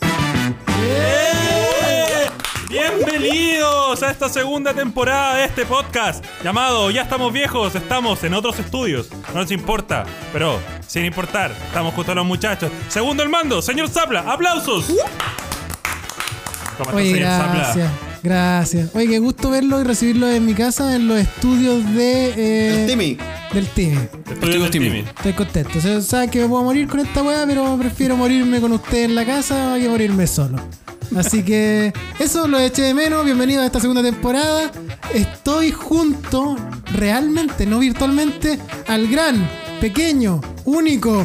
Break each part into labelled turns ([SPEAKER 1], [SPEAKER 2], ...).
[SPEAKER 1] ¡Eh! Bienvenidos a esta segunda temporada de este podcast llamado Ya estamos viejos, estamos en otros estudios. No nos importa, pero sin importar, estamos junto a los muchachos. Segundo el mando, señor Zapla, aplausos. ¿Cómo está,
[SPEAKER 2] Oye,
[SPEAKER 1] señor Zapla?
[SPEAKER 2] gracias. Gracias. Oye, qué gusto verlo y recibirlo en mi casa, en los estudios de, eh,
[SPEAKER 3] El Timmy.
[SPEAKER 2] del Timmy.
[SPEAKER 1] Estudios del
[SPEAKER 3] Timmy.
[SPEAKER 1] Timmy.
[SPEAKER 2] Estoy contento. O sea, saben que me puedo morir con esta weá, pero prefiero morirme con usted en la casa que morirme solo. Así que eso lo eché de menos. Bienvenido a esta segunda temporada. Estoy junto, realmente, no virtualmente, al gran, pequeño, único,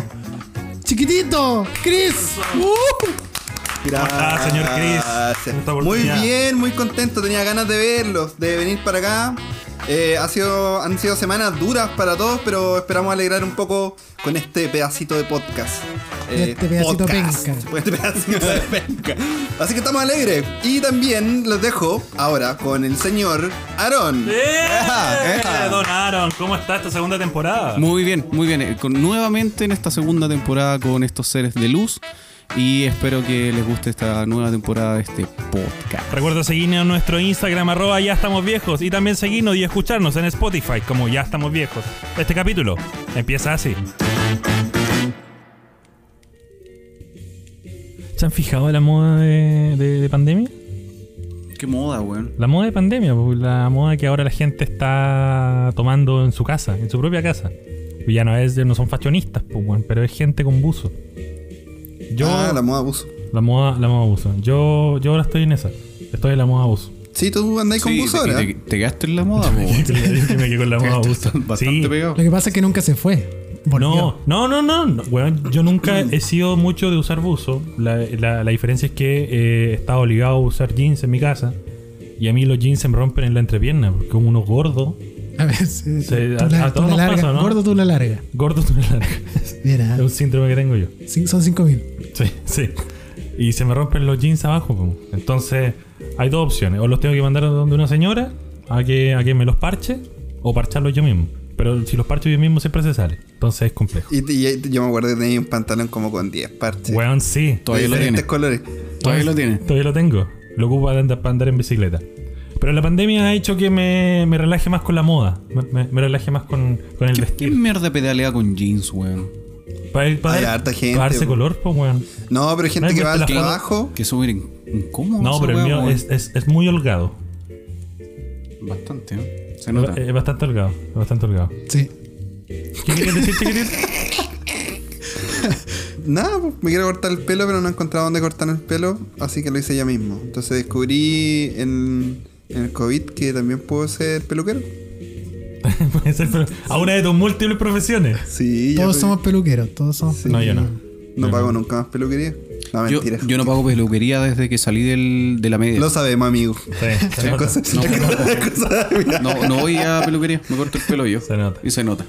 [SPEAKER 2] chiquitito, Chris. ¡Uh!
[SPEAKER 1] está, señor Chris?
[SPEAKER 3] Gracias.
[SPEAKER 1] Esta
[SPEAKER 3] Muy
[SPEAKER 1] oportunidad.
[SPEAKER 3] bien, muy contento. Tenía ganas de verlos, de venir para acá. Eh, ha sido, han sido semanas duras para todos, pero esperamos alegrar un poco con este pedacito de podcast. Eh,
[SPEAKER 2] Este pedacito penca.
[SPEAKER 3] Con Este pedacito de penca. Así que estamos alegres. Y también los dejo ahora con el señor Aarón. Eja,
[SPEAKER 1] ¡Eh!
[SPEAKER 3] eja.
[SPEAKER 1] Don Aaron, ¿cómo está esta segunda temporada?
[SPEAKER 4] Muy bien, muy bien. Eh, con- nuevamente en esta segunda temporada con estos seres de luz. Y espero que les guste esta nueva temporada de este podcast.
[SPEAKER 1] Recuerda seguirnos en nuestro Instagram, arroba ya estamos viejos, y también seguirnos y escucharnos en Spotify como ya estamos viejos. Este capítulo empieza así. ¿Se han fijado la moda de, de- de pandemia?
[SPEAKER 4] Qué moda, weón.
[SPEAKER 1] La moda de pandemia, pues, la moda que ahora la gente está tomando en su casa, en su propia casa. Y Ya no, es, no son fashionistas, pues, weón, pero es gente con buzo. Yo,
[SPEAKER 3] Ah, la
[SPEAKER 1] la...
[SPEAKER 3] moda abuso.
[SPEAKER 1] moda, la moda buzo. Yo, yo ahora estoy en esa. Estoy en la moda buzo.
[SPEAKER 3] Sí, tú andáis con buzo ahora.
[SPEAKER 4] te, te quedaste en la moda, weón.
[SPEAKER 1] Que me quedé con la moda gusto.
[SPEAKER 4] Bastante
[SPEAKER 1] Sí.
[SPEAKER 4] pegado.
[SPEAKER 2] Lo que pasa es que nunca se fue.
[SPEAKER 1] No, no, no, no. no. Weón, yo nunca he sido mucho de usar buzo. La, la- la diferencia es que eh, he estado obligado a usar jeans en mi casa. Y a mí los jeans se me rompen en la entrepierna. Porque como uno gordo.
[SPEAKER 2] A ver, sí,
[SPEAKER 1] Sí,
[SPEAKER 2] tú
[SPEAKER 1] a-
[SPEAKER 2] la,
[SPEAKER 1] a
[SPEAKER 2] tú
[SPEAKER 1] todos
[SPEAKER 2] la
[SPEAKER 1] nos
[SPEAKER 2] larga.
[SPEAKER 1] pasa, ¿no?
[SPEAKER 2] Gordo, tú la larga.
[SPEAKER 1] Gordo tú eres larga.
[SPEAKER 2] Mira,
[SPEAKER 1] Es un síndrome que tengo yo.
[SPEAKER 2] sí, son 5000.
[SPEAKER 1] Sí, sí. Y se me rompen los jeans abajo. po. Entonces, hay dos opciones. O los tengo que mandar a donde una señora a que, a que me los parche. O parcharlos yo mismo. Pero si los parcho yo mismo siempre se sale. Entonces es complejo.
[SPEAKER 3] Y, y- yo me acuerdo que tenía un pantalón como con 10 parches.
[SPEAKER 1] Weón, sí.
[SPEAKER 4] Todavía
[SPEAKER 3] de
[SPEAKER 4] lo
[SPEAKER 3] diferentes
[SPEAKER 4] tiene.
[SPEAKER 3] colores.
[SPEAKER 4] Todavía lo tiene.
[SPEAKER 1] Todavía lo tengo. Lo ocupo para andar, para andar en bicicleta. Pero la pandemia ha hecho que me, me relaje más con la moda. Me, me- me relaje más con, con el
[SPEAKER 4] ¿Qué
[SPEAKER 1] vestir.
[SPEAKER 4] mierda pedalea con jeans, weón?
[SPEAKER 1] Para, ir- para
[SPEAKER 3] Hay
[SPEAKER 1] dar-
[SPEAKER 3] harta gente,
[SPEAKER 1] para darse
[SPEAKER 3] weón.
[SPEAKER 1] color, pues, weón.
[SPEAKER 3] No, pero hay gente
[SPEAKER 1] Nadie
[SPEAKER 3] que va al
[SPEAKER 1] mete la foto.
[SPEAKER 3] trabajo.
[SPEAKER 4] Que eso miren, incómodo.
[SPEAKER 1] No,
[SPEAKER 4] esa
[SPEAKER 1] pero el
[SPEAKER 4] weá,
[SPEAKER 1] mío
[SPEAKER 4] weón.
[SPEAKER 1] es, es, es muy holgado.
[SPEAKER 4] Bastante, ¿eh? Se
[SPEAKER 1] Es
[SPEAKER 4] nota.
[SPEAKER 1] ba- Es bastante holgado. Es bastante holgado.
[SPEAKER 2] Sí.
[SPEAKER 1] ¿Qué quieres decir, chiquitito?
[SPEAKER 3] Nada, pues, me quiero cortar el pelo, pero no he encontrado dónde cortar el pelo, así que lo hice yo mismo. Entonces descubrí en, en el COVID que también puedo ser peluquero.
[SPEAKER 1] Puede ser, pero a una de tus múltiples profesiones.
[SPEAKER 3] Sí,
[SPEAKER 2] Todos
[SPEAKER 4] pues.
[SPEAKER 3] ya-
[SPEAKER 2] somos peluqueros, todos somos.
[SPEAKER 3] Sí.
[SPEAKER 1] No, yo no.
[SPEAKER 3] No pago nunca más peluquería. No,
[SPEAKER 4] yo,
[SPEAKER 3] mentira.
[SPEAKER 4] yo no pago peluquería desde que salí del, de la media.
[SPEAKER 3] Lo sabemos, amigo.
[SPEAKER 1] Sí, se nota.
[SPEAKER 3] Cosa-
[SPEAKER 4] No,
[SPEAKER 3] cosa- mira.
[SPEAKER 4] No, no voy a peluquería, me corto el pelo yo.
[SPEAKER 1] Se nota.
[SPEAKER 4] Y se nota.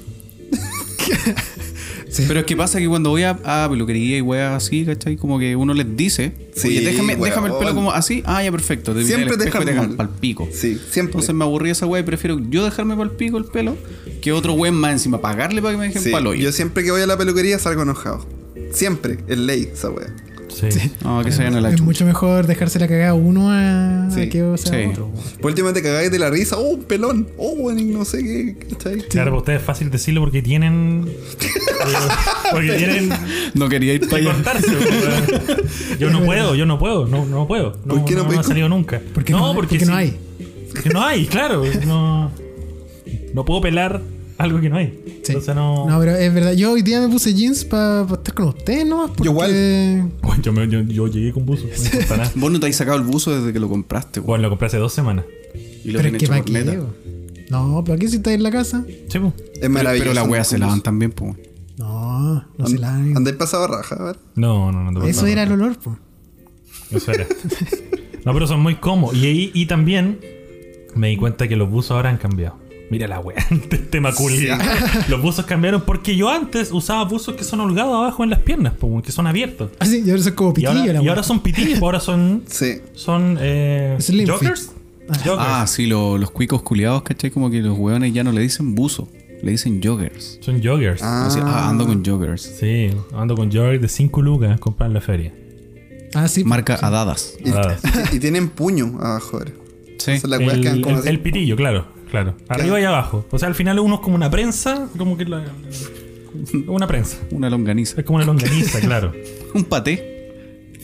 [SPEAKER 2] Sí.
[SPEAKER 4] Pero es que pasa que cuando voy a, a peluquería y weas así, ¿cachai? Como que uno les dice,
[SPEAKER 3] Sí,
[SPEAKER 4] oye, déjame,
[SPEAKER 3] weón.
[SPEAKER 4] déjame el pelo como así, ah, ya perfecto. Te miras
[SPEAKER 3] Siempre
[SPEAKER 4] al espejo y
[SPEAKER 3] dejan
[SPEAKER 4] te
[SPEAKER 3] mal.
[SPEAKER 4] dejan pal pico.
[SPEAKER 3] Sí, siempre.
[SPEAKER 4] Entonces me aburrí esa wea y prefiero yo dejarme pal pico el pelo que otro weón más encima, pagarle para que me dejen
[SPEAKER 3] Sí,
[SPEAKER 4] pal hoyo.
[SPEAKER 3] yo siempre que voy a la peluquería salgo enojado. Siempre, es ley esa wea.
[SPEAKER 1] Sí.
[SPEAKER 4] No, que se vayan a la
[SPEAKER 2] es
[SPEAKER 4] chucha.
[SPEAKER 2] mucho mejor dejarse la cagada uno a, a
[SPEAKER 3] Sí,
[SPEAKER 2] que o sea,
[SPEAKER 4] sí.
[SPEAKER 2] otro.
[SPEAKER 3] Por último te cagáis de la risa, oh, un pelón, oh, bueno, no sé qué, ¿cachai?
[SPEAKER 1] Claro, para ustedes es fácil decirlo porque tienen. eh, porque tienen
[SPEAKER 4] No quería ir para
[SPEAKER 1] que
[SPEAKER 4] allá.
[SPEAKER 1] cortarse. weón. Yo no puedo, yo no puedo, no, no puedo. No,
[SPEAKER 3] ¿Por qué no
[SPEAKER 1] no,
[SPEAKER 3] puedes
[SPEAKER 1] me ha
[SPEAKER 3] co-
[SPEAKER 1] salido nunca.
[SPEAKER 2] Porque no, porque no hay.
[SPEAKER 1] Porque no hay, claro. No, no puedo pelar algo que no hay.
[SPEAKER 2] Sí.
[SPEAKER 1] Entonces no.
[SPEAKER 2] No, pero es verdad. Yo hoy día me puse jeans para estar con ustedes nomás. Porque...
[SPEAKER 3] Yo igual.
[SPEAKER 1] Bueno, yo, me- yo- yo llegué con buzo. No me importa nada.
[SPEAKER 4] Vos no te has sacado el buzo desde que lo compraste, weón.
[SPEAKER 1] Bueno, lo compré hace dos semanas.
[SPEAKER 4] Y
[SPEAKER 2] Pero
[SPEAKER 4] lo
[SPEAKER 2] es
[SPEAKER 4] tenés
[SPEAKER 2] que
[SPEAKER 4] hecho
[SPEAKER 2] para
[SPEAKER 4] corneta.
[SPEAKER 2] qué. bo. No, pero aquí si estáis en la casa.
[SPEAKER 1] Sí, po.
[SPEAKER 3] Es
[SPEAKER 4] Pero,
[SPEAKER 3] maravilloso.
[SPEAKER 4] pero la wea se
[SPEAKER 3] Incluso.
[SPEAKER 4] lavan también, pues.
[SPEAKER 2] No, no se lavan.
[SPEAKER 3] Andáis pasado raja, a ver.
[SPEAKER 1] No, no, no te
[SPEAKER 2] Eso
[SPEAKER 1] preocupes.
[SPEAKER 2] era el olor, po.
[SPEAKER 1] Eso era. No, pero son muy cómodos. Y, ahí- y también me di cuenta que los buzos ahora han cambiado. Mira la wea, este tema culiao. Los buzos cambiaron porque yo antes usaba buzos que son holgados abajo en las piernas, po, que son abiertos.
[SPEAKER 2] Así, y Ah, ahora son como
[SPEAKER 1] Y
[SPEAKER 2] pitillo
[SPEAKER 1] ahora,
[SPEAKER 2] la
[SPEAKER 1] y
[SPEAKER 2] wea.
[SPEAKER 1] ahora son pitillos, ahora son.
[SPEAKER 3] Sí.
[SPEAKER 1] Son. Eh,
[SPEAKER 2] Slim fit.
[SPEAKER 1] ¿Jokers? Jokers.
[SPEAKER 4] Ah, sí, lo- los cuicos culiados, ¿cachai? Como que los weones ya no le dicen buzo, le dicen joggers.
[SPEAKER 1] Son joggers.
[SPEAKER 3] Ah.
[SPEAKER 4] Así, ah, ando con joggers.
[SPEAKER 1] Sí, ando con joggers de 5 lucas comprar en la feria.
[SPEAKER 2] Ah, sí.
[SPEAKER 4] Marca a dadas.
[SPEAKER 3] Y,
[SPEAKER 1] Ah.
[SPEAKER 3] y tienen puño abajo ahora.
[SPEAKER 4] Sí.
[SPEAKER 3] Esas las weas
[SPEAKER 1] El,
[SPEAKER 3] quedan como
[SPEAKER 1] el-
[SPEAKER 3] así.
[SPEAKER 1] el pitillo, claro, claro. Arriba y abajo. O sea, al final uno es como una prensa, como que la- una prensa.
[SPEAKER 4] Una longaniza.
[SPEAKER 1] Es como una longaniza, claro.
[SPEAKER 4] Un paté.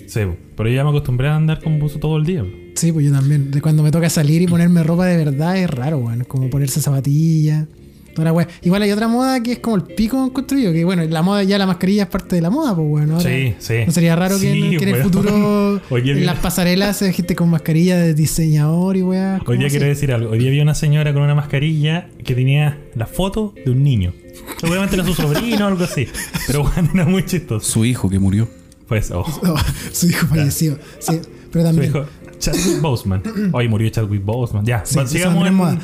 [SPEAKER 1] Sí, pero yo ya me acostumbré a andar con buzo todo el día.
[SPEAKER 2] Sí, pues yo también. De cuando me toca salir y ponerme ropa de verdad es raro, weón. Es Como ponerse zapatillas. toda la wea. Igual hay otra moda que es como el pico construido. Que bueno, la moda ya la mascarilla es parte de la moda, pues weón. Ahora,
[SPEAKER 1] Sí, sí.
[SPEAKER 2] No sería raro que, en-
[SPEAKER 1] Sí,
[SPEAKER 2] que en el
[SPEAKER 1] weón.
[SPEAKER 2] futuro
[SPEAKER 1] Hoy día
[SPEAKER 2] en
[SPEAKER 1] vi-
[SPEAKER 2] las pasarelas se gente con mascarilla de diseñador y weá.
[SPEAKER 1] Hoy día quiero decir algo. Hoy día vi una señora con una mascarilla que tenía la foto de un niño. Seguramente era su sobrino o algo así. Pero bueno, era muy chistoso.
[SPEAKER 4] Su hijo que murió.
[SPEAKER 1] Pues, oh.
[SPEAKER 2] su hijo falleció. Sí, pero
[SPEAKER 1] Su
[SPEAKER 2] también.
[SPEAKER 1] hijo, Chadwick Boseman. Hoy murió Chadwick Boseman. Ya,
[SPEAKER 2] Sí,
[SPEAKER 1] sigamos
[SPEAKER 2] eso
[SPEAKER 1] en,
[SPEAKER 2] también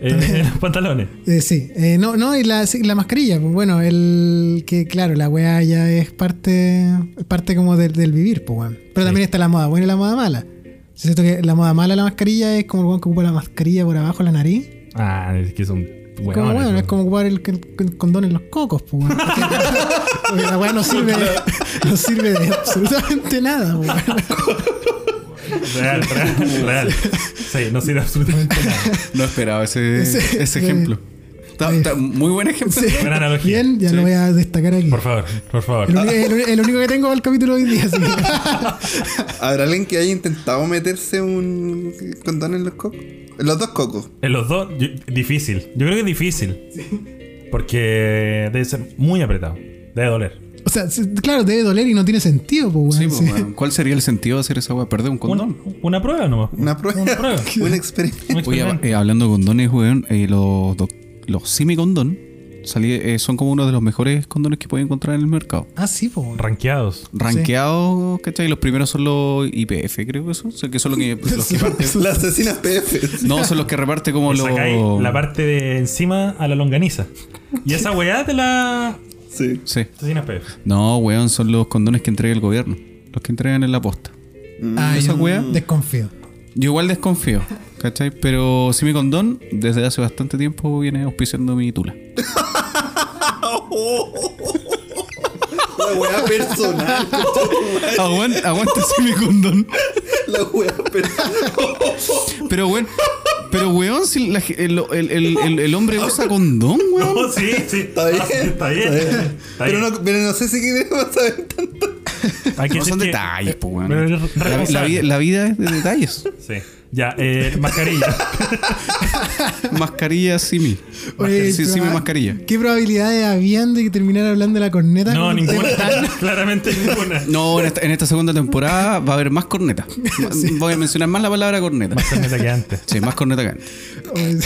[SPEAKER 1] eh, en los pantalones.
[SPEAKER 2] Eh, sí, Eh, no, no, y la, sí, la mascarilla, pues bueno, el que claro, la weá ya es parte, es parte como del, del vivir, pues weón. Pero también está la moda buena y la moda mala. Es cierto que la moda mala, la mascarilla, es como el weón que ocupa la mascarilla por abajo de la nariz.
[SPEAKER 1] Ah, es que son
[SPEAKER 2] Es como,
[SPEAKER 1] hueones,
[SPEAKER 2] bueno,
[SPEAKER 1] ¿no?
[SPEAKER 2] es como ocupar el, el- el condón en los cocos, pues weón. Porque la weá no sirve, no sirve de absolutamente nada, pues, weón.
[SPEAKER 1] Real, real, real. Sí, no sirve absolutamente nada.
[SPEAKER 4] No esperaba ese,
[SPEAKER 2] Ese-
[SPEAKER 4] ese ejemplo. Está- está muy buen ejemplo.
[SPEAKER 1] Buena analogía.
[SPEAKER 2] Bien, ya
[SPEAKER 4] Sí.
[SPEAKER 2] lo voy a destacar aquí.
[SPEAKER 1] Por favor, por favor.
[SPEAKER 2] El, uni- el- el único que tengo para el capítulo de hoy día, así que-
[SPEAKER 3] ¿Habrá alguien que haya intentado meterse un condón en los cocos? En los dos cocos.
[SPEAKER 1] En los dos, yo- difícil. Yo creo que es difícil. Porque debe ser muy apretado. Debe doler.
[SPEAKER 2] O sea, sí, claro, debe doler y no tiene sentido, pues,
[SPEAKER 4] Sí,
[SPEAKER 2] weón.
[SPEAKER 4] pues,
[SPEAKER 2] sí.
[SPEAKER 4] weón. ¿Cuál sería el sentido de hacer esa weá? ¿Perder un
[SPEAKER 1] Una,
[SPEAKER 4] condón?
[SPEAKER 1] una prueba nomás.
[SPEAKER 3] Una prueba.
[SPEAKER 1] Una prueba.
[SPEAKER 3] un experimento.
[SPEAKER 1] Un
[SPEAKER 4] Oye,
[SPEAKER 1] experimento.
[SPEAKER 4] eh, hablando de condones, weón, eh, los, doc- los semicondón salí- eh, son como uno de los mejores condones que puedes encontrar en el mercado.
[SPEAKER 2] Ah, sí, pues. weón.
[SPEAKER 1] Ranqueados.
[SPEAKER 4] Ranqueados, ¿cachai? Los primeros son los IPF, creo que son. o sea, que son los que, los que parte-
[SPEAKER 3] Las asesinas PF.
[SPEAKER 4] No, son los que reparte como
[SPEAKER 1] Le
[SPEAKER 4] los.
[SPEAKER 1] sacáis la parte de encima a la longaniza. Y esa weá te la.
[SPEAKER 3] Sí.
[SPEAKER 4] Sí.
[SPEAKER 1] Te sin APF.
[SPEAKER 4] No, weón, son los condones que entrega el gobierno. Los que entregan en la posta.
[SPEAKER 2] Ah,
[SPEAKER 4] ¿Esa
[SPEAKER 2] yo
[SPEAKER 4] wea?
[SPEAKER 2] Desconfío.
[SPEAKER 4] Yo igual desconfío, ¿cachai? Pero Semicondón, desde hace bastante tiempo, viene auspiciando mi tula.
[SPEAKER 3] La weá personal.
[SPEAKER 4] Aguanta, aguanta Semicondón.
[SPEAKER 3] La weá personal.
[SPEAKER 4] Pero, weón, pero, weón, si la ge- el, el- el- el- el hombre usa condón, weón.
[SPEAKER 1] No, Oh, sí, sí.
[SPEAKER 3] Está bien.
[SPEAKER 1] Ah, sí, Está bien. Está
[SPEAKER 3] Pero
[SPEAKER 1] bien.
[SPEAKER 3] no, pero no sé si queremos saber tanto.
[SPEAKER 1] Hay que
[SPEAKER 4] No son
[SPEAKER 1] decir que-
[SPEAKER 4] detalles, po, weón.
[SPEAKER 1] Pero es
[SPEAKER 4] La- La,
[SPEAKER 1] responsable.
[SPEAKER 4] vida, la vida es de detalles.
[SPEAKER 1] Sí. Ya, eh, mascarilla.
[SPEAKER 4] Mascarilla simi.
[SPEAKER 2] Oye,
[SPEAKER 4] Sí,
[SPEAKER 2] pero,
[SPEAKER 4] simi
[SPEAKER 2] ah,
[SPEAKER 4] mascarilla.
[SPEAKER 2] ¿Qué probabilidades habían de que terminara hablando de la corneta?
[SPEAKER 1] No,
[SPEAKER 2] como
[SPEAKER 1] ninguna.
[SPEAKER 2] tema tan-
[SPEAKER 1] Claramente ninguna.
[SPEAKER 4] No, en esta, en esta segunda temporada va a haber más corneta. Voy a mencionar más la palabra corneta.
[SPEAKER 1] Más corneta que antes.
[SPEAKER 4] Sí, más corneta que antes.
[SPEAKER 2] Oye,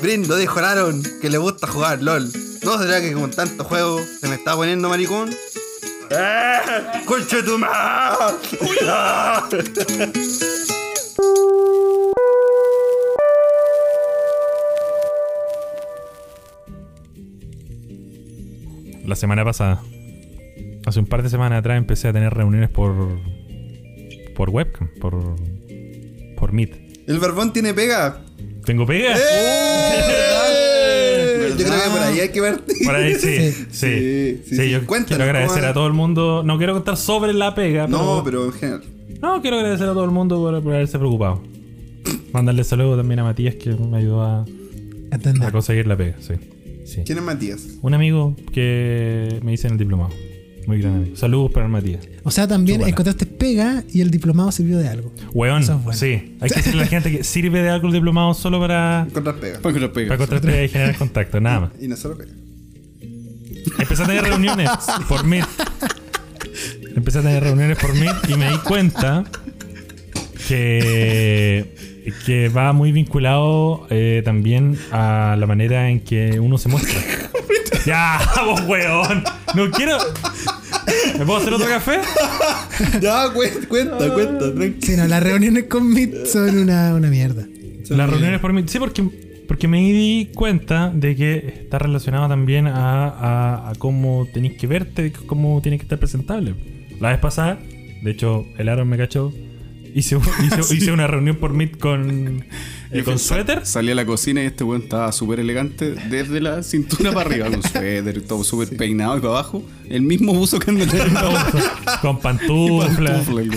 [SPEAKER 3] Brindo dijo a Aaron que le gusta jugar LOL. ¿No será que con tanto juego se me está poniendo maricón? ¡Eh! ¡Conche tu madre! ¡Ah!
[SPEAKER 1] La semana pasada. Hace un par de semanas atrás empecé a tener reuniones por. por webcam, por. por Meet.
[SPEAKER 3] El barbón tiene pega.
[SPEAKER 1] ¿Tengo pega?
[SPEAKER 3] ¡Eh! Yo creo que
[SPEAKER 4] ¿Verdad?
[SPEAKER 3] por ahí hay que partir.
[SPEAKER 1] Por ahí sí, sí.
[SPEAKER 2] Sí,
[SPEAKER 3] sí, sí, sí.
[SPEAKER 1] yo
[SPEAKER 3] Cuéntanos,
[SPEAKER 1] quiero agradecer
[SPEAKER 3] ¿cómo
[SPEAKER 1] a todo el mundo. No quiero contar sobre la pega,
[SPEAKER 3] No,
[SPEAKER 1] pero.
[SPEAKER 3] pero en general.
[SPEAKER 1] No, quiero agradecer a todo el mundo por, por haberse preocupado. Mandarle saludos también a Matías que me ayudó a,
[SPEAKER 2] Entender.
[SPEAKER 1] a conseguir la pega, sí. sí.
[SPEAKER 3] ¿Quién es Matías?
[SPEAKER 1] Un amigo que me hice en el diplomado. Muy gran amigo. Saludos para el Matías.
[SPEAKER 2] O sea, también
[SPEAKER 1] Chúpala.
[SPEAKER 2] encontraste pega y el diplomado sirvió de algo.
[SPEAKER 1] Weón,
[SPEAKER 2] Eso es bueno.
[SPEAKER 1] sí. Hay que decirle a la gente que sirve de algo el diplomado solo para,
[SPEAKER 3] Encontrar pega.
[SPEAKER 4] Para que lo
[SPEAKER 1] para
[SPEAKER 4] pegue.
[SPEAKER 1] encontrarte y generar contacto, nada más.
[SPEAKER 3] Y no solo pega.
[SPEAKER 1] Empecé a tener reuniones por mí. Empecé a tener reuniones por mí y me di cuenta que, que va muy vinculado eh, también a la manera en que uno se muestra. ya, vos weón. No quiero. ¿Me puedo hacer otro café?
[SPEAKER 3] Ya, cuenta, cuenta, cuenta, tranqui.
[SPEAKER 2] Sí, no, las reuniones con Meet son una, una mierda.
[SPEAKER 1] Las reuniones por mí. Sí, porque, porque me di cuenta de que está relacionado también a, a- a cómo tenéis que verte, cómo tienes que estar presentable. La vez pasada, de hecho, el Aaron me cachó, hice, hice- hice una reunión por Meet con, eh, con suéter.
[SPEAKER 4] Salí a la cocina y este weón estaba súper elegante desde la cintura para arriba, con suéter, todo súper peinado y para abajo. El mismo buzo que andaba en la boca.
[SPEAKER 1] Con pantuflas.
[SPEAKER 4] Pantufla, weón.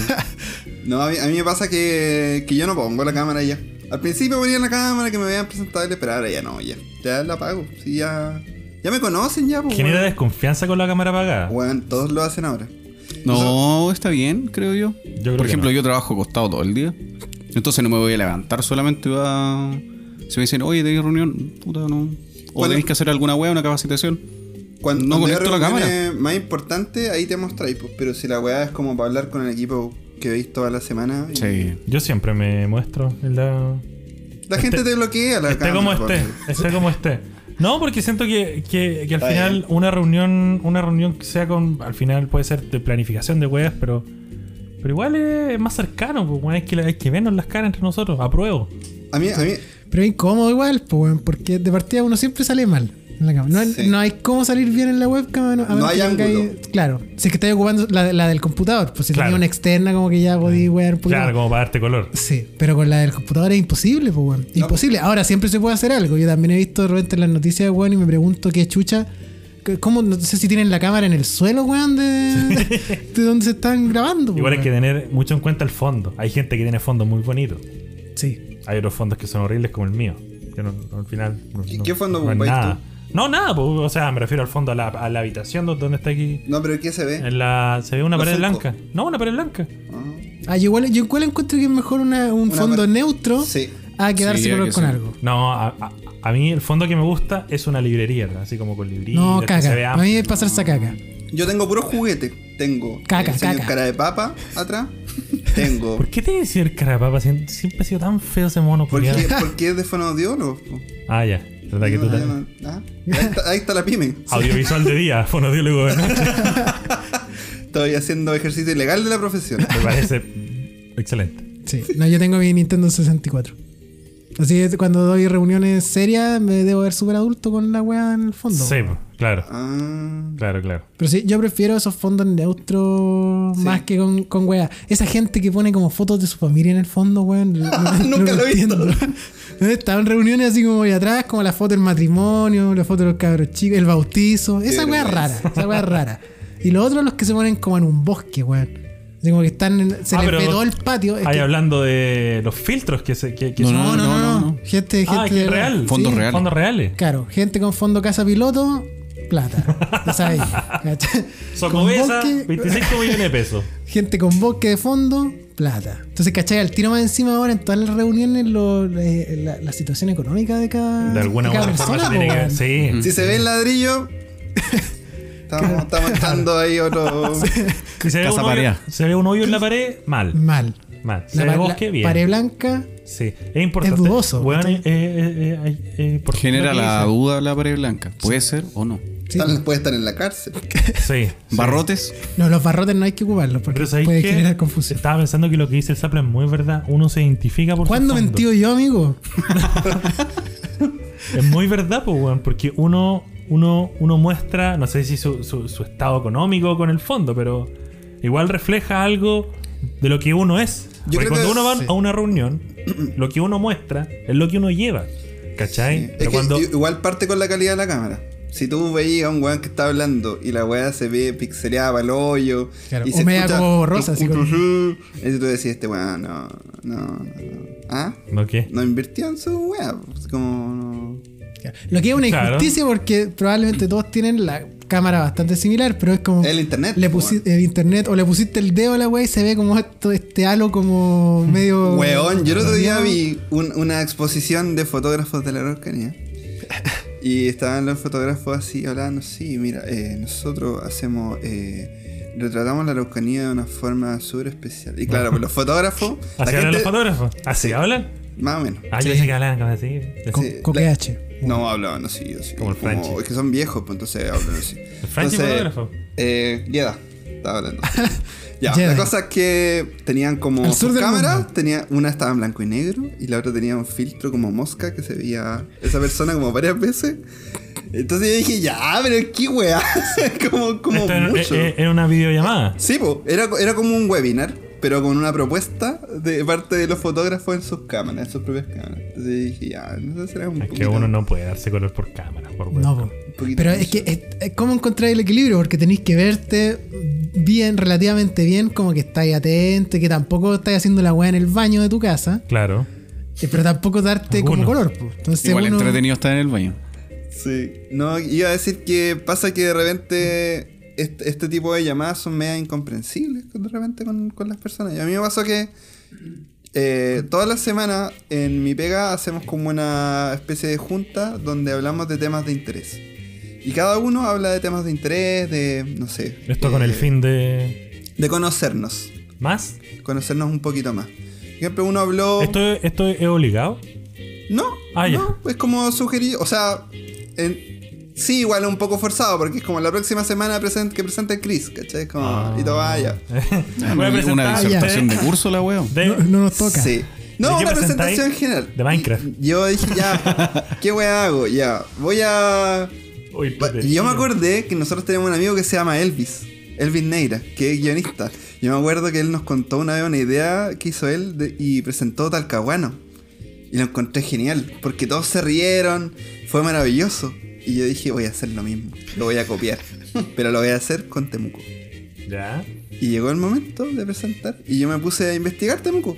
[SPEAKER 3] No, a mí, a mí me pasa que, que yo no pongo la cámara ya. Al principio ponía la cámara que me vean presentable, pero ahora ya no, ya. Ya la apago. Sí, ya. Ya me conocen ya, pues.
[SPEAKER 1] Genera
[SPEAKER 3] weón.
[SPEAKER 1] desconfianza con la cámara apagada.
[SPEAKER 3] Weón, todos lo hacen ahora.
[SPEAKER 4] No, está bien, creo yo.
[SPEAKER 1] creo
[SPEAKER 4] Por
[SPEAKER 1] que
[SPEAKER 4] ejemplo,
[SPEAKER 1] no.
[SPEAKER 4] yo trabajo acostado todo el día. Entonces no me voy a levantar, solamente voy a... Si me dicen, oye, tenéis reunión, puta, no. O
[SPEAKER 3] Bueno.
[SPEAKER 4] tenéis que hacer alguna weá, una capacitación.
[SPEAKER 3] Cuando,
[SPEAKER 4] No
[SPEAKER 3] cuando hay
[SPEAKER 4] conecto la
[SPEAKER 3] reuniones Más importante, ahí te mostráis, pues. Pero si la weá es como para hablar con el equipo que veis toda la semana. y-
[SPEAKER 4] Sí.
[SPEAKER 1] Yo siempre me muestro en la.
[SPEAKER 3] La gente te bloquea la
[SPEAKER 1] Esté
[SPEAKER 3] cámara.
[SPEAKER 1] Este- como este.
[SPEAKER 3] pues.
[SPEAKER 1] esté, esté como esté. No, porque siento que, que- que al
[SPEAKER 3] Está
[SPEAKER 1] final
[SPEAKER 3] bien.
[SPEAKER 1] una reunión, una reunión que sea con. Al final puede ser de planificación de weas, pero. Pero igual es más cercano, pues weón, hay que, hay que vernos las caras entre nosotros, apruebo.
[SPEAKER 3] A mí, a mí.
[SPEAKER 2] Pero es incómodo igual, pues, weón, porque de partida uno siempre sale mal en la cámara. No, hay-
[SPEAKER 3] Sí.
[SPEAKER 2] no hay cómo salir bien en la webcam. a menos- a
[SPEAKER 3] No
[SPEAKER 2] menos
[SPEAKER 3] hay
[SPEAKER 2] que
[SPEAKER 3] ángulo.
[SPEAKER 2] tengáis- Claro, si es que estáis ocupando la, la del computador, pues si
[SPEAKER 1] Claro.
[SPEAKER 2] tenía una externa como que ya podía wear un poquito.
[SPEAKER 1] Claro, como para darte color.
[SPEAKER 2] Sí, pero con la del computador es imposible, pues, weón. Imposible. Ahora siempre se puede hacer algo. Yo también he visto de repente en las noticias, weón, y me pregunto qué chucha. que- ¿Cómo? No sé si tienen la cámara en el suelo, weón, de, de donde se están grabando. pues,
[SPEAKER 1] Igual hay que
[SPEAKER 2] weón.
[SPEAKER 1] tener mucho en cuenta el fondo. Hay gente que tiene fondos muy bonitos.
[SPEAKER 2] Sí.
[SPEAKER 1] Hay otros fondos que son horribles como el mío. Que no- al final. no-
[SPEAKER 3] ¿Qué-
[SPEAKER 1] no-
[SPEAKER 3] qué fondo
[SPEAKER 1] no es
[SPEAKER 3] ocupáis
[SPEAKER 1] nada. No, nada, pues, o sea, me refiero al fondo, a la, a la habitación do- donde está aquí.
[SPEAKER 3] No, pero ¿qué se ve?
[SPEAKER 1] En la, se ve una
[SPEAKER 3] ¿Eh? Los
[SPEAKER 1] pared
[SPEAKER 3] surcos.
[SPEAKER 1] blanca. No, una pared blanca.
[SPEAKER 3] Ah.
[SPEAKER 2] Ah, yo igual, yo igual encuentro que es mejor una- un
[SPEAKER 3] Una
[SPEAKER 2] fondo
[SPEAKER 3] pared.
[SPEAKER 2] neutro
[SPEAKER 3] Sí.
[SPEAKER 2] a quedarse
[SPEAKER 4] Sí, hay
[SPEAKER 2] color
[SPEAKER 4] que
[SPEAKER 2] con
[SPEAKER 4] ser-
[SPEAKER 2] algo.
[SPEAKER 1] No, a, a- a mí el fondo que me gusta es una librería, ¿verdad? así como con librillos.
[SPEAKER 2] No,
[SPEAKER 1] que se
[SPEAKER 2] caca.
[SPEAKER 1] vea-
[SPEAKER 2] A mí es pasarse a caca.
[SPEAKER 3] Yo tengo puro juguete. Tengo.
[SPEAKER 2] Caca,
[SPEAKER 3] el señor
[SPEAKER 2] caca.
[SPEAKER 3] cara de papa atrás. tengo.
[SPEAKER 1] ¿Por qué tiene que decir carapapa? Sie- Siempre ha sido tan feo ese mono.
[SPEAKER 3] ¿Por
[SPEAKER 1] culiao.
[SPEAKER 3] qué, por qué es de fonodiólogo? po?
[SPEAKER 1] Ah, ya. ¿Verdad que tú
[SPEAKER 3] No,
[SPEAKER 1] te-
[SPEAKER 3] no, ah, ahí, está, ahí está la pyme.
[SPEAKER 1] Audiovisual de día, fonodiólogo de noche.
[SPEAKER 3] Estoy haciendo ejercicio ilegal de la profesión.
[SPEAKER 1] Me parece excelente.
[SPEAKER 2] Sí. No, yo tengo mi Nintendo 64. Así que cuando doy reuniones serias, me debo ver súper adulto con la weá en el fondo.
[SPEAKER 1] Sí, pues, claro,
[SPEAKER 3] Ah,
[SPEAKER 1] claro, claro.
[SPEAKER 2] Pero sí, yo prefiero esos fondos neutros
[SPEAKER 3] Sí.
[SPEAKER 2] más que con, con weá. Esa gente que pone como fotos de su familia en el fondo, weón. no- no- no
[SPEAKER 3] Nunca lo he visto.
[SPEAKER 2] Estaban reuniones así como ahí atrás, como la foto del matrimonio, la foto de los cabros chicos, el bautizo. Esa weá es rara, esa weá es rara. Y los otros los que se ponen como en un bosque, weón. Así como que están, en- se
[SPEAKER 1] Ah,
[SPEAKER 2] les
[SPEAKER 1] pero
[SPEAKER 2] ve todo el patio. Es
[SPEAKER 1] Ahí
[SPEAKER 2] que-
[SPEAKER 1] hablando de los filtros que se. Que, que
[SPEAKER 4] No,
[SPEAKER 1] son-
[SPEAKER 2] no, no, no,
[SPEAKER 4] no, no.
[SPEAKER 2] Gente, gente
[SPEAKER 1] Ah, que
[SPEAKER 2] de-
[SPEAKER 1] real.
[SPEAKER 4] Fondos reales.
[SPEAKER 1] Fondos reales.
[SPEAKER 2] Claro, gente con fondo casa piloto, plata. Ya sabéis. ¿cachai? Con
[SPEAKER 1] Socobesa,
[SPEAKER 2] bosque-
[SPEAKER 1] 25 millones de pesos.
[SPEAKER 2] Gente con bosque de fondo, plata. Entonces, ¿cachai? Al tiro más encima ahora en todas las reuniones lo- eh, la, la situación económica de cada,
[SPEAKER 1] De alguna u
[SPEAKER 2] cada
[SPEAKER 1] otra forma se
[SPEAKER 2] persona,
[SPEAKER 1] tiene
[SPEAKER 2] po,
[SPEAKER 1] que.
[SPEAKER 2] weón.
[SPEAKER 1] Sí.
[SPEAKER 3] Si se ve el ladrillo, estamos, estamos echando ahí otro.
[SPEAKER 1] Si se, ve
[SPEAKER 4] Casa
[SPEAKER 1] un hoyo,
[SPEAKER 4] pareja.
[SPEAKER 1] se ve un hoyo en la pared, mal.
[SPEAKER 2] Mal.
[SPEAKER 1] Mal. Se
[SPEAKER 2] La,
[SPEAKER 1] ve
[SPEAKER 2] pa- la
[SPEAKER 1] bosque, bien.
[SPEAKER 2] pared blanca,
[SPEAKER 1] Sí, es importante.
[SPEAKER 2] Es dudoso,
[SPEAKER 1] Weón,
[SPEAKER 2] ¿cachai?
[SPEAKER 1] eh, eh, eh, eh, eh, por
[SPEAKER 4] Genera
[SPEAKER 1] lo que
[SPEAKER 4] la
[SPEAKER 1] dicen.
[SPEAKER 4] duda la pared blanca. ¿Puede ser o no?
[SPEAKER 2] sí.
[SPEAKER 3] Tal- puede estar en la cárcel.
[SPEAKER 1] Sí.
[SPEAKER 4] ¿Barrotes?
[SPEAKER 2] No, los barrotes no hay que ocuparlos porque
[SPEAKER 1] Pero ¿sabéis
[SPEAKER 2] puede
[SPEAKER 1] qué?
[SPEAKER 2] generar confusión.
[SPEAKER 1] Estaba pensando que lo que dice el Zapla es muy verdad. Uno se identifica por su
[SPEAKER 2] ¿Cuándo
[SPEAKER 1] fondo.
[SPEAKER 2] mentido yo, amigo?
[SPEAKER 1] Es muy verdad, pues, weón, porque uno, uno, uno muestra, no sé si su, su- su estado económico con el fondo, pero igual refleja algo de lo que uno es.
[SPEAKER 3] Yo
[SPEAKER 1] porque
[SPEAKER 3] creo
[SPEAKER 1] cuando
[SPEAKER 3] que-
[SPEAKER 1] uno va
[SPEAKER 3] sí.
[SPEAKER 1] a una reunión, lo que uno muestra es lo que uno lleva. ¿Cachai?
[SPEAKER 3] Es
[SPEAKER 1] Pero
[SPEAKER 3] que
[SPEAKER 1] cuando...
[SPEAKER 3] i- Igual parte con la calidad de la cámara. Si tú veías a un weón que está hablando y la weá se ve pixeleada para el hoyo.
[SPEAKER 2] Claro,
[SPEAKER 3] y
[SPEAKER 2] o media como borrosa, así como-
[SPEAKER 3] Y tú decís, este weón, no, no, no. ¿Ah?
[SPEAKER 1] ¿No qué?
[SPEAKER 3] No invirtió en su weá. Es como. no.
[SPEAKER 2] Lo que es una
[SPEAKER 1] Claro.
[SPEAKER 2] injusticia porque probablemente todos tienen la cámara bastante similar, pero es como.
[SPEAKER 3] El internet, pues,
[SPEAKER 2] Le
[SPEAKER 3] po,
[SPEAKER 2] pusi- el internet o le pusiste el dedo a la wea y se ve como esto, este halo como medio.
[SPEAKER 3] Weón, yo el otro día
[SPEAKER 2] ¿no?
[SPEAKER 3] vi un- una exposición de fotógrafos de la Araucanía. Y estaban los fotógrafos así hablando, sí, mira, eh, nosotros hacemos, eh, retratamos la Araucanía de una forma súper especial. Y claro, pues los fotógrafos... la
[SPEAKER 1] ¿Así hablan
[SPEAKER 3] gente-
[SPEAKER 1] los fotógrafos? ¿Así
[SPEAKER 3] Sí.
[SPEAKER 1] hablan?
[SPEAKER 3] Más o menos.
[SPEAKER 1] Ah, yo
[SPEAKER 2] Sí.
[SPEAKER 1] pensé que hablaban como así.
[SPEAKER 2] Con,
[SPEAKER 3] Sí,
[SPEAKER 2] con
[SPEAKER 3] la-
[SPEAKER 2] KH.
[SPEAKER 3] No, hablaban así, así.
[SPEAKER 1] Como el Franchi.
[SPEAKER 3] Es que son viejos, pues entonces hablan así. ¿El
[SPEAKER 1] Franchi fotógrafo?
[SPEAKER 3] Eh, Yeda, estaba hablando. ya,
[SPEAKER 2] Yeda.
[SPEAKER 3] la cosa es que tenían como
[SPEAKER 2] Al sur
[SPEAKER 3] sus
[SPEAKER 2] del
[SPEAKER 3] cámaras,
[SPEAKER 2] mundo.
[SPEAKER 3] tenía, una estaba en blanco y negro y la otra tenía un filtro como mosca que se veía esa persona como varias veces. Entonces yo dije, ya, pero qué weá, como, como
[SPEAKER 1] Esto eh, era-
[SPEAKER 3] mucho.
[SPEAKER 1] eh, eh, era una videollamada.
[SPEAKER 3] Sí, po, era, era como un webinar. pero con una propuesta de parte de los fotógrafos en sus cámaras, en sus propias cámaras. Entonces dije, ya, no sé, será un
[SPEAKER 1] Es que
[SPEAKER 3] poquito-
[SPEAKER 1] uno no puede darse color por cámara, por
[SPEAKER 2] No, pues.
[SPEAKER 1] webcam.
[SPEAKER 2] po.
[SPEAKER 3] poquito
[SPEAKER 2] pero
[SPEAKER 3] de
[SPEAKER 2] es que es- es cómo encontrar el equilibrio, porque tenéis que verte bien, relativamente bien, como que estáis atento y que tampoco estáis haciendo la weá en el baño de tu casa,
[SPEAKER 1] Claro.
[SPEAKER 2] eh, pero tampoco darte como
[SPEAKER 1] Uno.
[SPEAKER 2] color. po. Entonces
[SPEAKER 4] Igual
[SPEAKER 2] uno-
[SPEAKER 4] entretenido estar en el baño.
[SPEAKER 3] Sí, no, iba a decir que pasa que de repente este, este tipo de llamadas son media incomprensibles con- de repente con, con las personas. Y a mí me pasó que eh, todas las semanas en mi pega hacemos como una especie de junta donde hablamos de temas de interés. Y cada uno habla de temas de interés, de, no sé.
[SPEAKER 1] Esto con
[SPEAKER 3] eh,
[SPEAKER 1] el fin de.
[SPEAKER 3] De conocernos,
[SPEAKER 1] ¿Más?
[SPEAKER 3] conocernos un poquito más. Por ejemplo, uno habló...
[SPEAKER 1] ¿Esto, ¿Esto es obligado?
[SPEAKER 3] No,
[SPEAKER 1] Ah, ya.
[SPEAKER 3] no, es como sugerido, o sea, en- sí, igual un poco forzado, porque es como la próxima semana present- que presenta el Chris, ¿cachai? Es Como,
[SPEAKER 1] Ah.
[SPEAKER 3] y todo vaya.
[SPEAKER 1] Voy a
[SPEAKER 4] Una-
[SPEAKER 1] presentar
[SPEAKER 4] una
[SPEAKER 1] a
[SPEAKER 4] disertación de
[SPEAKER 1] ustedes
[SPEAKER 4] curso la weón.
[SPEAKER 1] de-
[SPEAKER 2] no, no nos toca.
[SPEAKER 3] Sí.
[SPEAKER 1] ¿De
[SPEAKER 3] No,
[SPEAKER 1] qué
[SPEAKER 3] una
[SPEAKER 1] presentáis?
[SPEAKER 3] presentación general.
[SPEAKER 1] De Minecraft.
[SPEAKER 3] Y- yo dije, ya, ¿qué wea hago? Ya, voy a...
[SPEAKER 1] Uy,
[SPEAKER 3] Y yo me acordé que nosotros tenemos un amigo que se llama Elvis, Elvis Neira, que es guionista. Yo me acuerdo que él nos contó una vez una idea que hizo él de- y presentó Talcahuano. Y lo encontré genial, porque todos se rieron, fue maravilloso. Y yo dije, voy a hacer lo mismo, lo voy a copiar, pero lo voy a hacer con Temuco.
[SPEAKER 1] Ya.
[SPEAKER 3] Y llegó el momento de presentar y yo me puse a investigar Temuco.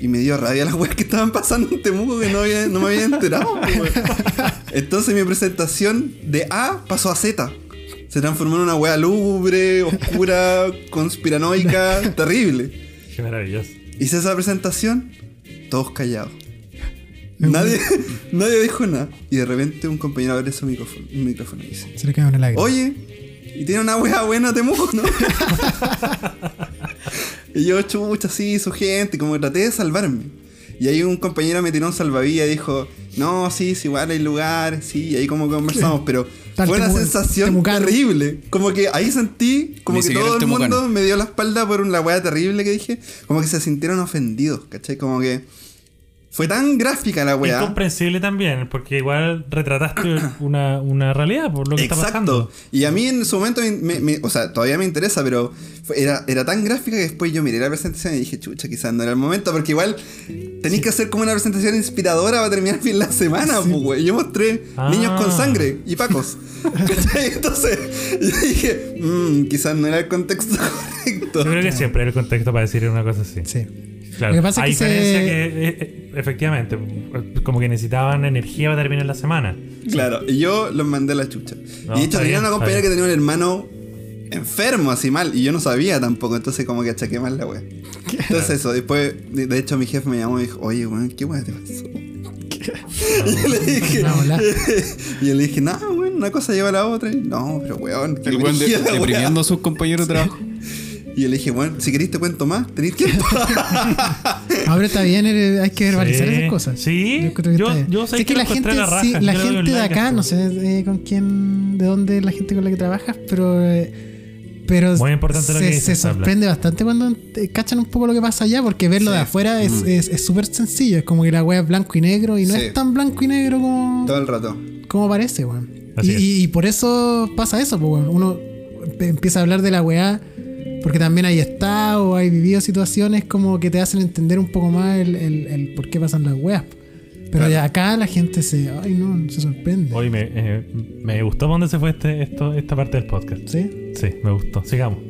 [SPEAKER 3] Y me dio rabia las weas que estaban pasando en Temuco que no, había- no me había enterado. po, weón. Entonces mi presentación de A pasó a Z. Se transformó en una wea lúgubre, oscura, conspiranoica, terrible.
[SPEAKER 1] Qué maravilloso.
[SPEAKER 3] Hice esa presentación, todos callados. Nadie, nadie dijo nada. Y de repente un compañero abre su micrófono, un micrófono y dice:
[SPEAKER 2] Se le cae una lágrima.
[SPEAKER 3] Oye, y tiene una wea buena Temuco, ¿no? y yo, chucha, sí, su gente, como que traté de salvarme. Y ahí un compañero me tiró un salvavidas y dijo, no, sí, sí, igual hay lugares, sí, y ahí como conversamos, pero
[SPEAKER 2] Tal
[SPEAKER 3] fue una
[SPEAKER 2] Temu-
[SPEAKER 3] sensación
[SPEAKER 2] temucano.
[SPEAKER 3] terrible. Como que ahí sentí, como
[SPEAKER 4] Ni
[SPEAKER 3] que
[SPEAKER 4] siquiera
[SPEAKER 3] todo
[SPEAKER 4] el
[SPEAKER 3] el
[SPEAKER 4] temucano.
[SPEAKER 3] mundo me dio la espalda por una wea terrible que dije, como que se sintieron ofendidos, ¿cachai? Como que fue tan gráfica la wea.
[SPEAKER 1] Incomprensible también, porque igual retrataste una, una realidad por lo que está pasando.
[SPEAKER 3] Exacto. Y a mí en su momento, me- me- me- o sea, todavía me interesa, pero fue- era, era tan gráfica que después yo miré la presentación y dije, chucha, quizás no era el momento, porque igual tenéis que hacer como una presentación inspiradora para terminar bien la semana, pues, güey. Yo mostré
[SPEAKER 1] Ah.
[SPEAKER 3] niños con sangre y pacos. ¿Cachai? Entonces, yo dije, "Mm, quizás no era el contexto correcto.
[SPEAKER 1] Yo creo que siempre hay el contexto para decir una cosa así.
[SPEAKER 2] Sí.
[SPEAKER 1] Claro.
[SPEAKER 2] Lo que pasa es
[SPEAKER 1] a
[SPEAKER 2] que se-
[SPEAKER 1] diferencia que, eh, eh, efectivamente, como que necesitaban energía para terminar la semana.
[SPEAKER 3] Claro, y yo los mandé a la chucha.
[SPEAKER 1] No,
[SPEAKER 3] y de hecho
[SPEAKER 1] está
[SPEAKER 3] tenía
[SPEAKER 1] bien,
[SPEAKER 3] una
[SPEAKER 1] está
[SPEAKER 3] compañera que
[SPEAKER 1] bien.
[SPEAKER 3] tenía un hermano enfermo, así mal, y yo no sabía tampoco, entonces como que achaqué mal la wea. Entonces eso, después, de de hecho mi jefe me llamó y dijo, oye weón, ¿qué wea te pasó? Y yo le dije,
[SPEAKER 2] Una bola.
[SPEAKER 3] y yo le dije, no, weón, una cosa lleva a la otra. Y, no, pero weón, qué
[SPEAKER 4] El weón de-
[SPEAKER 3] brígida la wea".
[SPEAKER 4] deprimiendo a sus compañeros de trabajo.
[SPEAKER 3] Y yo le dije, bueno, si querés te cuento más, tenés tiempo.
[SPEAKER 2] Ahora está bien, eh, hay que verbalizar esas cosas.
[SPEAKER 1] Sí.
[SPEAKER 2] encuentro que
[SPEAKER 1] Yo-
[SPEAKER 2] está bien.
[SPEAKER 1] yo sé
[SPEAKER 2] Si es
[SPEAKER 1] que
[SPEAKER 2] la
[SPEAKER 1] lo encontré
[SPEAKER 2] gente,
[SPEAKER 1] a la
[SPEAKER 2] sí,
[SPEAKER 1] raja,
[SPEAKER 2] la
[SPEAKER 1] yo lo veo
[SPEAKER 2] gente de
[SPEAKER 1] online,
[SPEAKER 2] acá, no sé eh, con quién, de dónde es la gente con la que trabajas, pero eh, pero
[SPEAKER 1] Muy importante
[SPEAKER 2] se,
[SPEAKER 1] lo que dices,
[SPEAKER 2] se
[SPEAKER 1] Pablo.
[SPEAKER 2] sorprende bastante cuando te cachan un poco lo que pasa allá, porque verlo de afuera es es- es súper sencillo, es como que la wea es blanco y negro y no
[SPEAKER 3] Mm. Sí.
[SPEAKER 2] es tan blanco y negro como
[SPEAKER 3] Todo el rato.
[SPEAKER 2] como parece, weón.
[SPEAKER 1] Así
[SPEAKER 2] Y,
[SPEAKER 1] es.
[SPEAKER 2] y- y por eso pasa eso, pues, weón. Uno empe- empieza a hablar de la weá porque también hay estado, hay vivido situaciones como que te hacen entender un poco más el, el- el por qué pasan las weas. Pero
[SPEAKER 3] Claro.
[SPEAKER 2] ya acá la gente se. Ay, no, se sorprende.
[SPEAKER 1] Hoy me, eh, me gustó por dónde se fue este, esto, esta parte del podcast.
[SPEAKER 2] ¿Sí?
[SPEAKER 1] Sí, me gustó. Sigamos.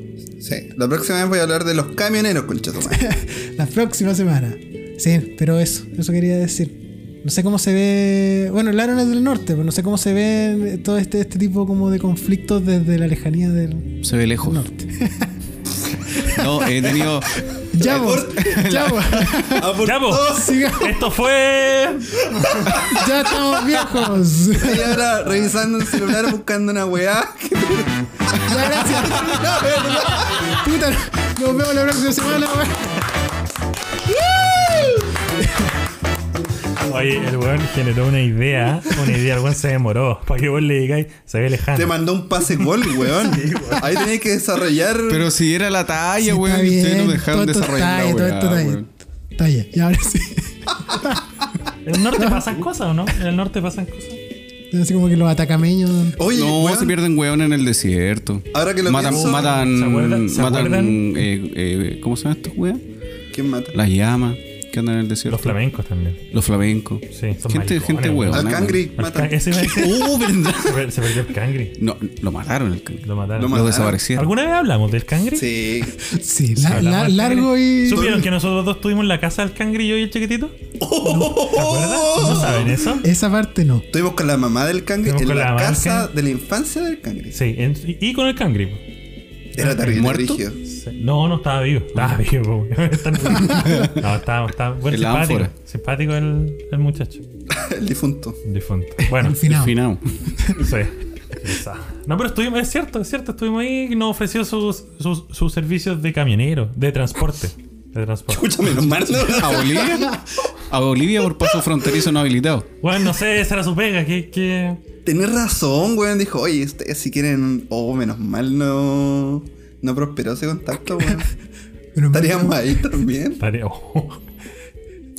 [SPEAKER 3] Sí. La próxima vez voy a hablar de los camioneros, concha tu madre.
[SPEAKER 2] La próxima semana. Sí, pero eso, eso quería decir. No sé cómo se ve. Bueno, el Aaron es del norte, pero no sé cómo se ve todo este, este tipo como de conflictos desde la lejanía del
[SPEAKER 4] Se ve lejos.
[SPEAKER 2] norte.
[SPEAKER 4] No, he tenido.
[SPEAKER 2] Ya, vos, ya, vos.
[SPEAKER 3] Ah, por
[SPEAKER 1] Ya, po.
[SPEAKER 3] todos.
[SPEAKER 2] Sigamos.
[SPEAKER 1] Esto fue.
[SPEAKER 2] Ya estamos viejos.
[SPEAKER 3] Y ahora revisando el celular buscando una weá.
[SPEAKER 2] Ya, gracias. Puta, nos vemos la próxima semana. weón.
[SPEAKER 1] Oye, el weón generó una idea. Una idea, el weón se demoró. Para que vos le digáis, se ve lejano.
[SPEAKER 3] Te mandó un pase gol, weón. Ahí tenés que desarrollar.
[SPEAKER 4] Pero si era la
[SPEAKER 2] Sí,
[SPEAKER 4] talla, weón.
[SPEAKER 2] está bien,
[SPEAKER 4] Ustedes no me dejaron
[SPEAKER 2] todo esto
[SPEAKER 4] desarrollar la
[SPEAKER 2] está bien, todo
[SPEAKER 4] weá,
[SPEAKER 2] esto está
[SPEAKER 4] weón.
[SPEAKER 2] bien. Está bien, y ahora sí.
[SPEAKER 1] ¿En el norte pasan cosas o no? En el norte pasan cosas.
[SPEAKER 2] Así como que los atacameños.
[SPEAKER 3] Oye,
[SPEAKER 4] No,
[SPEAKER 3] weón,
[SPEAKER 4] se pierden weón en el desierto.
[SPEAKER 3] Ahora que lo
[SPEAKER 4] matan,
[SPEAKER 3] pienso-
[SPEAKER 4] matan,
[SPEAKER 1] ¿Se acuerdan? ¿Se
[SPEAKER 4] matan,
[SPEAKER 1] acuerdan?
[SPEAKER 4] eh, eh, ¿Cómo se llama estos weón?
[SPEAKER 3] ¿Quién mata?
[SPEAKER 4] Las llamas que andan en el desierto.
[SPEAKER 1] Los flamencos también.
[SPEAKER 4] Los flamencos.
[SPEAKER 1] Sí, son
[SPEAKER 4] Gente-
[SPEAKER 1] maricones,
[SPEAKER 4] gente
[SPEAKER 1] weón.
[SPEAKER 4] hueva.
[SPEAKER 3] Al
[SPEAKER 4] no,
[SPEAKER 3] Cangri Uh,
[SPEAKER 1] Al
[SPEAKER 3] matan.
[SPEAKER 1] can- Ese me se,
[SPEAKER 4] ¡Oh, verdad!
[SPEAKER 1] per- se perdió el cangri.
[SPEAKER 4] No, lo mataron el cangre.
[SPEAKER 1] Lo mataron.
[SPEAKER 3] Lo
[SPEAKER 4] Lo
[SPEAKER 3] mataron.
[SPEAKER 4] desaparecieron.
[SPEAKER 1] ¿Alguna vez hablamos del cangri?
[SPEAKER 3] Sí.
[SPEAKER 2] Sí, la-
[SPEAKER 1] Hablamos
[SPEAKER 2] Ah, la-
[SPEAKER 1] del
[SPEAKER 2] largo
[SPEAKER 1] cangri.
[SPEAKER 2] y.
[SPEAKER 1] ¿Supieron que nosotros dos tuvimos en la casa del cangri, yo y el chiquitito?
[SPEAKER 3] Oh.
[SPEAKER 1] ¿Te acuerdas? ¿No saben eso?
[SPEAKER 2] Esa parte no.
[SPEAKER 3] Estuvimos con la mamá del cangre
[SPEAKER 1] Estuvimos con
[SPEAKER 3] en
[SPEAKER 1] la
[SPEAKER 3] la,
[SPEAKER 1] mamá del
[SPEAKER 3] casa
[SPEAKER 1] cangre.
[SPEAKER 3] de la infancia del cangre.
[SPEAKER 1] Sí, en- y, y con el cangri.
[SPEAKER 3] Era terrible.
[SPEAKER 4] ¿Muerto?
[SPEAKER 3] brígido.
[SPEAKER 1] Sí. No, no estaba vivo. Estaba vivo, weón. Está- No, estaba, estaba bueno,
[SPEAKER 4] En la
[SPEAKER 1] simpático.
[SPEAKER 4] ánfora.
[SPEAKER 1] Simpático el, el muchacho.
[SPEAKER 3] El difunto.
[SPEAKER 1] Difunto. Bueno,
[SPEAKER 2] Al final.
[SPEAKER 4] Finado.
[SPEAKER 1] Sí. Esa. No, pero estuvimos, es cierto, es cierto, estuvimos ahí y nos ofreció sus, sus, sus servicios de camionero, de transporte. De transporte.
[SPEAKER 3] Escúchame, menos mal. ¿no?
[SPEAKER 4] ¿A Bolivia? A Bolivia por paso fronterizo no habilitado.
[SPEAKER 1] Bueno, no sé, esa era su pega, que, que
[SPEAKER 3] Tenés razón, weón. Dijo, oye, ustedes si quieren. un- Oh, menos mal no. No prosperó ese contacto, weón.
[SPEAKER 2] Pero me-
[SPEAKER 3] Estaríamos ahí también.
[SPEAKER 1] tarea. oh.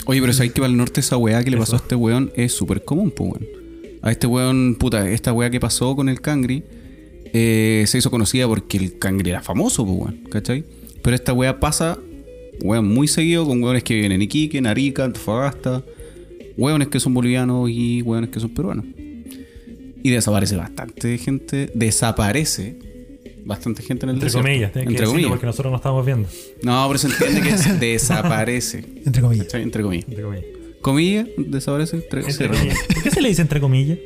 [SPEAKER 4] Oye, pero sabes que para el norte esa weá que le pasó a este weón es súper común, pues weón. A este weón, puta, esta weá que pasó con el cangri eh, se hizo conocida porque el cangri era famoso, pues weón, ¿cachai? Pero esta weá pasa, weón, muy seguido con weones que vienen en Iquique, en Arica, Antofagasta, weones que son bolivianos y weones que son peruanos. Y desaparece bastante gente, desaparece bastante gente en el
[SPEAKER 1] Entre
[SPEAKER 4] desierto.
[SPEAKER 1] comillas, tiene que
[SPEAKER 4] Entre
[SPEAKER 1] decirlo
[SPEAKER 4] comillas.
[SPEAKER 1] porque nosotros no estábamos viendo.
[SPEAKER 4] No, pero se entiende que es- desaparece,
[SPEAKER 2] Entre comillas.
[SPEAKER 4] ¿cachai? Entre comillas.
[SPEAKER 1] Entre comillas.
[SPEAKER 4] Comilla, desaparece. Entre,
[SPEAKER 1] Entre
[SPEAKER 4] cierra.
[SPEAKER 1] comillas. ¿Por qué se le dice entre comillas?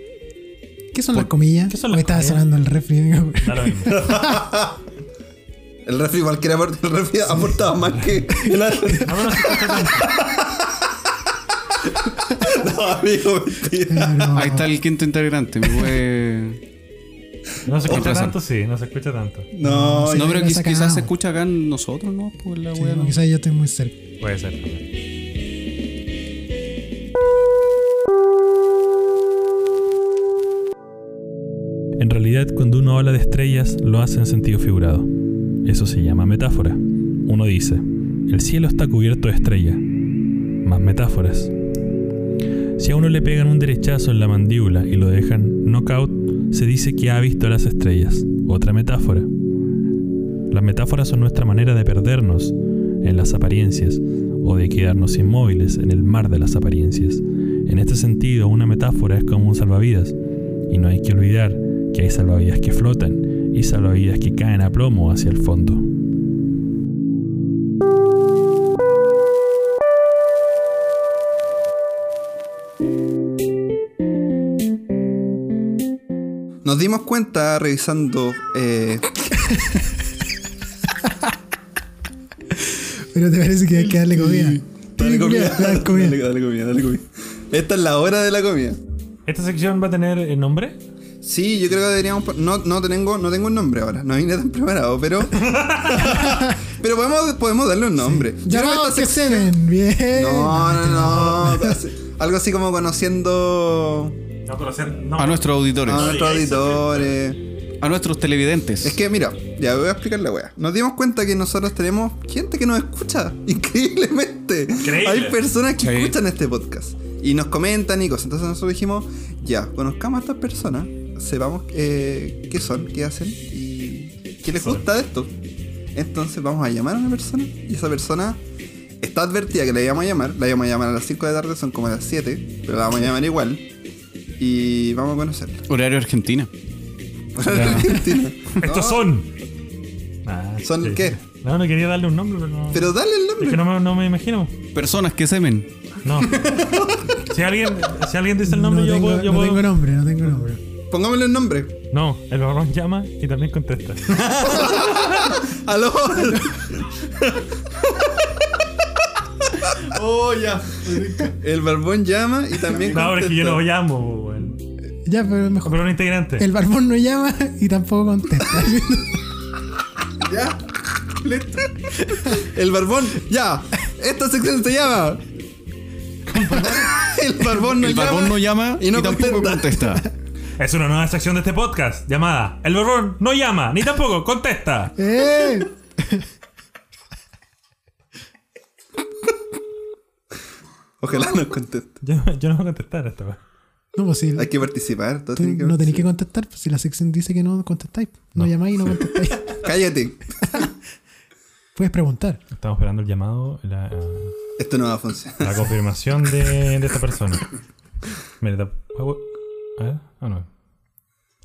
[SPEAKER 2] ¿Qué son las comillas?
[SPEAKER 1] ¿Qué son las
[SPEAKER 2] Me estaba
[SPEAKER 1] comillas?
[SPEAKER 2] sonando el refri. digo,
[SPEAKER 1] Da lo mismo.
[SPEAKER 3] El refri, cualquiera parte del refri aportaba más que el árbol.
[SPEAKER 1] No, pero no se escucha tanto.
[SPEAKER 3] No, amigo, mentira.
[SPEAKER 2] pero-
[SPEAKER 4] Ahí está el quinto integrante. pues, me fue-
[SPEAKER 1] No se escucha
[SPEAKER 4] Otra
[SPEAKER 1] tanto, sí, no se escucha tanto.
[SPEAKER 3] No,
[SPEAKER 4] No,
[SPEAKER 3] ya-
[SPEAKER 4] pero
[SPEAKER 2] lo
[SPEAKER 4] quiz-
[SPEAKER 2] sacaron.
[SPEAKER 4] quizás se escucha acá en nosotros, ¿no? Por la
[SPEAKER 2] Sí,
[SPEAKER 4] wea,
[SPEAKER 2] no,
[SPEAKER 4] no.
[SPEAKER 2] quizás yo estoy muy cerca.
[SPEAKER 1] Puede ser. también. En realidad, cuando uno habla de estrellas, lo hace en sentido figurado. Eso se llama metáfora. Uno dice, el cielo está cubierto de estrellas. Más metáforas. Si a uno le pegan un derechazo en la mandíbula y lo dejan knockout, se dice que ha visto las estrellas. Otra metáfora. Las metáforas son nuestra manera de perdernos en las apariencias o de quedarnos inmóviles en el mar de las apariencias. En este sentido, una metáfora es como un salvavidas y no hay que olvidar que hay salvavidas que flotan y salvavidas que caen a plomo hacia el fondo.
[SPEAKER 3] Nos dimos cuenta revisando. eh,
[SPEAKER 2] Pero te parece que hay que darle comida.
[SPEAKER 3] Dale
[SPEAKER 2] Dale
[SPEAKER 3] comida,
[SPEAKER 2] Dale comida.
[SPEAKER 3] Dale, dale comida, dale comida. Esta es la hora de la comida.
[SPEAKER 1] ¿Esta sección va a tener eh, nombre?
[SPEAKER 3] Sí, yo creo que deberíamos. po- No, no, tengo, no tengo un nombre ahora, no vine tan preparado, pero. pero podemos, podemos darle un nombre. Yo creo que
[SPEAKER 2] Llamados
[SPEAKER 3] esta
[SPEAKER 2] que
[SPEAKER 3] sec-
[SPEAKER 2] se ven. Bien.
[SPEAKER 3] No, no, no. así- Algo así como conociendo
[SPEAKER 1] No, pero hacer
[SPEAKER 4] A nuestros auditores,
[SPEAKER 3] a nuestros auditores.
[SPEAKER 4] a nuestros televidentes.
[SPEAKER 3] Es que, mira, ya voy a explicar la wea. Nos dimos cuenta que nosotros tenemos gente que nos escucha, increíblemente.
[SPEAKER 1] Increíble.
[SPEAKER 3] Hay personas que
[SPEAKER 4] Sí.
[SPEAKER 3] escuchan este podcast y nos comentan y cosas. Entonces nosotros dijimos, ya, conozcamos a estas personas, sepamos eh, qué son, qué hacen y qué les
[SPEAKER 1] Son.
[SPEAKER 3] gusta de esto. Entonces vamos a llamar a una persona y esa persona está advertida que la íbamos a llamar. La íbamos a llamar a las 5 de la tarde, son como las 7, pero la vamos a llamar igual y vamos a conocerla.
[SPEAKER 4] Horario Argentina.
[SPEAKER 3] Argentina.
[SPEAKER 1] Estos
[SPEAKER 3] No,
[SPEAKER 1] son. Ah,
[SPEAKER 3] ¿Son qué?
[SPEAKER 1] No, no quería darle un nombre, pero no.
[SPEAKER 3] Pero dale el nombre.
[SPEAKER 1] es que no me, no me imagino.
[SPEAKER 4] Personas que semen.
[SPEAKER 1] No. si, alguien, si alguien dice el nombre,
[SPEAKER 2] no
[SPEAKER 1] yo
[SPEAKER 2] tengo,
[SPEAKER 1] puedo. Yo
[SPEAKER 2] no
[SPEAKER 1] puedo-
[SPEAKER 2] tengo nombre, no tengo nombre.
[SPEAKER 3] Pongámosle un nombre.
[SPEAKER 1] No, el barrón llama y también contesta.
[SPEAKER 3] ¡Aló! oh, ya. El barbón llama y también.
[SPEAKER 1] No, pero es que yo
[SPEAKER 3] contesta.
[SPEAKER 1] no llamo, weón.
[SPEAKER 2] Ya, pero es mejor.
[SPEAKER 1] Pero un integrante.
[SPEAKER 2] El barbón no llama y tampoco contesta.
[SPEAKER 3] Ya. Listo. El barbón, ya. Esta sección se llama. El barbón no
[SPEAKER 4] el
[SPEAKER 3] llama.
[SPEAKER 4] barbón no llama y,
[SPEAKER 3] y no
[SPEAKER 4] tampoco contesta.
[SPEAKER 1] Es una nueva sección de este podcast llamada El Borrón no llama, ni tampoco contesta.
[SPEAKER 2] ¡Eh!
[SPEAKER 3] Ojalá nos conteste.
[SPEAKER 1] Yo, yo no voy a contestar esto. weón.
[SPEAKER 2] No, pues si
[SPEAKER 3] Hay que participar. todo
[SPEAKER 2] tú
[SPEAKER 3] tiene que
[SPEAKER 2] no tenéis que
[SPEAKER 3] participar.
[SPEAKER 2] contestar, pues si la sección dice que no contestáis. No, llamáis y no contestáis.
[SPEAKER 3] Cállate.
[SPEAKER 2] Puedes preguntar.
[SPEAKER 1] Estamos esperando el llamado, la,
[SPEAKER 3] Esto no va a funcionar.
[SPEAKER 1] la confirmación de, de esta persona. Mira, te apu- a ver, ah, no.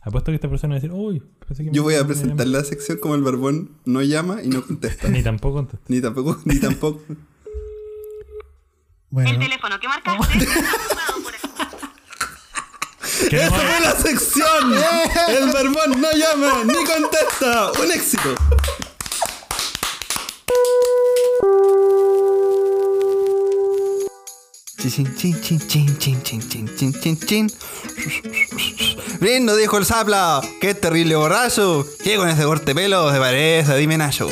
[SPEAKER 1] Apuesto que esta persona va a decir, uy, pensé que me-
[SPEAKER 3] Yo voy
[SPEAKER 1] me
[SPEAKER 3] a
[SPEAKER 1] llama".
[SPEAKER 3] presentar la sección como el barbón no llama y no contesta.
[SPEAKER 1] Ni tampoco contesta.
[SPEAKER 3] ni tampoco, ni tampoco.
[SPEAKER 2] Bueno,
[SPEAKER 5] El teléfono que marcaste está ocupado por
[SPEAKER 1] Queremos-
[SPEAKER 3] ¡Esa fue la sección! ¡El barbón no llama ni contesta! ¡Un éxito! Chin, chin, chin, chin, chin, chin, chin, chin, chin, chin. Brindo, dijo el sapla. ¡Qué terrible borracho! ¿Qué con ese corte pelo se parece? Dime, Nacho.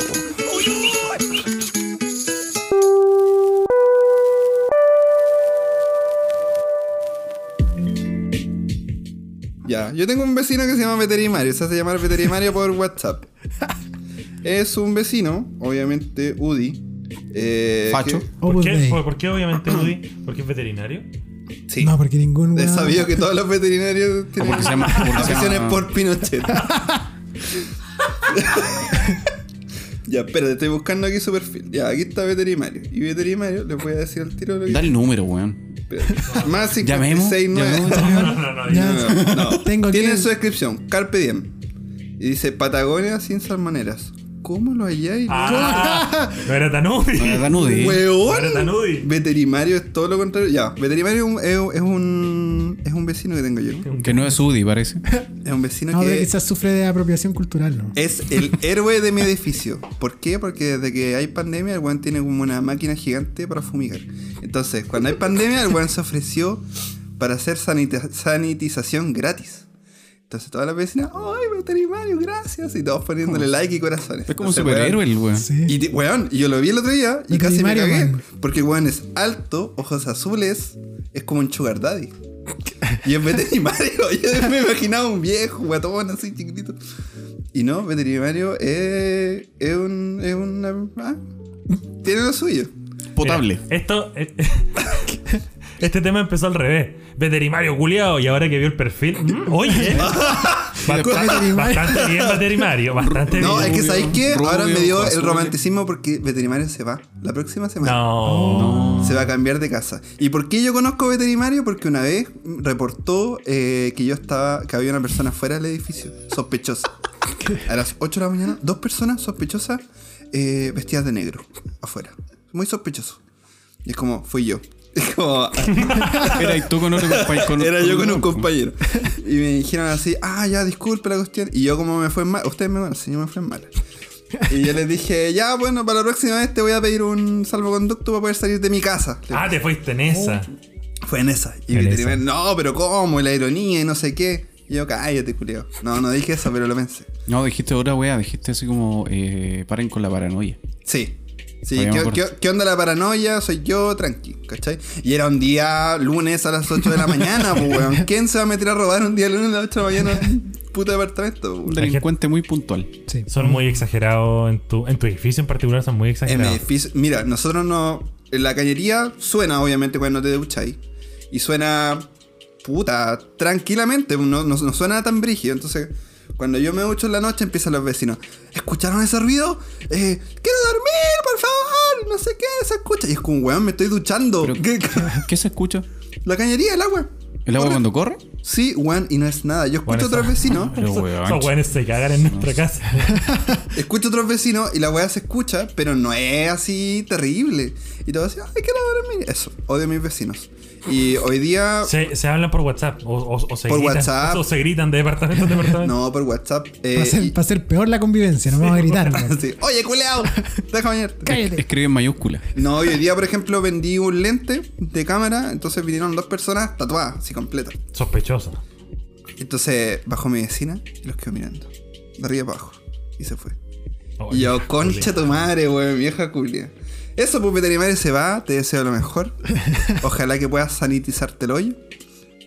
[SPEAKER 3] Ya, yo tengo un vecino que se llama veterimario, se hace llamar veterimario por WhatsApp. Es un vecino, obviamente Udi. eh,
[SPEAKER 4] Facho.
[SPEAKER 3] que-
[SPEAKER 1] ¿Por
[SPEAKER 2] Opus
[SPEAKER 1] qué?
[SPEAKER 2] Dei.
[SPEAKER 1] ¿Por, por qué obviamente Woody? Porque es veterinario.
[SPEAKER 3] sí.
[SPEAKER 2] No, porque ningún
[SPEAKER 3] He
[SPEAKER 2] weón-
[SPEAKER 3] sabido que todos los veterinarios tienen
[SPEAKER 4] porque se llama- porque se
[SPEAKER 3] aficiones
[SPEAKER 4] llama-
[SPEAKER 3] por Pinochet. ya, espérate, estoy buscando aquí su perfil. Ya, aquí está veterimario. Y veterimario, les voy a decir al tiro lo que.
[SPEAKER 4] Da el número, weón.
[SPEAKER 3] Espérate. Más
[SPEAKER 4] Llamemos.
[SPEAKER 3] 56,
[SPEAKER 4] llamemos,
[SPEAKER 1] No,
[SPEAKER 4] llamemos.
[SPEAKER 1] no, no, no.
[SPEAKER 2] Ya.
[SPEAKER 3] No, no.
[SPEAKER 2] Tengo
[SPEAKER 3] Tiene
[SPEAKER 2] que-
[SPEAKER 3] en su descripción, Carpe Diem. Y dice Patagonia sin salmoneras. ¿Cómo lo halláis?
[SPEAKER 1] Ah, no era tan Woody.
[SPEAKER 4] Bueno, da nude, eh.
[SPEAKER 3] ¡Hueón!
[SPEAKER 1] Ahora tan Udi.
[SPEAKER 3] Veterimario es todo lo contrario. Ya, veterimario es un, es, es un, es un vecino que tengo yo.
[SPEAKER 4] Que no es Udi, parece.
[SPEAKER 3] Es un vecino
[SPEAKER 2] No, pero
[SPEAKER 3] que
[SPEAKER 2] quizás sufre de apropiación cultural, ¿no?
[SPEAKER 3] es el héroe de mi edificio. ¿Por qué? Porque desde que hay pandemia, el weón tiene como una máquina gigante para fumigar. Entonces, cuando hay pandemia, el weón se ofreció para hacer sanita- sanitización gratis. Entonces, todas las vecinas, ¡ay, veterimario, gracias! Y todos poniéndole like y corazones.
[SPEAKER 4] Es como un
[SPEAKER 3] Entonces, weón,
[SPEAKER 4] superhéroe el weón.
[SPEAKER 2] Sí.
[SPEAKER 3] Y, ti- weón, y yo lo vi el otro día y
[SPEAKER 2] El
[SPEAKER 3] casi me
[SPEAKER 2] primario,
[SPEAKER 3] cagué.
[SPEAKER 2] man.
[SPEAKER 3] Porque el weón es alto, ojos azules, es como un sugar daddy. Y es veterinario. Yo me imaginaba un viejo guatón así chiquitito. Y no, veterinario es, es un. Es una, ah, tiene lo suyo.
[SPEAKER 4] Potable.
[SPEAKER 1] Mira, esto. eh, este tema empezó al revés. Veterimario culiao. Y ahora que vio el perfil. mm, oye. bastante,
[SPEAKER 2] Veterimario.
[SPEAKER 1] bastante bien, veterimario. Bastante
[SPEAKER 3] No,
[SPEAKER 1] bien.
[SPEAKER 3] es que
[SPEAKER 4] Rubio,
[SPEAKER 3] ¿sabéis qué? Ahora
[SPEAKER 4] rubio,
[SPEAKER 3] me dio el
[SPEAKER 4] azul.
[SPEAKER 3] romanticismo porque veterinario se va. La próxima semana.
[SPEAKER 1] No.
[SPEAKER 3] Se va a cambiar de casa. ¿Y por qué yo conozco veterinario? Porque una vez reportó eh, que yo estaba, que había una persona fuera del edificio, sospechosa. A las 8 de la mañana, dos personas sospechosas eh, vestidas de negro, afuera. Muy sospechoso. Y es como, fui yo. Es como,
[SPEAKER 4] Era y tú con otro compa- con-
[SPEAKER 3] era
[SPEAKER 4] con
[SPEAKER 3] yo con un
[SPEAKER 4] grupo.
[SPEAKER 3] compañero. Y me dijeron así, ah, ya, disculpe la cuestión. Y yo como me fue mal, ustedes me conocen, yo me fue mal. Y yo les dije, ya, bueno, para la próxima vez te voy a pedir un salvoconducto para poder salir de mi casa. Le
[SPEAKER 1] Ah, te fuiste en esa.
[SPEAKER 3] fue en esa. Y
[SPEAKER 1] En
[SPEAKER 3] el
[SPEAKER 1] esa.
[SPEAKER 3] veterinario, no, pero ¿cómo? Y la ironía y no sé qué. Y yo, cállate, culiao. No, no dije eso, pero lo pensé.
[SPEAKER 4] No, dijiste otra weá, dijiste así como eh, paren con la paranoia.
[SPEAKER 3] Sí. Sí,
[SPEAKER 4] Todavía me
[SPEAKER 3] ¿qué,
[SPEAKER 4] acuerdo.
[SPEAKER 3] qué- qué onda la paranoia? Soy yo, tranqui, ¿cachai? Y era un día lunes a las 8 de la mañana, pues, weón. ¿Quién se va a meter a robar un día lunes a las 8 de la mañana en puto departamento, pues? po,
[SPEAKER 4] Un
[SPEAKER 3] weón?
[SPEAKER 4] delincuente muy puntual.
[SPEAKER 2] Sí.
[SPEAKER 3] eh,
[SPEAKER 1] Son muy exagerados en tu, en tu edificio en particular, son muy
[SPEAKER 3] En mi
[SPEAKER 1] exagerados.
[SPEAKER 3] edificio- Mira, nosotros no. en La cañería suena, obviamente, cuando te ducháis. Y suena. puta, tranquilamente. No, no- no suena tan brígido. Entonces, cuando yo me ducho en la noche, empiezan los vecinos. ¿Escucharon ese ruido? Eh, ¡Quiero dormir, por favor! No sé qué, se escucha. Y es como, weón, me estoy duchando.
[SPEAKER 4] Pero,
[SPEAKER 3] ¿Qué-
[SPEAKER 4] ¿qué,
[SPEAKER 3] qué?
[SPEAKER 4] se escucha?
[SPEAKER 3] La cañería, el agua.
[SPEAKER 4] ¿El agua cuando corre?
[SPEAKER 3] Sí, weón, y no es nada. Yo escucho a otros vecinos.
[SPEAKER 4] Pero weón.
[SPEAKER 1] Esos weones se cagan en nuestra casa.
[SPEAKER 3] Escucho a otros vecinos y la weá se escucha, pero no es así terrible. Y todo así, ay, quiero dormir. Eso, odio a mis vecinos. Y hoy día,
[SPEAKER 1] Se, se hablan por WhatsApp. O, o- o se
[SPEAKER 3] Por
[SPEAKER 1] gritan,
[SPEAKER 3] WhatsApp.
[SPEAKER 1] O se gritan de departamento en departamento.
[SPEAKER 3] no, por WhatsApp. eh,
[SPEAKER 2] Para hacer,
[SPEAKER 3] y-
[SPEAKER 2] pa' hacer peor la convivencia, no vamos a gritar. weón.
[SPEAKER 3] sí, Oye, culeado, déjame bañarte.
[SPEAKER 2] Cállate.
[SPEAKER 4] Escribe en mayúscula.
[SPEAKER 3] No, y hoy día, por ejemplo, vendí un lente de cámara, entonces vinieron dos personas tatuadas, así completas.
[SPEAKER 1] Sospechoso.
[SPEAKER 3] Entonces bajó mi vecina y los quedó mirando, de arriba para abajo, y se fue.
[SPEAKER 1] Oh,
[SPEAKER 3] Y yo,
[SPEAKER 1] hija,
[SPEAKER 3] concha tu madre, weón, vieja culia. Eso, pues, veterinario se va, te deseo lo mejor. Ojalá que puedas sanitizarte el hoyo.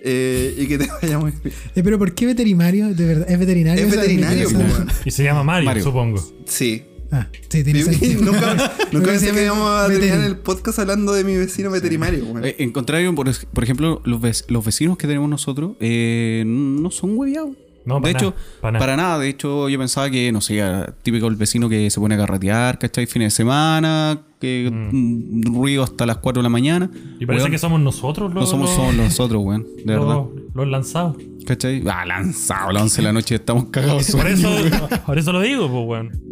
[SPEAKER 3] eh, y que te vaya muy bien.
[SPEAKER 2] Eh, pero ¿por qué veterinario? De verdad, es veterinario.
[SPEAKER 3] Es
[SPEAKER 2] esa
[SPEAKER 3] veterinario, pues,
[SPEAKER 2] mi curiosidad.
[SPEAKER 3] weón.
[SPEAKER 1] Y se llama Mario,
[SPEAKER 4] Mario.
[SPEAKER 1] supongo.
[SPEAKER 3] Sí.
[SPEAKER 2] Ah, sí, tiene
[SPEAKER 3] Y- y
[SPEAKER 2] sentido.
[SPEAKER 3] nunca nunca
[SPEAKER 2] Porque
[SPEAKER 3] pensé
[SPEAKER 2] se
[SPEAKER 3] que
[SPEAKER 2] ve
[SPEAKER 3] íbamos a
[SPEAKER 2] veterin-
[SPEAKER 3] terminar el podcast hablando de mi vecino veterinario, weón.
[SPEAKER 4] Eh, en contrario, por, es- por ejemplo, los, ve- los vecinos que tenemos nosotros eh, no son hueviados.
[SPEAKER 1] No,
[SPEAKER 4] de
[SPEAKER 1] para
[SPEAKER 4] hecho,
[SPEAKER 1] nada, para
[SPEAKER 4] para,
[SPEAKER 1] nada.
[SPEAKER 4] nada. De hecho, yo pensaba que, no sé, era típico el vecino que se pone a carretear, ¿cachai? Fines de semana, que mm, ruido hasta las 4 de la mañana.
[SPEAKER 1] Y parece
[SPEAKER 4] Weón,
[SPEAKER 1] que somos nosotros los.
[SPEAKER 4] no somos,
[SPEAKER 1] los-
[SPEAKER 4] somos nosotros, weón. De
[SPEAKER 1] los-
[SPEAKER 4] verdad.
[SPEAKER 1] Los lanzados.
[SPEAKER 4] ¿Cachai? Ah, lanzado a las 11 de la noche estamos cagados. de
[SPEAKER 1] Por
[SPEAKER 4] sueño,
[SPEAKER 1] eso,
[SPEAKER 4] weón.
[SPEAKER 1] por eso lo digo, pues, weón.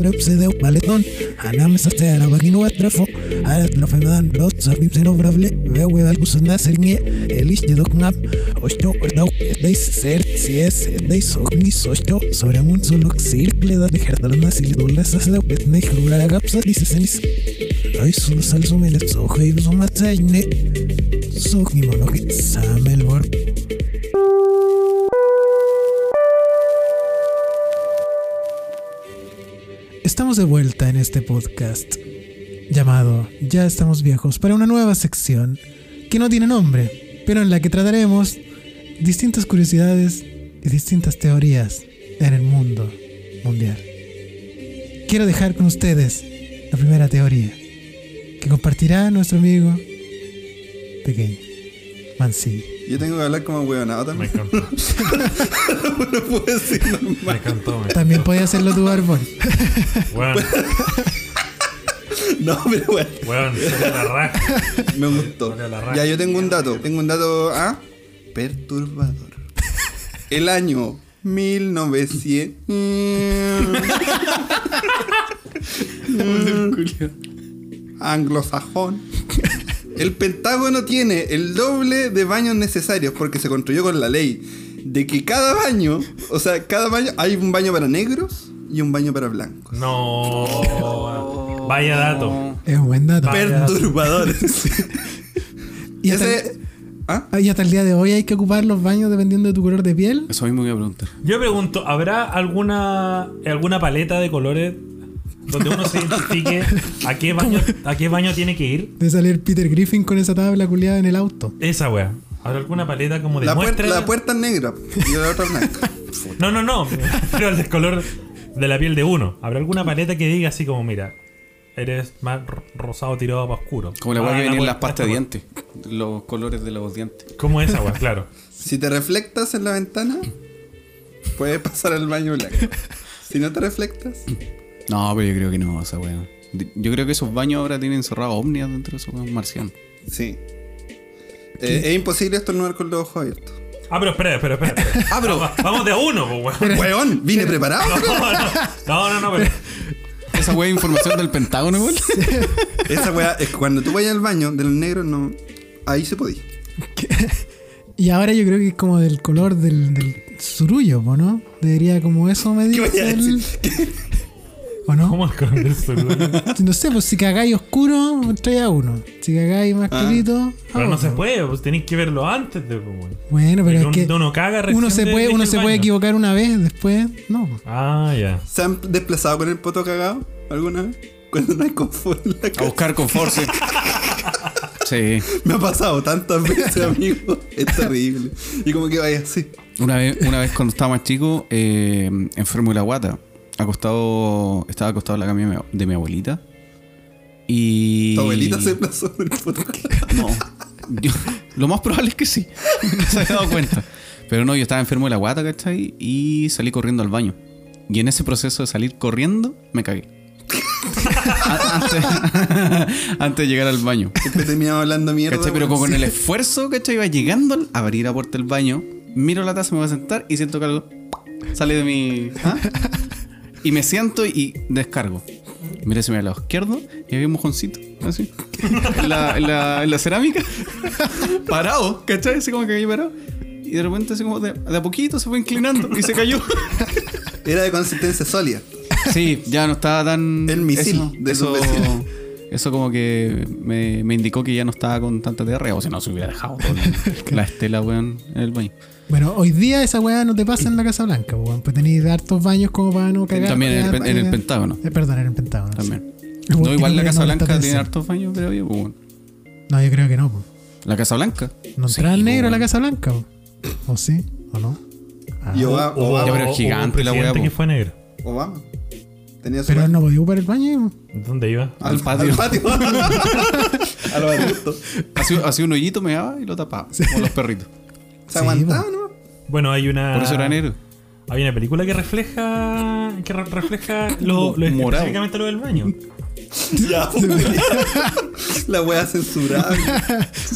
[SPEAKER 2] Drepse de un maletón, anams hasta la vaginua trafo, al trofedan, los sabim se nombrable, veo que al curso de hacer nie, el ish de dognap, ocho, ordau, deis ser, si es, deis ognis, ocho, sobre un solo circle da de jardalona, si le doblas hasta la pet, ne, jugar a capsa, dices en is. Ay, su salso me les ojo y su matzaine, su gimonoje, samel bor. Estamos de vuelta en este podcast llamado Ya estamos viejos para una nueva sección que no tiene nombre, pero en la que trataremos distintas curiosidades y distintas teorías en el mundo mundial. Quiero dejar con ustedes la primera teoría que compartirá nuestro amigo pequeño Mancini.
[SPEAKER 3] Yo tengo que hablar como huevonado
[SPEAKER 1] Me
[SPEAKER 3] también.
[SPEAKER 1] encantó.
[SPEAKER 3] No puedo decir
[SPEAKER 1] Me
[SPEAKER 3] normal.
[SPEAKER 1] encantó, weón.
[SPEAKER 2] También podía hacerlo tu árbol.
[SPEAKER 1] Weón,
[SPEAKER 3] No, pero bueno.
[SPEAKER 1] weón, salió la raja.
[SPEAKER 3] Me gustó.
[SPEAKER 1] Salió la raja.
[SPEAKER 3] Ya, yo tengo un dato. Tengo un dato A. Perturbador. El año 1900. Mm. Anglosajón. El Pentágono tiene el doble de baños necesarios porque se construyó con la ley de que cada baño, o sea, cada baño, hay un baño para negros y un baño para blancos.
[SPEAKER 1] No. weón. Vaya dato.
[SPEAKER 2] Es un buen dato.
[SPEAKER 1] Vaya dato.
[SPEAKER 3] Perturbadores.
[SPEAKER 2] Y hasta,
[SPEAKER 3] Ese. ¿Ah?
[SPEAKER 2] y hasta el día de hoy hay que ocupar los baños dependiendo de tu color de piel.
[SPEAKER 4] Eso mismo que iba a preguntar.
[SPEAKER 1] Yo pregunto, ¿habrá alguna alguna paleta de colores donde uno se identifique a qué baño, a qué baño tiene que ir?
[SPEAKER 2] De salir Peter Griffin con esa tabla culiada en el auto.
[SPEAKER 1] Esa weá. ¿Habrá alguna paleta como de
[SPEAKER 3] La, puerta
[SPEAKER 1] muestra?
[SPEAKER 3] la puerta es negra y la otra es blanca.
[SPEAKER 1] No, no, no. Pero el color de la piel de uno. ¿Habrá alguna paleta que diga así como, mira, eres más ro- rosado tirado para oscuro?
[SPEAKER 4] Como la weá
[SPEAKER 1] Ah,
[SPEAKER 4] que venía en
[SPEAKER 1] puerta-
[SPEAKER 4] las pastas de
[SPEAKER 1] esta
[SPEAKER 4] dientes. Los colores de los dientes.
[SPEAKER 1] weá. Como esa weá, claro.
[SPEAKER 3] Si te reflectas en la ventana, puedes pasar al baño blanco. Si no te reflectas,
[SPEAKER 4] No, pero yo creo que no, esa weá. De- Yo creo que esos baños ahora tienen cerrado ovnias dentro de esos weón marcianos.
[SPEAKER 3] sí. Eh, es imposible estornudar con los ojos abiertos.
[SPEAKER 1] Ah, pero espera, espera, espera. espera.
[SPEAKER 4] Ah, pero-
[SPEAKER 1] Va- Vamos de a uno, pues, weón.
[SPEAKER 3] ¡Huevón! ¡Vine preparado!
[SPEAKER 1] No, no, no, no, no, pero.
[SPEAKER 4] Esa weá es información del Pentágono, weón.
[SPEAKER 3] Esa weá, es que cuando tú vayas al baño de los negros, no. Ahí se podía.
[SPEAKER 2] Y ahora yo creo que es como del color del, del surullo, po, ¿no? Debería como eso me
[SPEAKER 3] ¿Qué voy a
[SPEAKER 2] el... ¿O no?
[SPEAKER 1] ¿Cómo el color del sur, weón?
[SPEAKER 2] No sé, pues si cagáis oscuro, trae a uno. Si cagáis más clarito, a
[SPEAKER 1] Ah. Pero no
[SPEAKER 2] otro.
[SPEAKER 1] se puede, pues tenéis que verlo antes de, pues, weón.
[SPEAKER 2] Bueno, pero
[SPEAKER 1] Porque
[SPEAKER 2] es
[SPEAKER 1] un-
[SPEAKER 2] que
[SPEAKER 1] uno caga recién
[SPEAKER 2] uno se
[SPEAKER 1] de-
[SPEAKER 2] puede,
[SPEAKER 1] de
[SPEAKER 2] uno
[SPEAKER 1] ir
[SPEAKER 2] se
[SPEAKER 1] al
[SPEAKER 2] puede
[SPEAKER 1] baño.
[SPEAKER 2] equivocar una vez, después no. po.
[SPEAKER 1] Ah, ya.
[SPEAKER 3] ¿Se han desplazado con el poto cagado alguna vez? Cuando no hay confort en la
[SPEAKER 4] A
[SPEAKER 3] casa.
[SPEAKER 4] buscar con force. Sí.
[SPEAKER 3] Me ha pasado tantas veces, amigo. Es terrible. Y como que vaya así.
[SPEAKER 4] Una vez, una vez cuando estaba más chico, eh, enfermo de la guata. Acostado, estaba acostado en la cama de mi- de mi abuelita. Y.
[SPEAKER 3] Tu abuelita se desplazó con el poto cagado.
[SPEAKER 4] No. Yo- lo más probable es que sí. No se había dado cuenta. Pero no, yo estaba enfermo de la guata, ¿cachai? Y salí corriendo al baño. Y en ese proceso de salir corriendo, me cagué. A- antes, antes de llegar al baño.
[SPEAKER 3] Siempre terminaba hablando mierda.
[SPEAKER 4] ¿Cachai? Pero
[SPEAKER 3] weón.
[SPEAKER 4] como con
[SPEAKER 3] Sí.
[SPEAKER 4] el esfuerzo, ¿cachai? Iba llegando al- a abrir la puerta del baño, miro la taza, me voy a sentar y siento que algo sale de mi. ¿ah? Y me siento y descargo. Mira, se me va al lado izquierdo y había un mojoncito, así. En la, en la- en la cerámica. Parado, ¿cachai? Así como que ahí parado. Y de repente, así como de, de a poquito se fue inclinando y se cayó.
[SPEAKER 3] Era de consistencia sólida.
[SPEAKER 4] Sí, ya no estaba tan.
[SPEAKER 3] El misil
[SPEAKER 4] Eso,
[SPEAKER 3] de
[SPEAKER 4] eso,
[SPEAKER 3] los vecinos.
[SPEAKER 4] eso como que me, me indicó que ya no estaba con tanta diarrea, o si no se hubiera dejado todo el- la estela, weón, en el baño.
[SPEAKER 2] Bueno, hoy día esa weá no te pasa en la Casa Blanca, po, weón. Pues tenéis hartos baños como para no cagar.
[SPEAKER 4] También en el
[SPEAKER 2] cagar,
[SPEAKER 4] pen- en el
[SPEAKER 2] cagar.
[SPEAKER 4] Pentágono.
[SPEAKER 2] Eh, perdón, en el Pentágono.
[SPEAKER 4] También.
[SPEAKER 2] El
[SPEAKER 4] No,
[SPEAKER 2] weón
[SPEAKER 4] igual
[SPEAKER 2] tiene
[SPEAKER 4] la
[SPEAKER 2] que
[SPEAKER 4] Casa
[SPEAKER 2] tener
[SPEAKER 4] Blanca
[SPEAKER 2] tanta atención.
[SPEAKER 4] tiene hartos baños, creo yo, pues, weón.
[SPEAKER 2] No, yo creo que no, po.
[SPEAKER 4] La Casa Blanca.
[SPEAKER 2] No
[SPEAKER 4] Sí,
[SPEAKER 2] entraba el negro a la
[SPEAKER 4] weón.
[SPEAKER 2] Casa Blanca, po. ¿O sí? ¿O no? Ah.
[SPEAKER 3] Y Obama,
[SPEAKER 1] Hubo-
[SPEAKER 4] Ya,
[SPEAKER 3] Obama,
[SPEAKER 4] pero es
[SPEAKER 1] hubo
[SPEAKER 4] gigante
[SPEAKER 1] un
[SPEAKER 4] la weá,
[SPEAKER 1] presidente
[SPEAKER 4] po.
[SPEAKER 1] que fue negro.
[SPEAKER 3] Obama. Tenía su
[SPEAKER 2] Pero
[SPEAKER 3] baño.
[SPEAKER 2] él no podía ocupar el baño.
[SPEAKER 1] ¿Dónde iba?
[SPEAKER 4] Al patio.
[SPEAKER 3] Al patio. a los adultos.
[SPEAKER 4] Hacía hacía un hoyito, me daba y lo tapaba. Como los perritos.
[SPEAKER 3] Se aguantaba, ¿no?
[SPEAKER 1] Bueno, hay una.
[SPEAKER 4] Por eso era negro.
[SPEAKER 1] Hay una película que refleja. que re- refleja lo, lo
[SPEAKER 4] Morado.
[SPEAKER 1] específicamente lo del baño.
[SPEAKER 3] Ya, La wea censurada.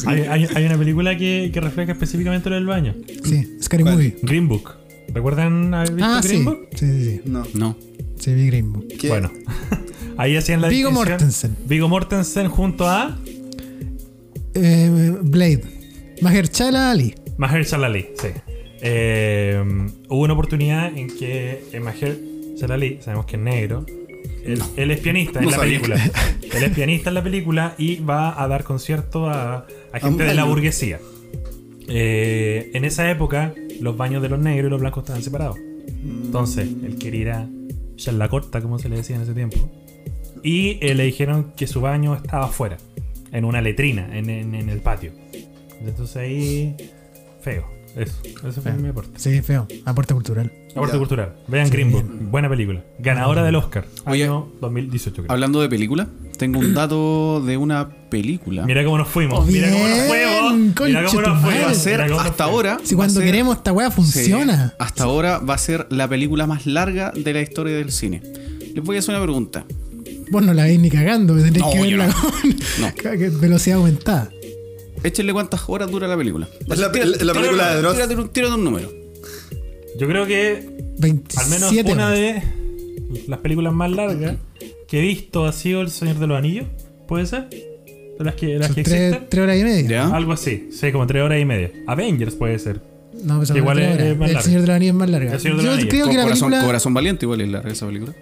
[SPEAKER 1] Hay, hay- hay una película que, que refleja específicamente lo del baño.
[SPEAKER 2] Sí, Scary
[SPEAKER 3] ¿Cuál?
[SPEAKER 2] Movie.
[SPEAKER 1] Green Book. ¿Recuerdan haber visto
[SPEAKER 2] Ah,
[SPEAKER 1] Green
[SPEAKER 2] sí.
[SPEAKER 1] Book?
[SPEAKER 2] Sí, sí, sí.
[SPEAKER 3] No.
[SPEAKER 4] No.
[SPEAKER 2] Sí, vi Green Book.
[SPEAKER 3] ¿Qué?
[SPEAKER 1] Bueno. Ahí hacían la
[SPEAKER 2] Viggo
[SPEAKER 1] distinción.
[SPEAKER 2] Mortensen.
[SPEAKER 1] Viggo Mortensen junto a
[SPEAKER 2] Eh, Blade. Mahershala Ali.
[SPEAKER 1] Mahershala Ali, sí. Eh, hubo una oportunidad en que eh, Mahershala Ali, sabemos que es negro, él, él es pianista en
[SPEAKER 4] No
[SPEAKER 1] la
[SPEAKER 4] sabía
[SPEAKER 1] película. Él es pianista en la película y va a dar concierto a, a
[SPEAKER 3] un
[SPEAKER 1] gente de la
[SPEAKER 3] baño.
[SPEAKER 1] burguesía. Eh, en esa época, los baños de los negros y los blancos estaban separados.
[SPEAKER 4] Mm.
[SPEAKER 1] Entonces, él quería ir a la corta, como se le decía en ese tiempo. Y eh, le dijeron que su baño estaba afuera, en una letrina, en, en- en el patio. Entonces ahí. Feo. Eso. Eso fue mi aporte.
[SPEAKER 2] Sí, feo. Aporte cultural.
[SPEAKER 1] Aporte
[SPEAKER 3] Ya.
[SPEAKER 1] cultural. Vean Green Book. Buena película. Ganadora del Oscar.
[SPEAKER 4] Oye.
[SPEAKER 1] año 2018, creo.
[SPEAKER 4] Hablando de película, tengo un dato de una película.
[SPEAKER 1] Mira cómo nos fuimos.
[SPEAKER 2] Oh,
[SPEAKER 1] mira cómo nos
[SPEAKER 2] bien,
[SPEAKER 1] fuimos. Mira cómo
[SPEAKER 2] concha tu
[SPEAKER 1] nos
[SPEAKER 2] madre.
[SPEAKER 1] fuimos.
[SPEAKER 4] va a ser
[SPEAKER 1] Mira cómo nos
[SPEAKER 4] hasta
[SPEAKER 1] fuimos.
[SPEAKER 4] ahora.
[SPEAKER 2] Si
[SPEAKER 4] va a
[SPEAKER 2] cuando
[SPEAKER 4] ser-
[SPEAKER 2] queremos esta weá
[SPEAKER 4] Sí,
[SPEAKER 2] funciona.
[SPEAKER 4] hasta ahora va a ser la película más larga de la historia del cine. Les voy a hacer una pregunta.
[SPEAKER 2] Vos no la veis ni cagando, tendréis
[SPEAKER 4] No,
[SPEAKER 2] que
[SPEAKER 4] yo
[SPEAKER 2] verla
[SPEAKER 4] no.
[SPEAKER 2] con
[SPEAKER 4] No.
[SPEAKER 2] con velocidad aumentada.
[SPEAKER 4] Échenle cuántas horas dura la película.
[SPEAKER 3] Es la- la- la
[SPEAKER 4] Tírate-
[SPEAKER 3] película de Dross.
[SPEAKER 4] Tírate un, tírate un número.
[SPEAKER 1] Yo creo que
[SPEAKER 2] 27
[SPEAKER 1] Al menos una de las películas más largas que he visto ha sido El Señor de los Anillos, ¿puede ser? De las que, de las
[SPEAKER 2] Son
[SPEAKER 1] que
[SPEAKER 2] tres,
[SPEAKER 1] existen.
[SPEAKER 2] tres horas y media.
[SPEAKER 4] ¿Ya?
[SPEAKER 1] Algo así, sí, como tres horas y media. Avengers puede ser.
[SPEAKER 2] No, pues son
[SPEAKER 1] Igual
[SPEAKER 2] tres
[SPEAKER 1] es-
[SPEAKER 2] horas.
[SPEAKER 1] es más
[SPEAKER 2] El
[SPEAKER 1] larga.
[SPEAKER 2] Señor de la Anillos es más larga.
[SPEAKER 1] El Señor de los
[SPEAKER 2] Yo
[SPEAKER 1] Anillos.
[SPEAKER 2] creo
[SPEAKER 4] Con
[SPEAKER 2] que la
[SPEAKER 4] corazón,
[SPEAKER 2] película,
[SPEAKER 4] corazón valiente, igual es larga esa película.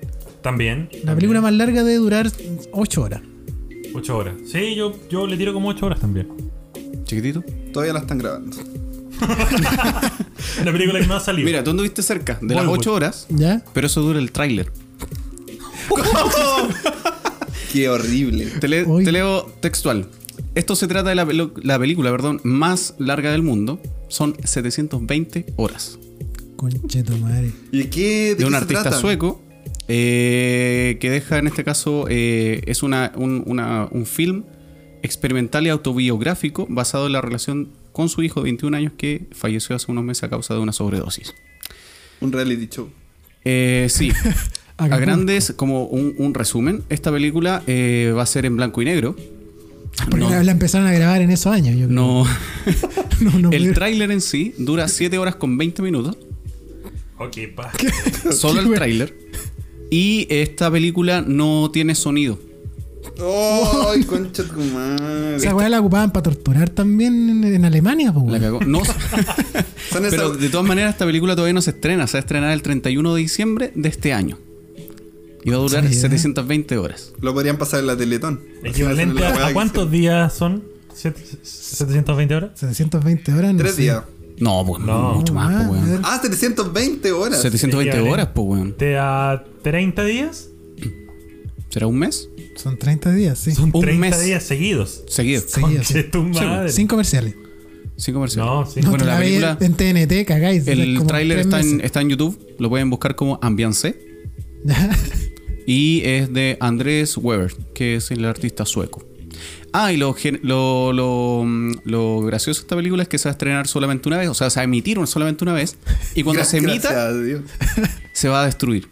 [SPEAKER 1] También.
[SPEAKER 2] la película más larga debe durar 8 horas.
[SPEAKER 1] Ocho horas. Sí, yo, yo le tiro como ocho horas también.
[SPEAKER 4] Chiquitito.
[SPEAKER 3] Todavía la están grabando.
[SPEAKER 1] La película que no ha salido.
[SPEAKER 4] Mira, tú anduviste cerca de las
[SPEAKER 1] Bollywood.
[SPEAKER 4] 8 horas,
[SPEAKER 2] ¿Ya?
[SPEAKER 4] pero eso dura el tráiler.
[SPEAKER 3] Qué horrible.
[SPEAKER 4] Te, le-
[SPEAKER 2] Uy.
[SPEAKER 4] te leo textual. Esto se trata de la, pelo- la película perdón, más larga del mundo. Son 720 horas.
[SPEAKER 2] Concheto madre.
[SPEAKER 3] ¿Y qué? ¿De,
[SPEAKER 4] de
[SPEAKER 3] qué
[SPEAKER 4] un
[SPEAKER 3] se
[SPEAKER 4] artista
[SPEAKER 3] trata?
[SPEAKER 4] sueco eh, que deja en este caso eh, es una, un, una- un film experimental y autobiográfico basado en la relación con su hijo de 21 años que falleció hace unos meses a causa de una sobredosis.
[SPEAKER 3] Un reality show.
[SPEAKER 4] Eh, sí. A
[SPEAKER 2] Acapulco.
[SPEAKER 4] grandes, como un, un resumen, esta película eh, va a ser en blanco y negro.
[SPEAKER 2] Ah, Porque
[SPEAKER 4] No.
[SPEAKER 2] la, la empezaron a grabar en esos años, yo creo.
[SPEAKER 4] No,
[SPEAKER 2] no, no
[SPEAKER 4] el
[SPEAKER 2] pudieron.
[SPEAKER 4] tráiler en sí dura 7 horas con 20 minutos.
[SPEAKER 1] Ok, pa.
[SPEAKER 4] Solo
[SPEAKER 2] Qué
[SPEAKER 4] el
[SPEAKER 2] wea.
[SPEAKER 4] tráiler. Y esta película no tiene sonido.
[SPEAKER 3] ¡Ay, concha tu madre!
[SPEAKER 2] Esa weá la ocupaban para torturar también en, en Alemania, pues.
[SPEAKER 4] La
[SPEAKER 2] weón.
[SPEAKER 4] cagó. No,
[SPEAKER 3] Son
[SPEAKER 4] Pero
[SPEAKER 3] esas-
[SPEAKER 4] de todas maneras, esta película todavía no se estrena. Se va a estrenar el 31 de diciembre de este año. Y va a durar
[SPEAKER 2] Sí, ¿eh?
[SPEAKER 4] 720 horas.
[SPEAKER 3] Lo podrían pasar en la Teletón.
[SPEAKER 1] Equivalente a, ¿a cuántos días son? Siete- 720 horas.
[SPEAKER 2] 720 horas. No
[SPEAKER 3] Tres
[SPEAKER 2] sé.
[SPEAKER 3] días.
[SPEAKER 4] No, pues
[SPEAKER 1] No.
[SPEAKER 4] mucho más,
[SPEAKER 2] Ah,
[SPEAKER 4] pues, weón.
[SPEAKER 2] ver.
[SPEAKER 3] Ah, 720 horas.
[SPEAKER 4] 720
[SPEAKER 1] Equivalente.
[SPEAKER 4] horas, pues, weón.
[SPEAKER 1] ¿Te a 30 días?
[SPEAKER 4] ¿Será un mes?
[SPEAKER 2] Son 30 días, sí.
[SPEAKER 1] Son
[SPEAKER 4] Un
[SPEAKER 1] 30
[SPEAKER 4] mes.
[SPEAKER 1] días seguidos.
[SPEAKER 4] Seguido.
[SPEAKER 2] Sí, o sea,
[SPEAKER 1] Conche tu madre.
[SPEAKER 2] Sin comerciales.
[SPEAKER 4] Sin comercial.
[SPEAKER 1] No, sí.
[SPEAKER 2] No,
[SPEAKER 4] Bueno,
[SPEAKER 2] te
[SPEAKER 4] la
[SPEAKER 2] la veis
[SPEAKER 4] película-
[SPEAKER 2] en TNT, cagáis. es
[SPEAKER 4] El
[SPEAKER 2] como
[SPEAKER 4] tráiler
[SPEAKER 2] tres
[SPEAKER 4] está en,
[SPEAKER 2] meses.
[SPEAKER 4] está en YouTube. Lo pueden buscar como Ambiance. Y es de Andrés Weber, que es el artista sueco. Ah, y lo, gen- lo, lo, mm, lo gracioso de esta película es que se va a estrenar solamente una vez. O sea, se va a emitir un- solamente una vez. Y cuando
[SPEAKER 3] Gra-
[SPEAKER 4] se emita...
[SPEAKER 3] gracias a Dios.
[SPEAKER 4] se va a destruir.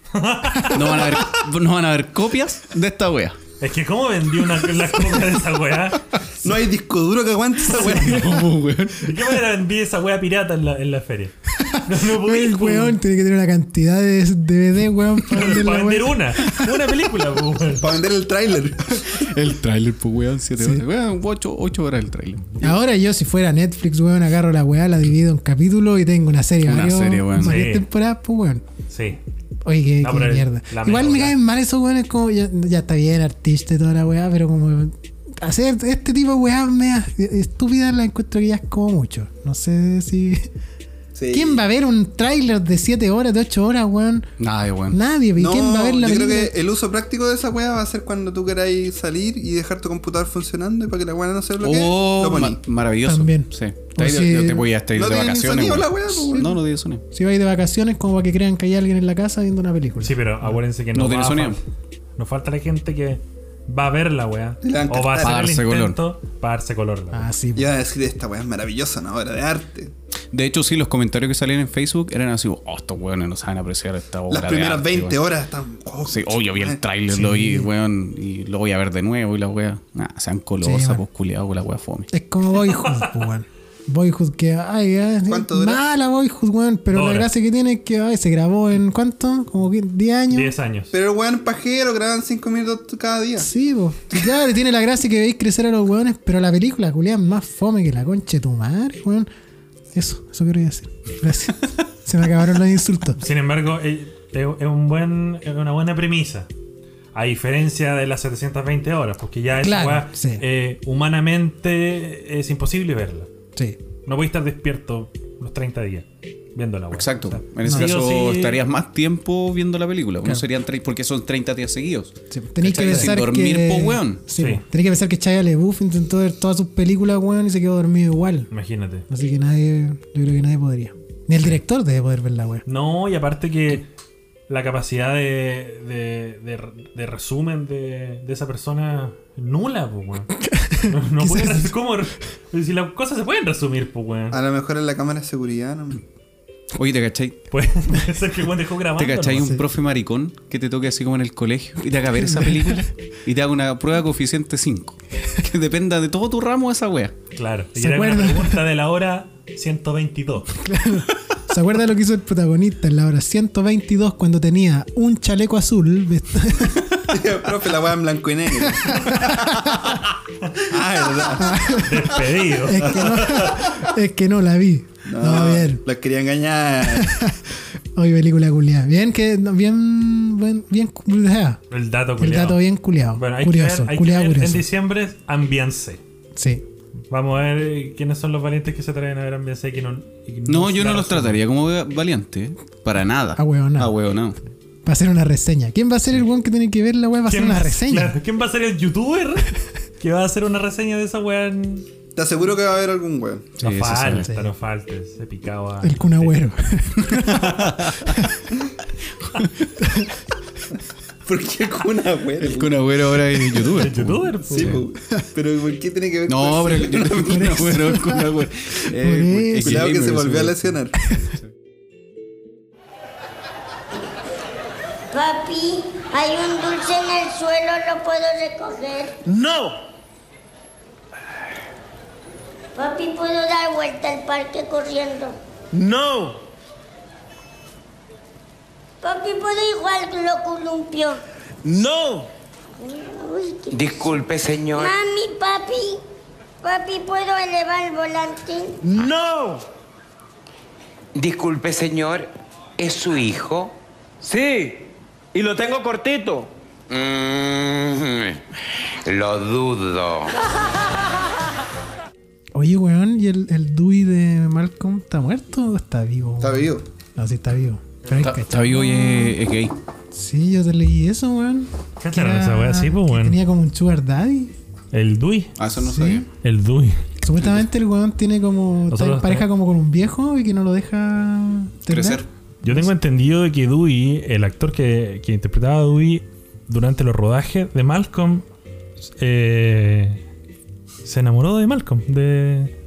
[SPEAKER 4] No van a haber, no van a haber copias de esta wea.
[SPEAKER 1] Es que, ¿cómo vendí una, la copia de esa weá?
[SPEAKER 3] No hay disco duro que aguante esa weá.
[SPEAKER 1] ¿De qué manera vendí esa wea pirata en la, en la feria? No, no podí,
[SPEAKER 2] el
[SPEAKER 1] po.
[SPEAKER 2] weón tiene que tener una cantidad de DVD, weón, para vender la
[SPEAKER 1] Para vender
[SPEAKER 2] weá.
[SPEAKER 1] una. Una película, po, weón.
[SPEAKER 3] Para vender el tráiler.
[SPEAKER 4] El tráiler, pues weón, 7
[SPEAKER 2] Sí.
[SPEAKER 4] horas. Weón, 8, horas el tráiler.
[SPEAKER 2] Ahora yo, si fuera Netflix, weón, agarro la weá, la divido en capítulos y tengo una serie.
[SPEAKER 4] Una
[SPEAKER 2] varios-
[SPEAKER 4] serie, weón.
[SPEAKER 2] varias
[SPEAKER 1] Sí.
[SPEAKER 2] temporadas, pues, weón.
[SPEAKER 1] Sí.
[SPEAKER 2] Oye, qué,
[SPEAKER 1] No,
[SPEAKER 2] qué
[SPEAKER 1] pero
[SPEAKER 2] mierda.
[SPEAKER 1] la
[SPEAKER 2] Igual
[SPEAKER 1] mejor,
[SPEAKER 2] me
[SPEAKER 1] la-
[SPEAKER 2] caen mal esos weones como... Ya, ya está bien, artista y toda la weá, pero como... Hacer este tipo de weá mea estúpida la encuentro que ya es como mucho. No sé si...
[SPEAKER 3] Sí.
[SPEAKER 2] ¿Quién va a ver un tráiler de 7 horas, de 8 horas, weón?
[SPEAKER 4] Nada, weón.
[SPEAKER 2] Nadie, ¿y
[SPEAKER 3] No,
[SPEAKER 2] ¿quién va a ver la
[SPEAKER 3] yo creo
[SPEAKER 2] película?
[SPEAKER 3] que el uso práctico de esa weá va a ser cuando tú queráis salir y dejar tu computador funcionando y para que la weá no se bloquee.
[SPEAKER 4] Oh,
[SPEAKER 3] lo poní.
[SPEAKER 4] ma- maravilloso.
[SPEAKER 2] También.
[SPEAKER 4] Sí.
[SPEAKER 2] O
[SPEAKER 4] Te, has ido-
[SPEAKER 2] si-
[SPEAKER 4] yo te voy a estar
[SPEAKER 3] No
[SPEAKER 4] de
[SPEAKER 3] tiene ni
[SPEAKER 4] vacaciones.
[SPEAKER 3] sonido
[SPEAKER 4] weón.
[SPEAKER 3] la wea, pues, weón.
[SPEAKER 4] No, no tiene sonido.
[SPEAKER 2] Si vais de vacaciones, como para que crean que hay alguien en la casa viendo una película.
[SPEAKER 1] Sí, pero acuérdense que no.
[SPEAKER 4] No tiene
[SPEAKER 1] va a
[SPEAKER 4] sonido.
[SPEAKER 1] fal- Nos falta la gente que va a ver la weá.
[SPEAKER 3] Le van a
[SPEAKER 1] O va a hacer
[SPEAKER 3] encantar.
[SPEAKER 1] el
[SPEAKER 4] Darse color.
[SPEAKER 1] intento para darse color. la weá.
[SPEAKER 2] Ah, sí.
[SPEAKER 3] Yo iba a decir, esta weá es maravillosa, una obra de arte.
[SPEAKER 4] De hecho, sí, los comentarios que salían en Facebook eran así, oh, estos weones no saben apreciar esta obra.
[SPEAKER 3] Las primeras 20
[SPEAKER 4] horas.
[SPEAKER 3] horas están. oh,
[SPEAKER 4] Sí, oh, yo vi el tráiler, lo vi, weón, y lo voy a ver de nuevo y la wea. Nah, sean
[SPEAKER 2] Sí,
[SPEAKER 4] colosas,
[SPEAKER 2] man.
[SPEAKER 4] pues culiados con la wea fome.
[SPEAKER 2] Es como Boyhood, po, weón. Boyhood que, ay, ay,
[SPEAKER 3] ¿Cuánto dura?
[SPEAKER 2] mala Boyhood, weón. Pero
[SPEAKER 1] Dos
[SPEAKER 2] la
[SPEAKER 1] horas.
[SPEAKER 2] gracia que tiene es que, ay, se grabó en cuánto? Como que 10 años.
[SPEAKER 1] 10 años.
[SPEAKER 3] eh. Pero el weón pajero graban 5 minutos cada día.
[SPEAKER 2] Sí, po. Y Claro, tiene la gracia que veis crecer a los weones, pero la película, culián, más fome que la concha de tu madre, weón. Eso, eso quiero decir. Gracias. Se me acabaron los insultos.
[SPEAKER 1] Sin embargo, eh, es es un buen, es una buena premisa. A diferencia de las 720 horas, porque ya esa
[SPEAKER 2] Claro,
[SPEAKER 1] weá,
[SPEAKER 2] sí.
[SPEAKER 1] eh, humanamente es imposible verla.
[SPEAKER 2] Sí.
[SPEAKER 1] No voy a estar despierto los 30 días viendo la weá.
[SPEAKER 4] Exacto.
[SPEAKER 1] O sea,
[SPEAKER 4] en ese
[SPEAKER 1] sí o
[SPEAKER 4] caso
[SPEAKER 1] sí-
[SPEAKER 4] estarías más tiempo viendo la película. No
[SPEAKER 2] Claro.
[SPEAKER 4] serían tres, porque son 30 días seguidos.
[SPEAKER 2] Sí, Tenéis que
[SPEAKER 4] ¿Cachai?
[SPEAKER 2] pensar
[SPEAKER 4] Sin dormir,
[SPEAKER 2] que...
[SPEAKER 4] po, weón.
[SPEAKER 2] Sí,
[SPEAKER 1] Sí.
[SPEAKER 2] po. Tenéis que pensar que Chaya LeBouf intentó ver todas sus películas, weón, y se quedó dormido igual.
[SPEAKER 1] Imagínate.
[SPEAKER 2] Así que nadie, yo creo que nadie podría. Ni el director debe poder verla, weón.
[SPEAKER 1] No, y aparte que la capacidad de, de, de- de resumen de, de esa persona nula, pues, weón. No, no puede res- ¿cómo re- Si las cosas se pueden resumir, pues, weón.
[SPEAKER 3] A lo mejor en la cámara de seguridad, no.
[SPEAKER 4] Oye, ¿te cachai?
[SPEAKER 1] Puede puede ser que el weón dejó grabando.
[SPEAKER 4] ¿Te cachai
[SPEAKER 1] ¿no?
[SPEAKER 4] un profe maricón que te toque así como en el colegio y te haga ver esa película y te haga una prueba coeficiente 5? Que dependa de todo tu ramo esa wea.
[SPEAKER 1] Claro. Y
[SPEAKER 2] ¿Se
[SPEAKER 1] era una
[SPEAKER 2] acuerdan?
[SPEAKER 1] pregunta de la hora 122.
[SPEAKER 2] ¿Se acuerda lo que hizo el protagonista en la hora 122 cuando tenía un chaleco azul? vest-
[SPEAKER 3] Profe, la weá en blanco y negro. ah,
[SPEAKER 1] Despedido.
[SPEAKER 2] es, que no, es que no la vi. No,
[SPEAKER 3] verdad. No,
[SPEAKER 2] bien.
[SPEAKER 3] Los quería engañar.
[SPEAKER 2] Hoy película culiada. Bien que no, bien buen- bien cu- ah,
[SPEAKER 1] El dato
[SPEAKER 2] El
[SPEAKER 1] culiao.
[SPEAKER 2] dato bien culiado.
[SPEAKER 1] Bueno, hay que
[SPEAKER 2] curioso,
[SPEAKER 1] ver, hay que
[SPEAKER 2] culiado
[SPEAKER 1] ver. En
[SPEAKER 2] curioso.
[SPEAKER 1] diciembre, ambiance.
[SPEAKER 2] Sí.
[SPEAKER 1] Vamos a ver eh, quiénes son los valientes que se traen a ver ambiance y que no. y
[SPEAKER 4] No, yo no
[SPEAKER 1] la
[SPEAKER 4] los
[SPEAKER 1] resumen.
[SPEAKER 4] trataría como va- valiente. ¿eh? Para nada.
[SPEAKER 2] Ahueonado.
[SPEAKER 4] Ahueonado.
[SPEAKER 2] Va a ser una reseña. ¿Quién va a ser el weón que tiene que ver la weá? Va a ser
[SPEAKER 1] ¿Quién
[SPEAKER 2] una
[SPEAKER 1] va-
[SPEAKER 2] reseña.
[SPEAKER 1] claro, ¿Quién va a ser el youtuber que va a hacer una reseña de esa weá? en-
[SPEAKER 3] Te aseguro que va a haber algún weón.
[SPEAKER 4] Sí,
[SPEAKER 1] No
[SPEAKER 4] eso
[SPEAKER 1] falta,
[SPEAKER 2] sí.
[SPEAKER 1] no falta. Se picaba.
[SPEAKER 2] El Kun Agüero.
[SPEAKER 3] ¿Por qué con una weá?
[SPEAKER 4] El Kun Agüero ahora es youtuber.
[SPEAKER 1] El
[SPEAKER 4] po.
[SPEAKER 1] youtuber, po.
[SPEAKER 3] Sí, po. pero ¿por qué tiene que ver
[SPEAKER 4] No,
[SPEAKER 3] con
[SPEAKER 4] pero yo no Kun Agüero, el Kun Agüero. Eh,
[SPEAKER 2] eso.
[SPEAKER 3] Cuidado que se
[SPEAKER 4] gamer,
[SPEAKER 3] volvió a
[SPEAKER 4] ese
[SPEAKER 3] lesionar.
[SPEAKER 6] Papi, hay un dulce en el suelo, lo puedo recoger.
[SPEAKER 7] No,
[SPEAKER 6] Papi, puedo dar vuelta al parque corriendo.
[SPEAKER 7] no,
[SPEAKER 6] Papi, puedo igual que lo columpio.
[SPEAKER 7] no.
[SPEAKER 6] Uy, qué-
[SPEAKER 8] Disculpe, señor.
[SPEAKER 6] Mami, papi, papi, puedo elevar el volante.
[SPEAKER 7] No,
[SPEAKER 8] Disculpe, señor. ¿Es su hijo?
[SPEAKER 7] sí, y lo tengo cortito.
[SPEAKER 8] Mm, lo dudo.
[SPEAKER 2] Oye, weón, ¿y el, el Dewey de Malcolm está muerto o está vivo?
[SPEAKER 3] Está
[SPEAKER 2] weón?
[SPEAKER 3] vivo.
[SPEAKER 2] No, sí, está vivo. Pero hay
[SPEAKER 4] Está,
[SPEAKER 2] que-
[SPEAKER 4] está vivo y es, es gay.
[SPEAKER 2] Sí, yo te leí eso, weón.
[SPEAKER 1] ¿Qué
[SPEAKER 2] Que
[SPEAKER 1] tal
[SPEAKER 2] era-
[SPEAKER 1] esa wea? Sí, pues,
[SPEAKER 2] que
[SPEAKER 1] weón.
[SPEAKER 2] Tenía como un sugar daddy.
[SPEAKER 1] El Dui.
[SPEAKER 4] Ah, eso no
[SPEAKER 2] Sí.
[SPEAKER 4] sabía.
[SPEAKER 1] El Dui.
[SPEAKER 2] Supuestamente el weón tiene como. Está
[SPEAKER 1] Nosotros
[SPEAKER 2] en pareja como con un viejo y que no lo deja. tener.
[SPEAKER 4] Crecer.
[SPEAKER 1] Yo tengo entendido de que Dewey, el actor que, que interpretaba a Dewey durante los rodajes de Malcolm, eh, se enamoró de Malcolm. De...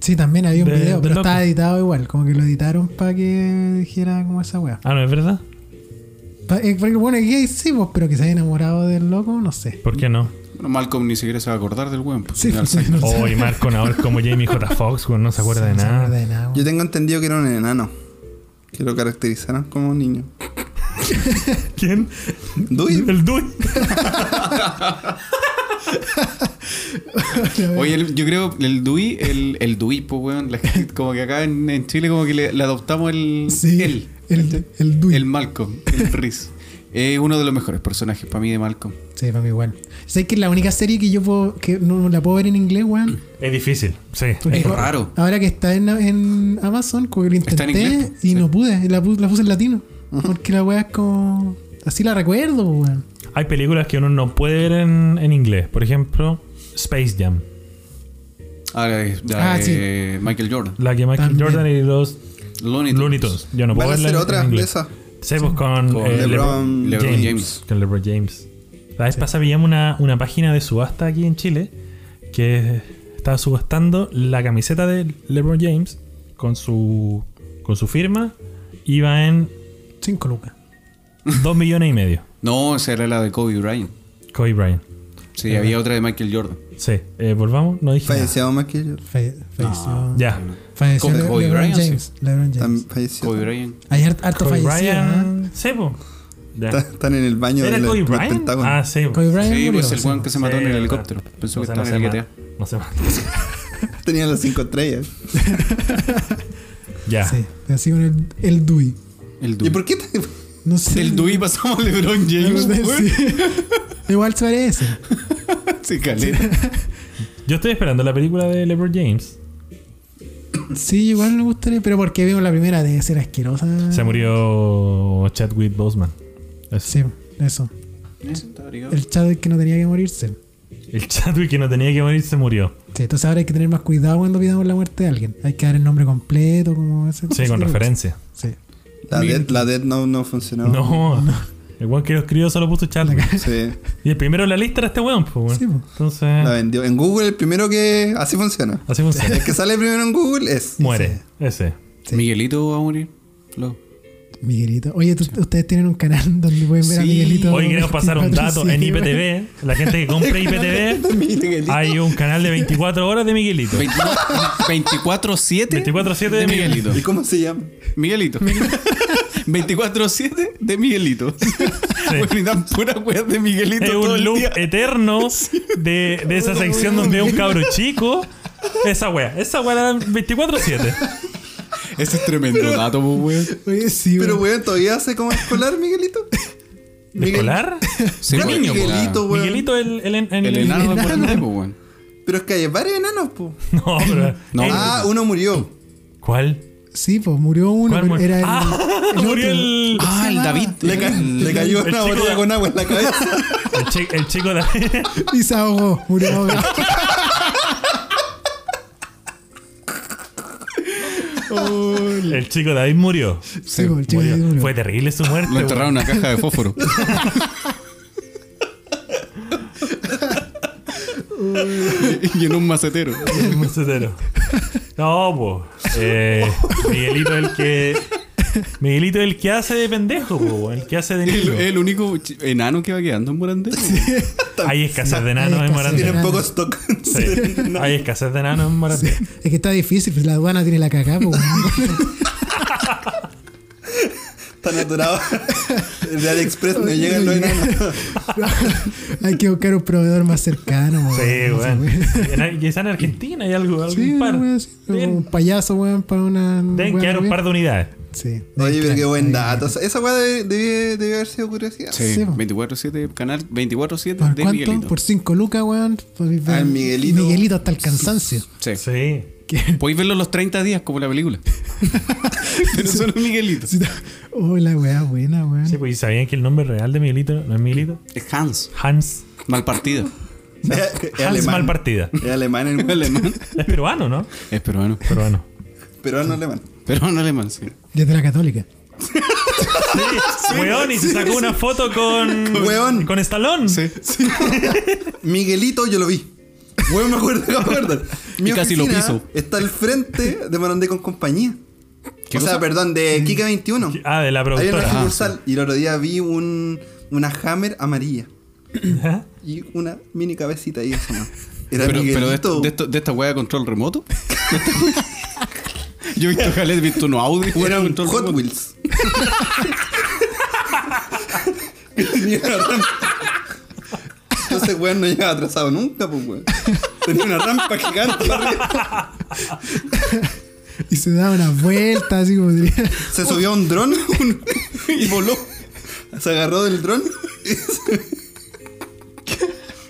[SPEAKER 2] Sí, también había un
[SPEAKER 1] De-
[SPEAKER 2] video,
[SPEAKER 1] de
[SPEAKER 2] pero
[SPEAKER 1] loco.
[SPEAKER 2] estaba editado igual. Como que lo editaron para que dijera como esa weá.
[SPEAKER 1] Ah, no, es verdad.
[SPEAKER 2] Pa- eh, Porque bueno, es gay sí, pues, pero que se haya enamorado del loco, no sé.
[SPEAKER 1] ¿Por qué no?
[SPEAKER 4] Bueno, Malcolm ni siquiera se va a acordar del weón. pues,
[SPEAKER 2] Sí,
[SPEAKER 4] tiene
[SPEAKER 2] pues, sí,
[SPEAKER 4] Alzheimer.
[SPEAKER 2] no sé.
[SPEAKER 1] Oh, y Marco Naol como Jamie J. Fox, weón, no se acuerda de
[SPEAKER 2] No se
[SPEAKER 1] nada.
[SPEAKER 2] acuerda de nada, weón.
[SPEAKER 3] Yo tengo entendido que era un enano. Que lo caracterizaron como un niño.
[SPEAKER 1] ¿Quién?
[SPEAKER 3] Dui.
[SPEAKER 1] El Dewey.
[SPEAKER 4] Oye, el- yo creo el Dui, el, el Dui, pues weón. la gente- como que acá en, en Chile, como que le, le adoptamos el.
[SPEAKER 2] Sí,
[SPEAKER 4] él,
[SPEAKER 2] el, el Dewey.
[SPEAKER 4] el Malcolm, el Riz. Es uno de los mejores personajes para mí de Malcolm.
[SPEAKER 2] Sí, para mí igual. Sé que es la única serie que yo puedo, que no, no la puedo ver en inglés, weón.
[SPEAKER 1] Es difícil, sí.
[SPEAKER 2] Porque
[SPEAKER 4] Es
[SPEAKER 2] ahora-
[SPEAKER 4] raro.
[SPEAKER 2] Ahora que está en, en Amazon, como que lo
[SPEAKER 4] Está
[SPEAKER 2] intenté
[SPEAKER 4] en inglés,
[SPEAKER 2] y
[SPEAKER 4] sí.
[SPEAKER 2] no pude. La, pu- la puse en latino. Porque la weá es como. Así la recuerdo, po, weón.
[SPEAKER 1] Hay películas que uno no puede ver en, en inglés. Por ejemplo, Space Jam.
[SPEAKER 4] Ah, la de, la
[SPEAKER 2] Ah,
[SPEAKER 4] de Michael Jordan.
[SPEAKER 1] La que Michael
[SPEAKER 2] También.
[SPEAKER 1] Jordan y los
[SPEAKER 4] Looney Tunes.
[SPEAKER 1] Looney Tunes. Yo no puedo
[SPEAKER 3] Van a
[SPEAKER 1] verla
[SPEAKER 3] hacer
[SPEAKER 1] en-
[SPEAKER 3] otra
[SPEAKER 1] en
[SPEAKER 3] de
[SPEAKER 1] inglés.
[SPEAKER 3] esas.
[SPEAKER 1] Sí, pues con,
[SPEAKER 4] Con
[SPEAKER 1] eh,
[SPEAKER 3] LeBron
[SPEAKER 4] LeBron- LeBron James.
[SPEAKER 1] Con LeBron James. La vez pasada pillamos una, una página de subasta aquí en Chile que estaba subastando la camiseta de LeBron James con su, con su firma. Iba en
[SPEAKER 2] 5 lucas.
[SPEAKER 1] 2 millones y medio.
[SPEAKER 4] No, esa era la de Kobe Bryant.
[SPEAKER 1] Kobe Bryant.
[SPEAKER 4] Sí, había otra de Michael Jordan.
[SPEAKER 1] Sí, eh, volvamos. No dije. nada.
[SPEAKER 3] Falleció más que yo.
[SPEAKER 2] Falle- Falleció.
[SPEAKER 1] Ya.
[SPEAKER 2] Falleció
[SPEAKER 4] Kobe
[SPEAKER 2] Le-
[SPEAKER 4] Kobe
[SPEAKER 2] LeBron
[SPEAKER 4] Bryant,
[SPEAKER 2] James. LeBron James.
[SPEAKER 3] Tan- falleció.
[SPEAKER 4] Kobe Bryant.
[SPEAKER 2] Hay har- harto
[SPEAKER 1] Kobe
[SPEAKER 2] fallecido. ¿eh?
[SPEAKER 1] Bryant. Sí, po. Ya.
[SPEAKER 3] Está- Están en el baño
[SPEAKER 1] ¿Era
[SPEAKER 3] del
[SPEAKER 1] Kobe
[SPEAKER 3] del
[SPEAKER 1] Bryant?
[SPEAKER 3] Pentágono.
[SPEAKER 1] Ah, sí. po.
[SPEAKER 2] Kobe Bryant
[SPEAKER 4] Sí,
[SPEAKER 2] murió,
[SPEAKER 4] pues el
[SPEAKER 2] sí,
[SPEAKER 4] weón que se mató en
[SPEAKER 1] Sí,
[SPEAKER 4] el
[SPEAKER 1] verdad.
[SPEAKER 4] helicóptero. Pensó
[SPEAKER 1] No
[SPEAKER 4] que
[SPEAKER 1] sé,
[SPEAKER 4] estaba en
[SPEAKER 1] no
[SPEAKER 4] el
[SPEAKER 1] sé
[SPEAKER 4] GTA.
[SPEAKER 1] más. No sé más.
[SPEAKER 3] Tenían las cinco estrellas.
[SPEAKER 1] Ya.
[SPEAKER 2] Sí, así con el, el Dewey.
[SPEAKER 4] El
[SPEAKER 3] ¿Y
[SPEAKER 4] Dewey.
[SPEAKER 3] por qué te-
[SPEAKER 2] No sé.
[SPEAKER 4] Del Dewey pasamos a LeBron
[SPEAKER 2] No
[SPEAKER 4] James.
[SPEAKER 2] sé,
[SPEAKER 4] weón.
[SPEAKER 2] sí. Igual se parece.
[SPEAKER 4] Sí, caleta.
[SPEAKER 1] Yo estoy esperando la película de LeBron James.
[SPEAKER 2] Sí, igual me gustaría, pero porque vimos la primera de ser asquerosa.
[SPEAKER 1] Se murió Chadwick Boseman. Eso.
[SPEAKER 2] Ah. Sí, eso. El Chadwick que no tenía que morirse.
[SPEAKER 1] El Chadwick que no tenía que morir se murió.
[SPEAKER 2] Sí, entonces ahora hay que tener más cuidado cuando pidamos la muerte de alguien. Hay que dar el nombre completo, como ese.
[SPEAKER 1] Sí, con
[SPEAKER 2] ese-
[SPEAKER 1] referencia.
[SPEAKER 2] Sí.
[SPEAKER 3] La Dead, la Dead no, no funcionó.
[SPEAKER 1] No. El weón que lo escribió solo puso Chadwick.
[SPEAKER 3] Sí.
[SPEAKER 1] Y el primero en la lista era este weón, pues, weón.
[SPEAKER 2] Sí, po.
[SPEAKER 1] Entonces,
[SPEAKER 3] La vendió. En Google el primero que... Así funciona.
[SPEAKER 1] así funciona.
[SPEAKER 3] El que sale primero en Google es...
[SPEAKER 1] Muere. Ese.
[SPEAKER 4] Miguelito va a morir. Flo.
[SPEAKER 2] Miguelito. Oye, tú- ustedes tienen un canal donde pueden ver a
[SPEAKER 4] Sí.
[SPEAKER 2] Miguelito.
[SPEAKER 1] Hoy queremos pasar un dato en
[SPEAKER 2] 24/7.
[SPEAKER 1] IPTV. La gente que compre IPTV, hay un canal de 24 horas de Miguelito.
[SPEAKER 4] 24-7.
[SPEAKER 1] 24/7 de
[SPEAKER 4] Miguelito.
[SPEAKER 3] ¿Y cómo se llama?
[SPEAKER 4] Miguelito. 24-7 de Miguelito. Bueno, y dan puras weas de Miguelito
[SPEAKER 1] Es
[SPEAKER 4] todo
[SPEAKER 1] un
[SPEAKER 4] el
[SPEAKER 1] loop
[SPEAKER 4] día.
[SPEAKER 1] eterno de, de esa sección donde un cabro chico. Esa wea, esa wea la dan 24-7.
[SPEAKER 4] Ese es tremendo dato, pues, weón.
[SPEAKER 2] Oye, sí,
[SPEAKER 3] Pero,
[SPEAKER 2] güey.
[SPEAKER 3] weón, ¿todavía hace como escolar, Miguelito?
[SPEAKER 1] ¿De escolar?
[SPEAKER 4] Sí,
[SPEAKER 3] Llama
[SPEAKER 4] weón.
[SPEAKER 3] Miguelito, weón.
[SPEAKER 1] Miguelito el, el, en- en-
[SPEAKER 4] El enano de Portnoy, pues, weón.
[SPEAKER 3] Pero es que hay varios enanos, po.
[SPEAKER 1] No, pero.
[SPEAKER 4] No.
[SPEAKER 1] eh,
[SPEAKER 3] Ah, uno murió.
[SPEAKER 1] ¿Cuál?
[SPEAKER 2] Sí, pues murió uno.
[SPEAKER 1] ¿Cuál
[SPEAKER 2] pero
[SPEAKER 1] murió?
[SPEAKER 2] Era el,
[SPEAKER 1] Ah,
[SPEAKER 2] el
[SPEAKER 1] murió
[SPEAKER 2] otro.
[SPEAKER 1] el.
[SPEAKER 4] Ah, el David.
[SPEAKER 3] Le, ca- le cayó
[SPEAKER 1] El
[SPEAKER 3] una
[SPEAKER 1] chico
[SPEAKER 3] botella
[SPEAKER 1] de-
[SPEAKER 3] con agua en la cabeza.
[SPEAKER 1] El, chi- el chico de.
[SPEAKER 2] Y se ahogó. Murió ahogado.
[SPEAKER 1] El chico David murió.
[SPEAKER 2] Sí, pues, el chico
[SPEAKER 4] murió.
[SPEAKER 2] de murió.
[SPEAKER 1] Fue terrible su muerte.
[SPEAKER 4] Lo enterraron en una caja de fósforo. y en un macetero.
[SPEAKER 1] El macetero. No, po. Eh, Miguelito el que. Miguelito el que hace de pendejo, po. El que hace de
[SPEAKER 4] El,
[SPEAKER 1] niño.
[SPEAKER 4] el único ch- enano que va quedando en Morandé. pues,
[SPEAKER 1] Hay escasez de
[SPEAKER 2] Hay
[SPEAKER 1] enanos en
[SPEAKER 2] escasez de
[SPEAKER 1] Morandé.
[SPEAKER 3] Tienen
[SPEAKER 2] Enano.
[SPEAKER 3] poco stock.
[SPEAKER 1] Sí. Hay escasez de enanos en Morandé.
[SPEAKER 2] Es que está difícil, pues la aduana tiene la cagada, pues, güey.
[SPEAKER 3] Están aturados. De AliExpress no llegan los enanos.
[SPEAKER 2] Hay que buscar un proveedor más cercano, güey.
[SPEAKER 1] Sí,
[SPEAKER 2] No sé,
[SPEAKER 1] weón.
[SPEAKER 2] güey.
[SPEAKER 1] En- Quizá en Argentina hay algo,
[SPEAKER 2] Sí,
[SPEAKER 1] algún
[SPEAKER 2] una
[SPEAKER 1] par.
[SPEAKER 2] wea así, como un
[SPEAKER 1] Deben,
[SPEAKER 2] payaso, weón, para una.
[SPEAKER 1] deben
[SPEAKER 2] wea
[SPEAKER 1] quedar un
[SPEAKER 2] bien.
[SPEAKER 1] par de unidades.
[SPEAKER 2] Sí.
[SPEAKER 3] Oye, pero qué buen
[SPEAKER 2] Ahí.
[SPEAKER 3] dato. Esa weá de- debió debió haber sido curiosidad.
[SPEAKER 4] Sí,
[SPEAKER 2] Sí, po.
[SPEAKER 4] 24-7, canal
[SPEAKER 2] ¿Por
[SPEAKER 4] 24-7 de
[SPEAKER 2] cuánto?
[SPEAKER 4] Miguelito.
[SPEAKER 2] Por 5 lucas, weón. Podéis ver
[SPEAKER 3] Ah, el Miguelito.
[SPEAKER 2] Miguelito hasta el cansancio.
[SPEAKER 4] Sí.
[SPEAKER 1] Sí.
[SPEAKER 2] Que-
[SPEAKER 4] Podéis verlo los 30 días como la película. Pero solo Miguelito.
[SPEAKER 2] si no- Oh, la wea buena, weón.
[SPEAKER 1] Sí, pues ¿y sabían que el nombre real de Miguelito no es Miguelito.
[SPEAKER 4] Es Hans.
[SPEAKER 1] Hans.
[SPEAKER 4] Mal partido.
[SPEAKER 3] Es- Es
[SPEAKER 1] Hans
[SPEAKER 3] alemán.
[SPEAKER 1] Malpartida.
[SPEAKER 3] Es alemán el
[SPEAKER 4] alemán.
[SPEAKER 1] Es peruano, ¿no?
[SPEAKER 4] Es peruano.
[SPEAKER 1] Peruano.
[SPEAKER 3] Pero no alemán.
[SPEAKER 4] Peruano alemán, sí.
[SPEAKER 2] Desde la católica.
[SPEAKER 1] Weón, y se sacó una foto con.
[SPEAKER 3] Weón.
[SPEAKER 1] Con Stallone.
[SPEAKER 4] Sí.
[SPEAKER 3] Miguelito, yo lo vi. Bueno, me acuerdo, me acuerdo. Mi
[SPEAKER 4] Y casi lo
[SPEAKER 3] oficina
[SPEAKER 4] piso.
[SPEAKER 3] Está al frente de Morandé con compañía.
[SPEAKER 4] ¿Qué
[SPEAKER 3] o sea,
[SPEAKER 4] cosa? Mm. Ah,
[SPEAKER 3] perdón, de Kika 21.
[SPEAKER 1] Ah, de la
[SPEAKER 3] Hay una
[SPEAKER 1] productora.
[SPEAKER 3] sucursal. Y el otro día vi un, una Hammer amarilla.
[SPEAKER 1] Ajá.
[SPEAKER 3] Y una mini cabecita ahí asomada. Era
[SPEAKER 4] Pero, pero de,
[SPEAKER 3] Miguelito.
[SPEAKER 4] de esto- de esta wea de control remoto. Yo he visto Jaled, he visto unos Audi. wea de
[SPEAKER 3] Era un
[SPEAKER 4] control
[SPEAKER 3] Hot
[SPEAKER 4] remoto.
[SPEAKER 3] Wheels. Tenía una rampa. Entonces, weón, no llegaba atrasado nunca, pues, weón. Tenía una rampa gigante arriba.
[SPEAKER 2] Y se da una vuelta, así como diría.
[SPEAKER 3] Se subió a un dron un- y voló. Se agarró del dron.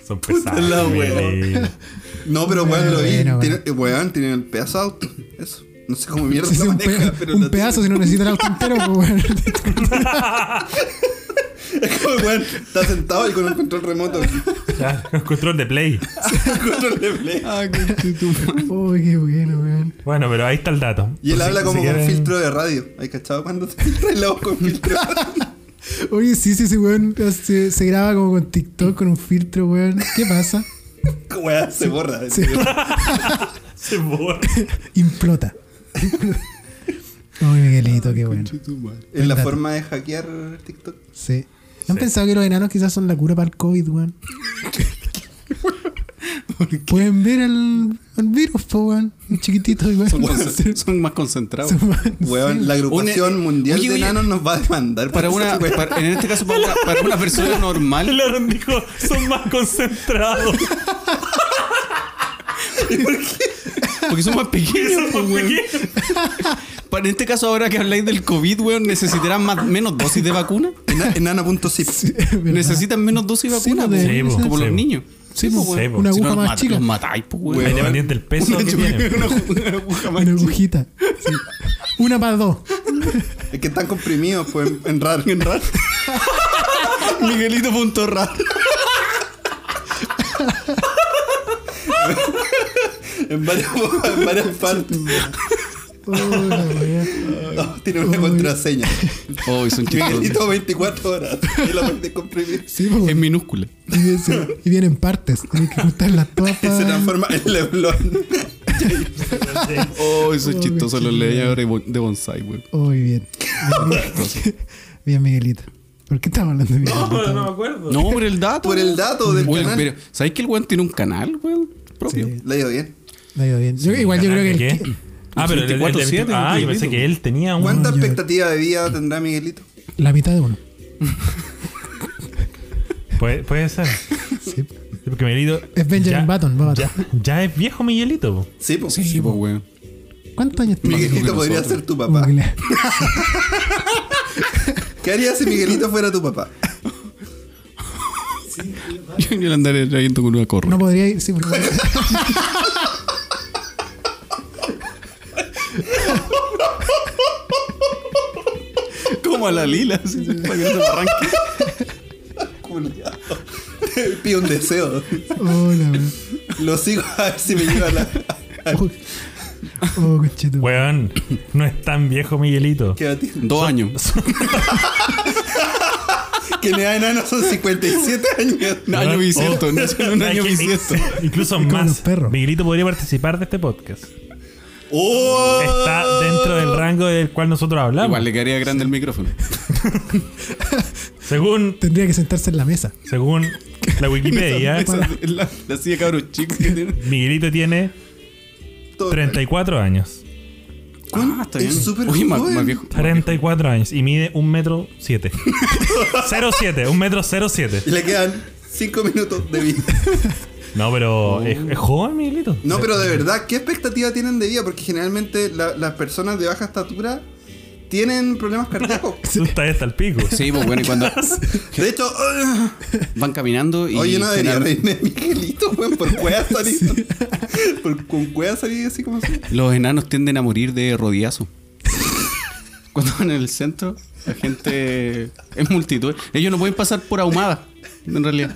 [SPEAKER 1] Son pesados.
[SPEAKER 3] la
[SPEAKER 1] Miguelito.
[SPEAKER 3] No, pero weón, lo vi.
[SPEAKER 2] Bueno,
[SPEAKER 3] Tiene- weón, tiene el pedazo de auto. Eso. No sé cómo mierda
[SPEAKER 2] Sí, sí,
[SPEAKER 3] lo
[SPEAKER 2] un, pe-
[SPEAKER 3] maneja, pero
[SPEAKER 2] un
[SPEAKER 3] lo
[SPEAKER 2] pedazo si no necesita el auto entero, pues, weón.
[SPEAKER 3] tiene. Weón, está sentado y con un control remoto.
[SPEAKER 1] Ya, con control de play.
[SPEAKER 3] Control de play.
[SPEAKER 2] Ah, Oh, qué bueno, weón.
[SPEAKER 1] Bueno, pero ahí está el dato.
[SPEAKER 3] Y
[SPEAKER 1] Por
[SPEAKER 2] pues
[SPEAKER 3] él
[SPEAKER 1] si-
[SPEAKER 2] eh.
[SPEAKER 3] habla como
[SPEAKER 1] si
[SPEAKER 3] con
[SPEAKER 1] quieren-
[SPEAKER 3] filtro de radio. ¿Hay cachado cuando te filtra la voz con filtro?
[SPEAKER 2] Oye, sí, sí, ese weón se, se graba como con TikTok, con un filtro, weón. ¿Qué pasa?
[SPEAKER 3] Weá, se borra.
[SPEAKER 2] Se-
[SPEAKER 1] Se borra.
[SPEAKER 2] implota. Ay, Miguelito, qué bueno.
[SPEAKER 3] Es la
[SPEAKER 2] Dato.
[SPEAKER 3] forma de hackear TikTok.
[SPEAKER 2] Sí. ¿Han pensado que los enanos quizás son la cura para el COVID, weón? Pueden ver al, al virus, po, weón. Un chiquitito, igual.
[SPEAKER 4] Son, conce- son más concentrados.
[SPEAKER 3] Weón, la agrupación
[SPEAKER 4] Una-
[SPEAKER 3] mundial
[SPEAKER 4] Oye,
[SPEAKER 3] de
[SPEAKER 4] oye.
[SPEAKER 3] enanos nos va a demandar
[SPEAKER 4] Para
[SPEAKER 3] por
[SPEAKER 4] una,
[SPEAKER 3] esa weá.
[SPEAKER 4] para- en este caso, para una, para una persona normal,
[SPEAKER 1] León dijo, son más concentrados.
[SPEAKER 4] porque son más pequeños.
[SPEAKER 1] Son
[SPEAKER 4] pues,
[SPEAKER 1] más
[SPEAKER 4] weón.
[SPEAKER 1] pequeños.
[SPEAKER 4] Para- En este caso, ahora que habláis del COVID, weón, ¿necesitarán más, menos dosis de vacuna?
[SPEAKER 3] Ena- Enana.zip.
[SPEAKER 4] ¿Necesitan menos dosis de
[SPEAKER 2] Sí,
[SPEAKER 4] vacuna?
[SPEAKER 2] pues,
[SPEAKER 4] weón?
[SPEAKER 1] sí, pues,
[SPEAKER 4] como
[SPEAKER 1] sí,
[SPEAKER 4] los
[SPEAKER 1] pues.
[SPEAKER 4] niños.
[SPEAKER 2] Sí, po,
[SPEAKER 1] Sí, po.
[SPEAKER 2] Una
[SPEAKER 4] Si
[SPEAKER 2] aguja
[SPEAKER 4] los
[SPEAKER 2] más
[SPEAKER 4] mat-
[SPEAKER 2] chica.
[SPEAKER 4] los matáis, pues, weón.
[SPEAKER 3] Weón.
[SPEAKER 1] Independiente del peso que tienen.
[SPEAKER 4] Una agu- una aguja más
[SPEAKER 2] Una
[SPEAKER 4] chica.
[SPEAKER 2] agujita. Sí. Una para dos.
[SPEAKER 3] Es que están comprimidos, pues, en- en RAR. En RAR.
[SPEAKER 4] Miguelito.rar.
[SPEAKER 3] En varias, en varias partes.
[SPEAKER 2] Oh, la wea.
[SPEAKER 3] No, tienen una contraseña.
[SPEAKER 4] Oh, son chistosos.
[SPEAKER 3] Miguelito 24 horas. Y la parte de comprimir.
[SPEAKER 2] Sí, po,
[SPEAKER 4] En
[SPEAKER 2] weón.
[SPEAKER 4] minúscula.
[SPEAKER 2] Y, viene- sí, y vienen partes. Tienes que juntarlas todas
[SPEAKER 3] Y
[SPEAKER 2] para...
[SPEAKER 3] se transforma en Leblon.
[SPEAKER 4] Oh, son
[SPEAKER 2] Oh,
[SPEAKER 4] chistosos
[SPEAKER 2] qué
[SPEAKER 4] los leñadores bo- de bonsai, weón.
[SPEAKER 2] Oh, muy bien. bien, Miguelito. ¿Por qué estamos hablando de Miguelito?
[SPEAKER 1] No, no me acuerdo.
[SPEAKER 4] No, por el dato.
[SPEAKER 3] Por el dato del
[SPEAKER 4] Weón,
[SPEAKER 3] canal.
[SPEAKER 4] pero, ¿sabéis que el weón tiene un canal, weón? Propio.
[SPEAKER 2] Sí.
[SPEAKER 3] La ha ido bien.
[SPEAKER 2] Le ha ido bien. Yo- igual yo creo que el
[SPEAKER 1] ¿Qué?
[SPEAKER 2] que-
[SPEAKER 1] Ah, pero el, el,
[SPEAKER 4] 24/7,
[SPEAKER 1] Ah, yo pensé
[SPEAKER 4] Miguelito.
[SPEAKER 1] que él tenía un.
[SPEAKER 3] ¿Cuánta
[SPEAKER 2] yo-
[SPEAKER 3] expectativa de vida tendrá Miguelito?
[SPEAKER 2] la mitad de uno.
[SPEAKER 1] Puede, puede ser. Sí,
[SPEAKER 2] Sí.
[SPEAKER 1] Porque Miguelito.
[SPEAKER 2] Es Benjamin
[SPEAKER 1] ya-
[SPEAKER 2] Button, va a
[SPEAKER 1] Ya,
[SPEAKER 2] matar.
[SPEAKER 1] ya es viejo Miguelito. po.
[SPEAKER 3] Sí, pues.
[SPEAKER 4] Sí, pues, weón.
[SPEAKER 2] ¿Cuántos años tiene?
[SPEAKER 3] Miguelito
[SPEAKER 4] Nosotros.
[SPEAKER 3] podría ser tu
[SPEAKER 2] Como
[SPEAKER 3] papá.
[SPEAKER 2] que le-
[SPEAKER 3] ¿Qué harías si Miguelito fuera tu papá?
[SPEAKER 4] Yo le andaré trayendo con una correa.
[SPEAKER 2] No podría ir. Sí, porque-
[SPEAKER 4] Como a la lila, así, para que no se me arranque.
[SPEAKER 3] Culiao. Pido un deseo.
[SPEAKER 2] Oh, la wea.
[SPEAKER 3] Lo sigo a ver si me lleva la.
[SPEAKER 2] Oh, oh, conchetu-
[SPEAKER 1] Weón, no es tan viejo Miguelito.
[SPEAKER 3] Que a ti.
[SPEAKER 4] Dos años.
[SPEAKER 3] Que me da enano son 57 años.
[SPEAKER 4] Un año
[SPEAKER 1] Weón,
[SPEAKER 4] bisiesto.
[SPEAKER 1] oh.
[SPEAKER 4] nació en un
[SPEAKER 1] Hay
[SPEAKER 4] año
[SPEAKER 1] que-
[SPEAKER 4] bisiesto.
[SPEAKER 1] Incluso
[SPEAKER 2] como los
[SPEAKER 1] más.
[SPEAKER 2] perros.
[SPEAKER 1] Miguelito podría participar de este podcast.
[SPEAKER 3] ¡Oh!
[SPEAKER 1] Está dentro del rango del cual nosotros hablamos.
[SPEAKER 4] Igual le quedaría grande el micrófono.
[SPEAKER 1] Según,
[SPEAKER 2] Tendría que sentarse en la mesa.
[SPEAKER 1] según la Wikipedia,
[SPEAKER 4] Esa- esa- La la silla cabros chicos que tiene.
[SPEAKER 1] Miguelito tiene
[SPEAKER 3] Todo-
[SPEAKER 1] 34 años.
[SPEAKER 4] Ah, está
[SPEAKER 3] Es súper
[SPEAKER 4] Oye, más,
[SPEAKER 3] joven.
[SPEAKER 4] más viejo.
[SPEAKER 1] 34 años y mide un metro 7. 07, un metro 07.
[SPEAKER 3] Y le quedan 5 minutos de vida.
[SPEAKER 1] No, pero es, es joven, Miguelito.
[SPEAKER 3] Oh. No, pero de verdad, ¿qué expectativa tienen de vida? Porque generalmente la- las personas de baja estatura tienen problemas cardíacos.
[SPEAKER 1] Tú estás hasta el pico.
[SPEAKER 4] Sí, pues bueno, y cuando
[SPEAKER 3] De hecho, ¡ah!
[SPEAKER 4] van caminando y.
[SPEAKER 3] oye, no debería
[SPEAKER 4] general-
[SPEAKER 3] reírme de Miguelito, weón, por cueva salir. Por, con cueva salir así como así.
[SPEAKER 4] Los enanos tienden a morir de rodillazo. Cuando van en el centro, la gente es multitud. Ellos no pueden pasar por ahumada, en realidad.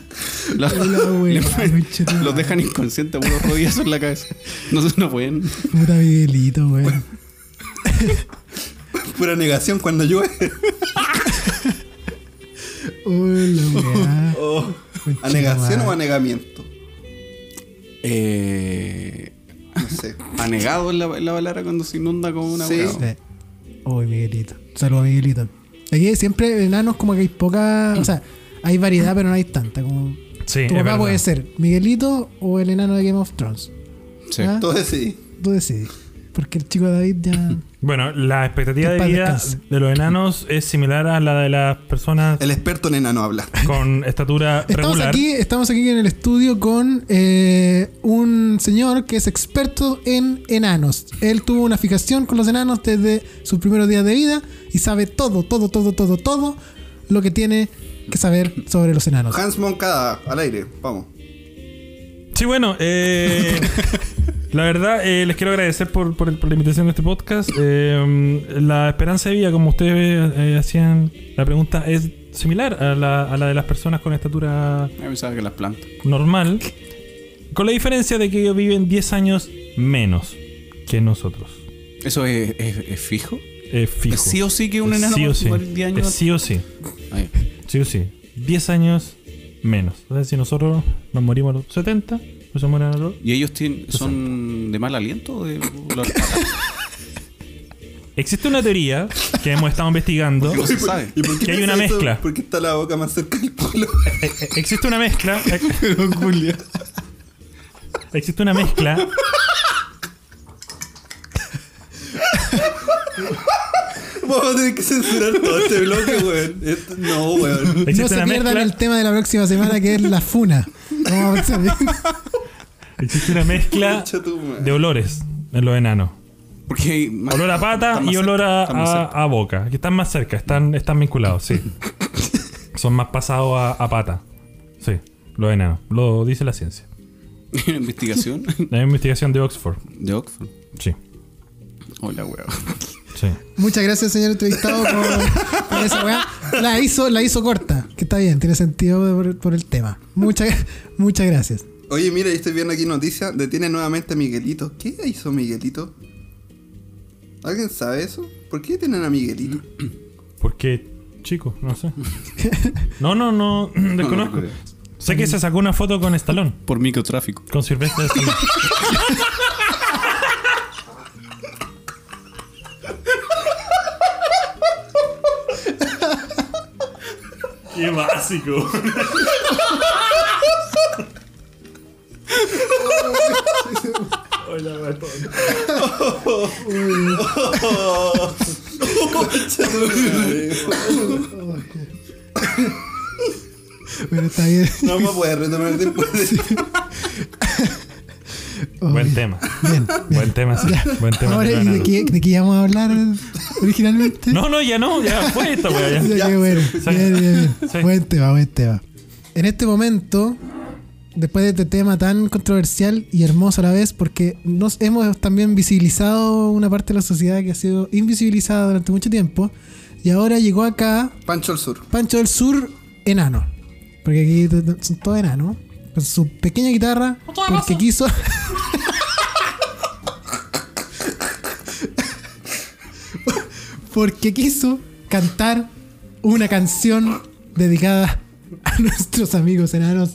[SPEAKER 4] La-
[SPEAKER 2] Hola, güey.
[SPEAKER 4] le ponen-
[SPEAKER 2] Conchetumare.
[SPEAKER 4] los dejan inconscientes, unos rodillazos en la cabeza. No, no pueden.
[SPEAKER 2] Puta Miguelito, weón.
[SPEAKER 3] Pura negación cuando llueve.
[SPEAKER 2] Oh, la wea.
[SPEAKER 3] Oh,
[SPEAKER 2] Conchetumare.
[SPEAKER 3] ¿Anegación o anegamiento?
[SPEAKER 4] Eh,
[SPEAKER 3] No sé.
[SPEAKER 4] anegado es la, la palabra cuando se inunda como una
[SPEAKER 3] Sí.
[SPEAKER 4] hueá.
[SPEAKER 2] Sí. Uy, Miguelito. Saludos a Miguelito. Aquí siempre enanos como que hay poca... O sea, hay variedad, pero no hay tanta. Como...
[SPEAKER 1] Sí,
[SPEAKER 2] tu
[SPEAKER 1] es
[SPEAKER 2] papá
[SPEAKER 1] verdad.
[SPEAKER 2] puede ser Miguelito o el enano de Game of Thrones.
[SPEAKER 4] Sí.
[SPEAKER 2] ¿Ah?
[SPEAKER 3] Todo decidí.
[SPEAKER 2] Tú decides. Porque el chico David ya...
[SPEAKER 1] Bueno, la expectativa
[SPEAKER 2] Que
[SPEAKER 1] de
[SPEAKER 2] paz
[SPEAKER 1] vida
[SPEAKER 2] descanse.
[SPEAKER 1] de los enanos es similar a la de las personas
[SPEAKER 3] El experto en enano habla.
[SPEAKER 1] con estatura
[SPEAKER 2] Estamos
[SPEAKER 1] regular.
[SPEAKER 2] aquí, estamos aquí en el estudio con eh, un señor que es experto en enanos. Él tuvo una fijación con los enanos desde sus primeros días de vida y sabe todo, todo, todo, todo, todo lo que tiene que saber sobre los enanos.
[SPEAKER 3] Hans Moncada, al aire, vamos.
[SPEAKER 1] Sí, bueno, eh, la verdad eh, les quiero agradecer por, por el- por la invitación de este podcast. Eh, la esperanza de vida, como ustedes eh, hacían la pregunta, es similar a la, a la de las personas con estatura
[SPEAKER 4] Me pensaba que las plantas.
[SPEAKER 1] normal, con la diferencia de que ellos viven 10 años menos que nosotros.
[SPEAKER 4] ¿Eso es, es- es fijo?
[SPEAKER 1] es fijo.
[SPEAKER 4] Es sí o sí que un
[SPEAKER 1] Es
[SPEAKER 4] enano
[SPEAKER 1] sí
[SPEAKER 4] va
[SPEAKER 1] o
[SPEAKER 4] a
[SPEAKER 1] sí.
[SPEAKER 4] jugar 10 años.
[SPEAKER 1] Es sí o sí.
[SPEAKER 4] Ahí.
[SPEAKER 1] Sí o sí. 10 años menos. Entonces, si nosotros nos morimos a los 70, pues se mueren a los.
[SPEAKER 4] ¿Y ellos tienen, son de mal aliento? o De,
[SPEAKER 1] Existe una teoría que hemos estado investigando.
[SPEAKER 4] no se sabe.
[SPEAKER 3] ¿Y por
[SPEAKER 1] Que hay
[SPEAKER 3] pasa
[SPEAKER 1] una
[SPEAKER 3] eso?
[SPEAKER 1] mezcla.
[SPEAKER 3] Porque está la boca más cerca del culo.
[SPEAKER 1] Eh, eh, Existe una mezcla. eh,
[SPEAKER 4] Pero Julia.
[SPEAKER 1] Existe una mezcla.
[SPEAKER 3] Vamos a tener que censurar todo este bloque, weón. Esto- No, weón.
[SPEAKER 1] Existe
[SPEAKER 2] No se
[SPEAKER 1] una
[SPEAKER 2] pierdan
[SPEAKER 1] mezcla.
[SPEAKER 2] el tema de la próxima semana que es la funa. Vamos a ver si-
[SPEAKER 1] Existe una mezcla
[SPEAKER 3] Concha tu madre.
[SPEAKER 1] de olores en los enanos.
[SPEAKER 4] Porque hay más-
[SPEAKER 1] Olor a pata
[SPEAKER 4] están más
[SPEAKER 1] y
[SPEAKER 4] cerca,
[SPEAKER 1] olor a,
[SPEAKER 4] están más
[SPEAKER 1] a-
[SPEAKER 4] cerca.
[SPEAKER 1] a boca. Que están más cerca, están, están vinculados, sí. Son más pasados a, a pata. Sí, los enanos. Lo dice la ciencia.
[SPEAKER 4] Investigación
[SPEAKER 1] La investigación de Oxford.
[SPEAKER 4] de Oxford.
[SPEAKER 1] Sí,
[SPEAKER 4] Hola, weón.
[SPEAKER 1] sí.
[SPEAKER 2] Muchas gracias, señor entrevistado, por, por esa weá. La hizo, la hizo corta, que está bien, tiene sentido por, por el tema. Muchas, muchas gracias.
[SPEAKER 3] Oye, mira, yo estoy viendo aquí noticias. Detiene nuevamente a Miguelito. ¿Qué hizo Miguelito? ¿Alguien sabe eso? ¿Por qué detienen a Miguelito?
[SPEAKER 1] Porque, chico, no sé. No, no, no, desconozco. Sé que se sacó una foto con Stallone,
[SPEAKER 4] Por microtráfico.
[SPEAKER 1] con Silvestre Stallone. Qué básico.
[SPEAKER 2] Pero está bien.
[SPEAKER 3] No vamos a poder retomar después de
[SPEAKER 1] Buen tema.
[SPEAKER 2] Bien.
[SPEAKER 1] Buen tema, sí. Buen tema.
[SPEAKER 2] Ahora,
[SPEAKER 1] de
[SPEAKER 2] ¿y de
[SPEAKER 1] Leonardo.
[SPEAKER 2] qué, de qué íbamos a hablar originalmente?
[SPEAKER 1] No, no, ya no, ya fue esta weá.
[SPEAKER 2] Ya,
[SPEAKER 1] ya.
[SPEAKER 2] qué bueno.
[SPEAKER 1] Sí.
[SPEAKER 2] Bien, bien, bien.
[SPEAKER 1] Sí.
[SPEAKER 2] Buen tema, buen tema. En este momento, después de este tema tan controversial y hermoso a la vez, porque nos hemos también visibilizado una parte de la sociedad que ha sido invisibilizada durante mucho tiempo, y ahora llegó acá
[SPEAKER 3] Pancho al Sur.
[SPEAKER 2] Pancho del Sur enano. Porque aquí t- t- son todos enanos. Con su pequeña guitarra. Porque quiso. porque quiso cantar una canción dedicada a nuestros amigos enanos.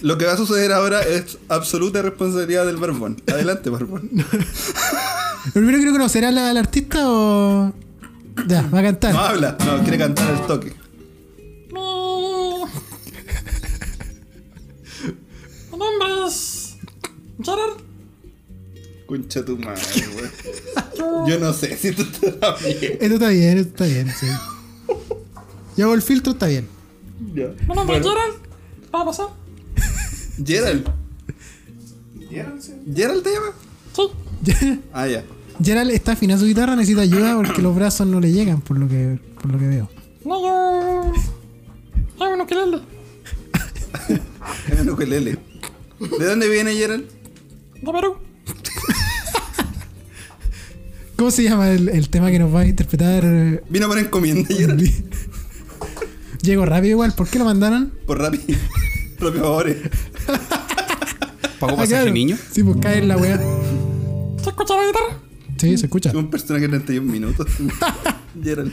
[SPEAKER 3] Lo que va a suceder ahora es absoluta responsabilidad del Barbón. Adelante, Barbón.
[SPEAKER 2] Lo primero que no será la, la artista o. Ya, va a cantar.
[SPEAKER 3] No habla, no, quiere cantar el toque.
[SPEAKER 1] Mi nombre es Gerard.
[SPEAKER 3] Concha tu madre, weón. Yo no sé si tú estás bien.
[SPEAKER 2] Esto está bien, esto está bien, sí. Yo hago el filtro, está bien.
[SPEAKER 3] Ya.
[SPEAKER 1] Mi nombre es Gerard. ¿Va a pasar?
[SPEAKER 3] Gerald. ¿Gerald te llama?
[SPEAKER 1] Sí.
[SPEAKER 3] Ah, ya.
[SPEAKER 2] Gerald está afinando su guitarra, necesita ayuda porque los brazos no le llegan, por lo que, por lo que veo.
[SPEAKER 1] No, yo. Ah, bueno, que lele.
[SPEAKER 3] Es un ukelele. ¿De dónde viene Gerald?
[SPEAKER 1] De Perú.
[SPEAKER 2] ¿Cómo se llama el, el tema que nos va a interpretar? eh,
[SPEAKER 3] Vino por encomienda Gerald.
[SPEAKER 2] Lee? Llego rápido igual, ¿por qué lo mandaron?
[SPEAKER 3] Por Rappi. Por favores.
[SPEAKER 4] ¿Pagó
[SPEAKER 2] Ah,
[SPEAKER 4] pasaje
[SPEAKER 2] claro.
[SPEAKER 4] niño?
[SPEAKER 2] Sí, pues cae en la weá.
[SPEAKER 1] ¿Se escucha la guitarra?
[SPEAKER 2] Sí, se escucha.
[SPEAKER 3] Un personaje de 31 minutos. Gerald.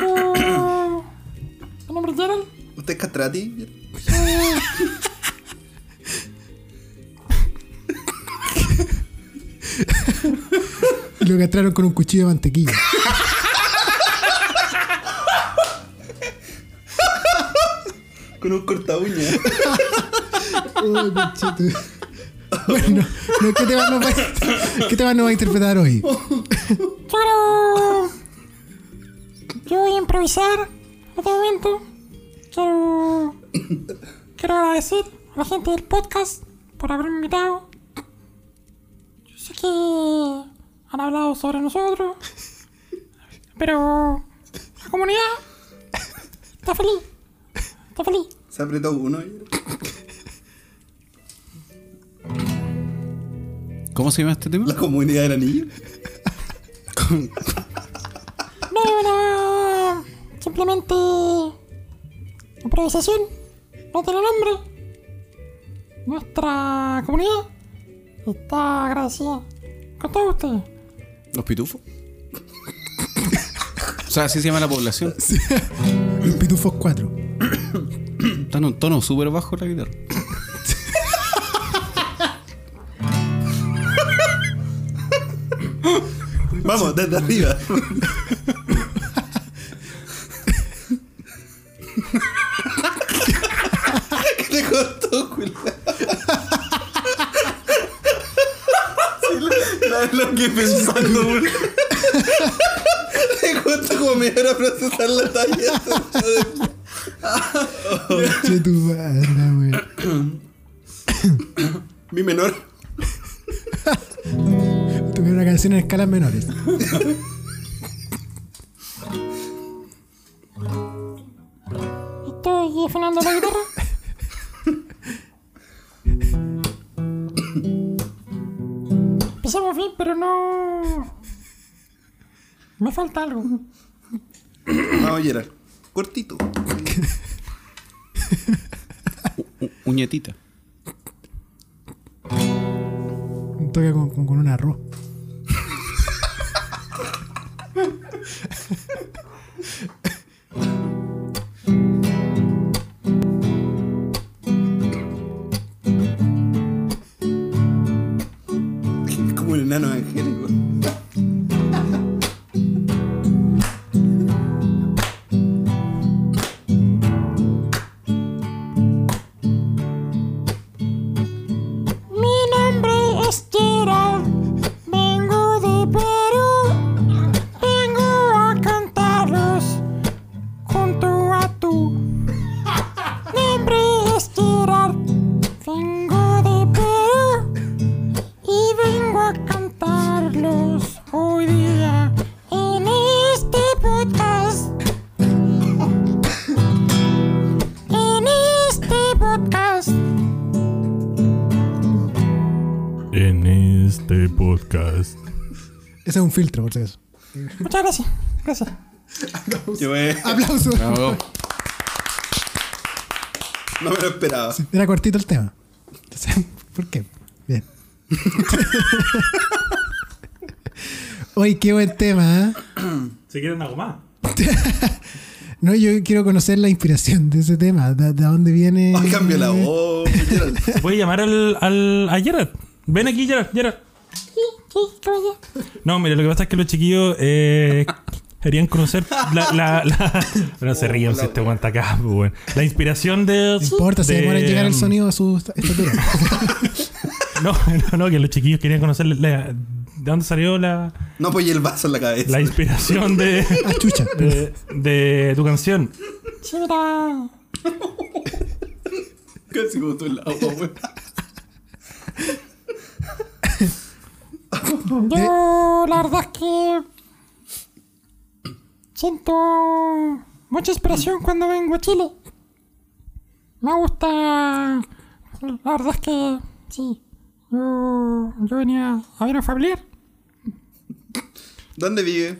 [SPEAKER 1] Mi Ah. nombre es Gerald.
[SPEAKER 3] ¿Usted es castrati? Gerald?
[SPEAKER 2] Y lo castraron con un cuchillo de mantequilla.
[SPEAKER 3] Con un corta uña.
[SPEAKER 2] Oh, conchito. bueno, no, ¿qué tema nos va a, qué tema nos va a interpretar hoy?
[SPEAKER 1] Yo quiero. Yo voy a improvisar en este momento. Quiero. Quiero agradecer a la gente del podcast por haberme invitado. Yo sé que han hablado sobre nosotros, pero la comunidad está feliz. Está feliz.
[SPEAKER 3] Se apretó uno. Gerald.
[SPEAKER 4] ¿Cómo se llama este tema?
[SPEAKER 3] La comunidad del anillo.
[SPEAKER 1] No, bueno, simplemente improvisación, no tiene nombre. Nuestra comunidad está agradecida con todos ustedes.
[SPEAKER 4] Los pitufos. sea, así se llama la población.
[SPEAKER 2] Pitufos 4.
[SPEAKER 4] Está en un tono súper bajo la guitarra.
[SPEAKER 3] Vamos, desde arriba. ¿Qué te costó, Julio? La lo que pensando, güey. Te costó como media hora procesar la talla.
[SPEAKER 2] Che tu madre, güey.
[SPEAKER 3] Mi menor.
[SPEAKER 2] Tuve una canción en escalas menores.
[SPEAKER 9] Estoy sonando la guitarra. Empezamos bien, pero no. Me falta algo.
[SPEAKER 3] Vamos, Gerard. Cortito.
[SPEAKER 4] U- uñetita.
[SPEAKER 2] Toca con, con, con un arroz.
[SPEAKER 3] Como un enano angélico.
[SPEAKER 9] Mi nombre es Gerald. Vengo de Perú. Vengo a cantarlos junto a tú. Mi nombre es Gerald. Vengo de Perú. Y vengo a cantarlos hoy día en este podcast. En este podcast.
[SPEAKER 1] En este podcast.
[SPEAKER 2] Ese es un filtro, por si acaso.
[SPEAKER 9] Muchas gracias. Gracias.
[SPEAKER 3] Yo eh,
[SPEAKER 2] Aplausos.
[SPEAKER 4] Bravo.
[SPEAKER 3] no me lo esperaba.
[SPEAKER 2] Era cortito el tema. Entonces, ¿Por qué? Bien. Oye, qué buen tema. ¿eh?
[SPEAKER 1] ¿Se quieren algo más?
[SPEAKER 2] No, yo quiero conocer la inspiración de ese tema. ¿De, de dónde viene?
[SPEAKER 3] Ay, cambió la voz. Gerard.
[SPEAKER 1] ¿Se puede llamar al, al, a Gerard? Ven aquí, Gerard, Gerard. No, mira, lo que pasa es que los chiquillos eh, querían conocer la... la, la- no se rían si este aguanta acá, pues, bueno. La inspiración de...
[SPEAKER 2] No importa, se
[SPEAKER 1] de-
[SPEAKER 2] demora en llegar el sonido a su estatura.
[SPEAKER 1] No, no, no, que los chiquillos querían conocer la- de dónde salió la,
[SPEAKER 3] No apoyé el vaso en la cabeza.
[SPEAKER 1] la inspiración de,
[SPEAKER 2] Ah, chucha.
[SPEAKER 1] de, de tu canción.
[SPEAKER 9] Sí, mira.
[SPEAKER 4] Casi como tú en la agua, weón.
[SPEAKER 9] Yo, la verdad es que. Siento mucha inspiración cuando vengo a Chile. Me gusta. La verdad es que. Sí. Yo, yo venía a ver a un familiar.
[SPEAKER 3] ¿Dónde vive?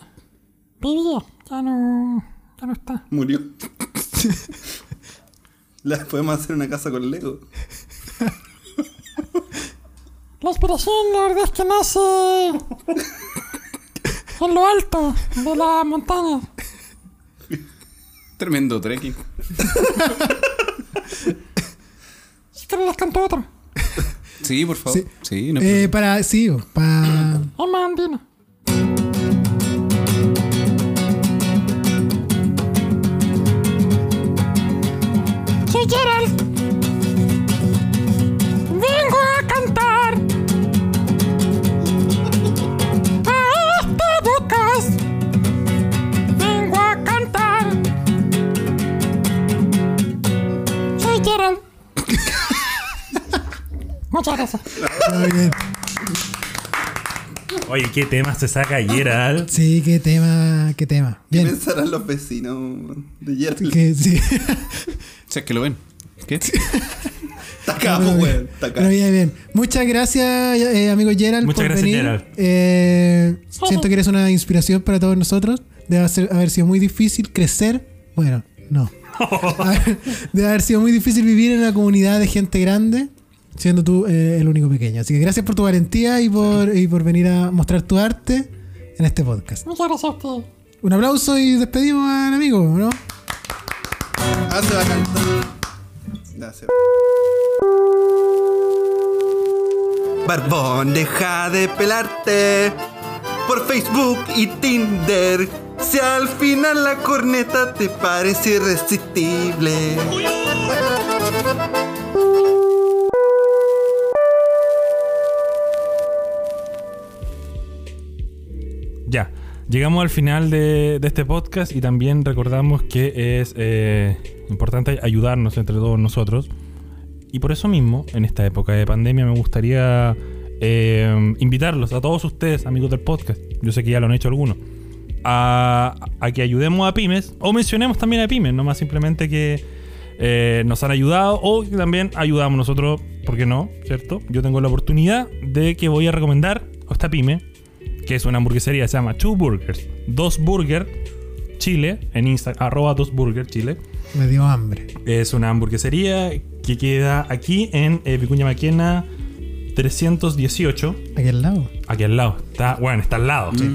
[SPEAKER 9] Vivía. Ya no. Ya no está.
[SPEAKER 3] Murió. La podemos hacer una casa con Lego.
[SPEAKER 9] La inspiración, la verdad es que nace en lo alto de la montaña.
[SPEAKER 4] Tremendo trekking.
[SPEAKER 9] Si que les canto otro.
[SPEAKER 4] Sí, por favor.
[SPEAKER 2] Sí.
[SPEAKER 4] Sí, no hay
[SPEAKER 2] Eh, para, sí, para.
[SPEAKER 9] Es más andina. Soy Gerald. Vengo a cantar a este podcast. Vengo a cantar. Soy Gerald. Muchas gracias.
[SPEAKER 2] Muy bien.
[SPEAKER 1] Oye, ¿qué tema se saca Gerald?
[SPEAKER 2] Sí, qué tema, qué tema.
[SPEAKER 3] ¿Qué
[SPEAKER 2] Bien.
[SPEAKER 3] pensarán los vecinos de Gerard?
[SPEAKER 2] Que, sí.
[SPEAKER 4] problema. Si es que lo ven. ¿Qué?
[SPEAKER 3] Está acá, po, weón. Ah, Está acá.
[SPEAKER 2] Pero bien, bien. Muchas gracias, eh, amigo Gerald.
[SPEAKER 1] Muchas
[SPEAKER 2] por
[SPEAKER 1] gracias,
[SPEAKER 2] venir.
[SPEAKER 1] Gerald.
[SPEAKER 2] Eh, siento que eres una inspiración para todos nosotros. Debe hacer- haber sido muy difícil crecer. Bueno, no. A ver, Debe haber sido muy difícil vivir en una comunidad de gente grande, siendo tú eh, el único pequeño. Así que gracias por tu valentía y por, y por venir a mostrar tu arte en este podcast.
[SPEAKER 9] Muchas gracias a ustedes.
[SPEAKER 2] Un aplauso y despedimos al amigo, ¿no?
[SPEAKER 3] Ah, se va a cantar. Ya, se va. Barbón, deja de pelarte por Facebook y Tinder. Si al final la corneta te parece irresistible.
[SPEAKER 1] Ya, llegamos al final de, de este podcast y también recordamos que es eh, importante ayudarnos entre todos nosotros. Y por eso mismo, en esta época de pandemia, me gustaría eh, invitarlos a todos ustedes, amigos del podcast, yo sé que ya lo han hecho algunos, a, a que ayudemos a pymes o mencionemos también a pymes, no más simplemente que eh, nos han ayudado o que también ayudamos nosotros, ¿por qué no? ¿Cierto? Yo tengo la oportunidad de que voy a recomendar a esta pyme que es una hamburguesería que se llama Two Burgers, Dos Burger Chile, en Instagram, arroba Dos Burger Chile.
[SPEAKER 2] Me dio hambre.
[SPEAKER 1] Es una hamburguesería que queda aquí en eh, Vicuña Maquena 318,
[SPEAKER 2] Aquí al lado.
[SPEAKER 1] aquí al lado. Está, bueno, está al lado.
[SPEAKER 3] ¿Y qué,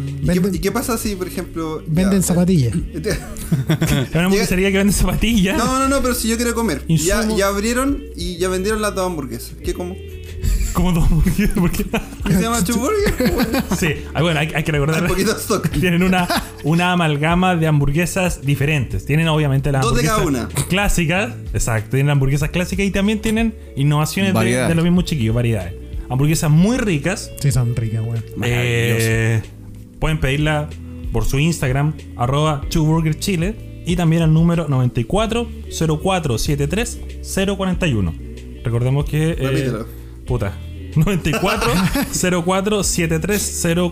[SPEAKER 2] Venden-
[SPEAKER 3] y qué pasa si, por ejemplo. ya,
[SPEAKER 2] Venden
[SPEAKER 3] eh,
[SPEAKER 2] zapatillas.
[SPEAKER 1] Es una hamburguesería que vende zapatillas.
[SPEAKER 3] No, no, no, pero si yo quiero comer. Ya,
[SPEAKER 1] Insumo.
[SPEAKER 3] ya abrieron y ya vendieron las dos hamburguesas. ¿Qué como? ¿Qué
[SPEAKER 1] Como dos hamburguesas, porque.
[SPEAKER 3] se llama Chuburger?
[SPEAKER 1] sí, ah, bueno, hay, hay que
[SPEAKER 3] Un
[SPEAKER 1] recordar.
[SPEAKER 3] poquito de azúcar.
[SPEAKER 1] Tienen una, una amalgama de hamburguesas diferentes. Tienen obviamente las
[SPEAKER 3] Dos de cada
[SPEAKER 1] hamburguesas
[SPEAKER 3] una.
[SPEAKER 1] clásicas. Exacto, tienen hamburguesas clásicas y también tienen innovaciones de,
[SPEAKER 4] Variedades.
[SPEAKER 1] de los mismos chiquillos, variedades. Hamburguesas muy ricas.
[SPEAKER 2] Sí, son ricas, weón.
[SPEAKER 4] Maravilloso.
[SPEAKER 1] Eh, pueden pedirla por su Instagram, arroba chile y también al número 94-0473-041. Recordemos que... eh,
[SPEAKER 3] Repítelo.
[SPEAKER 1] puta.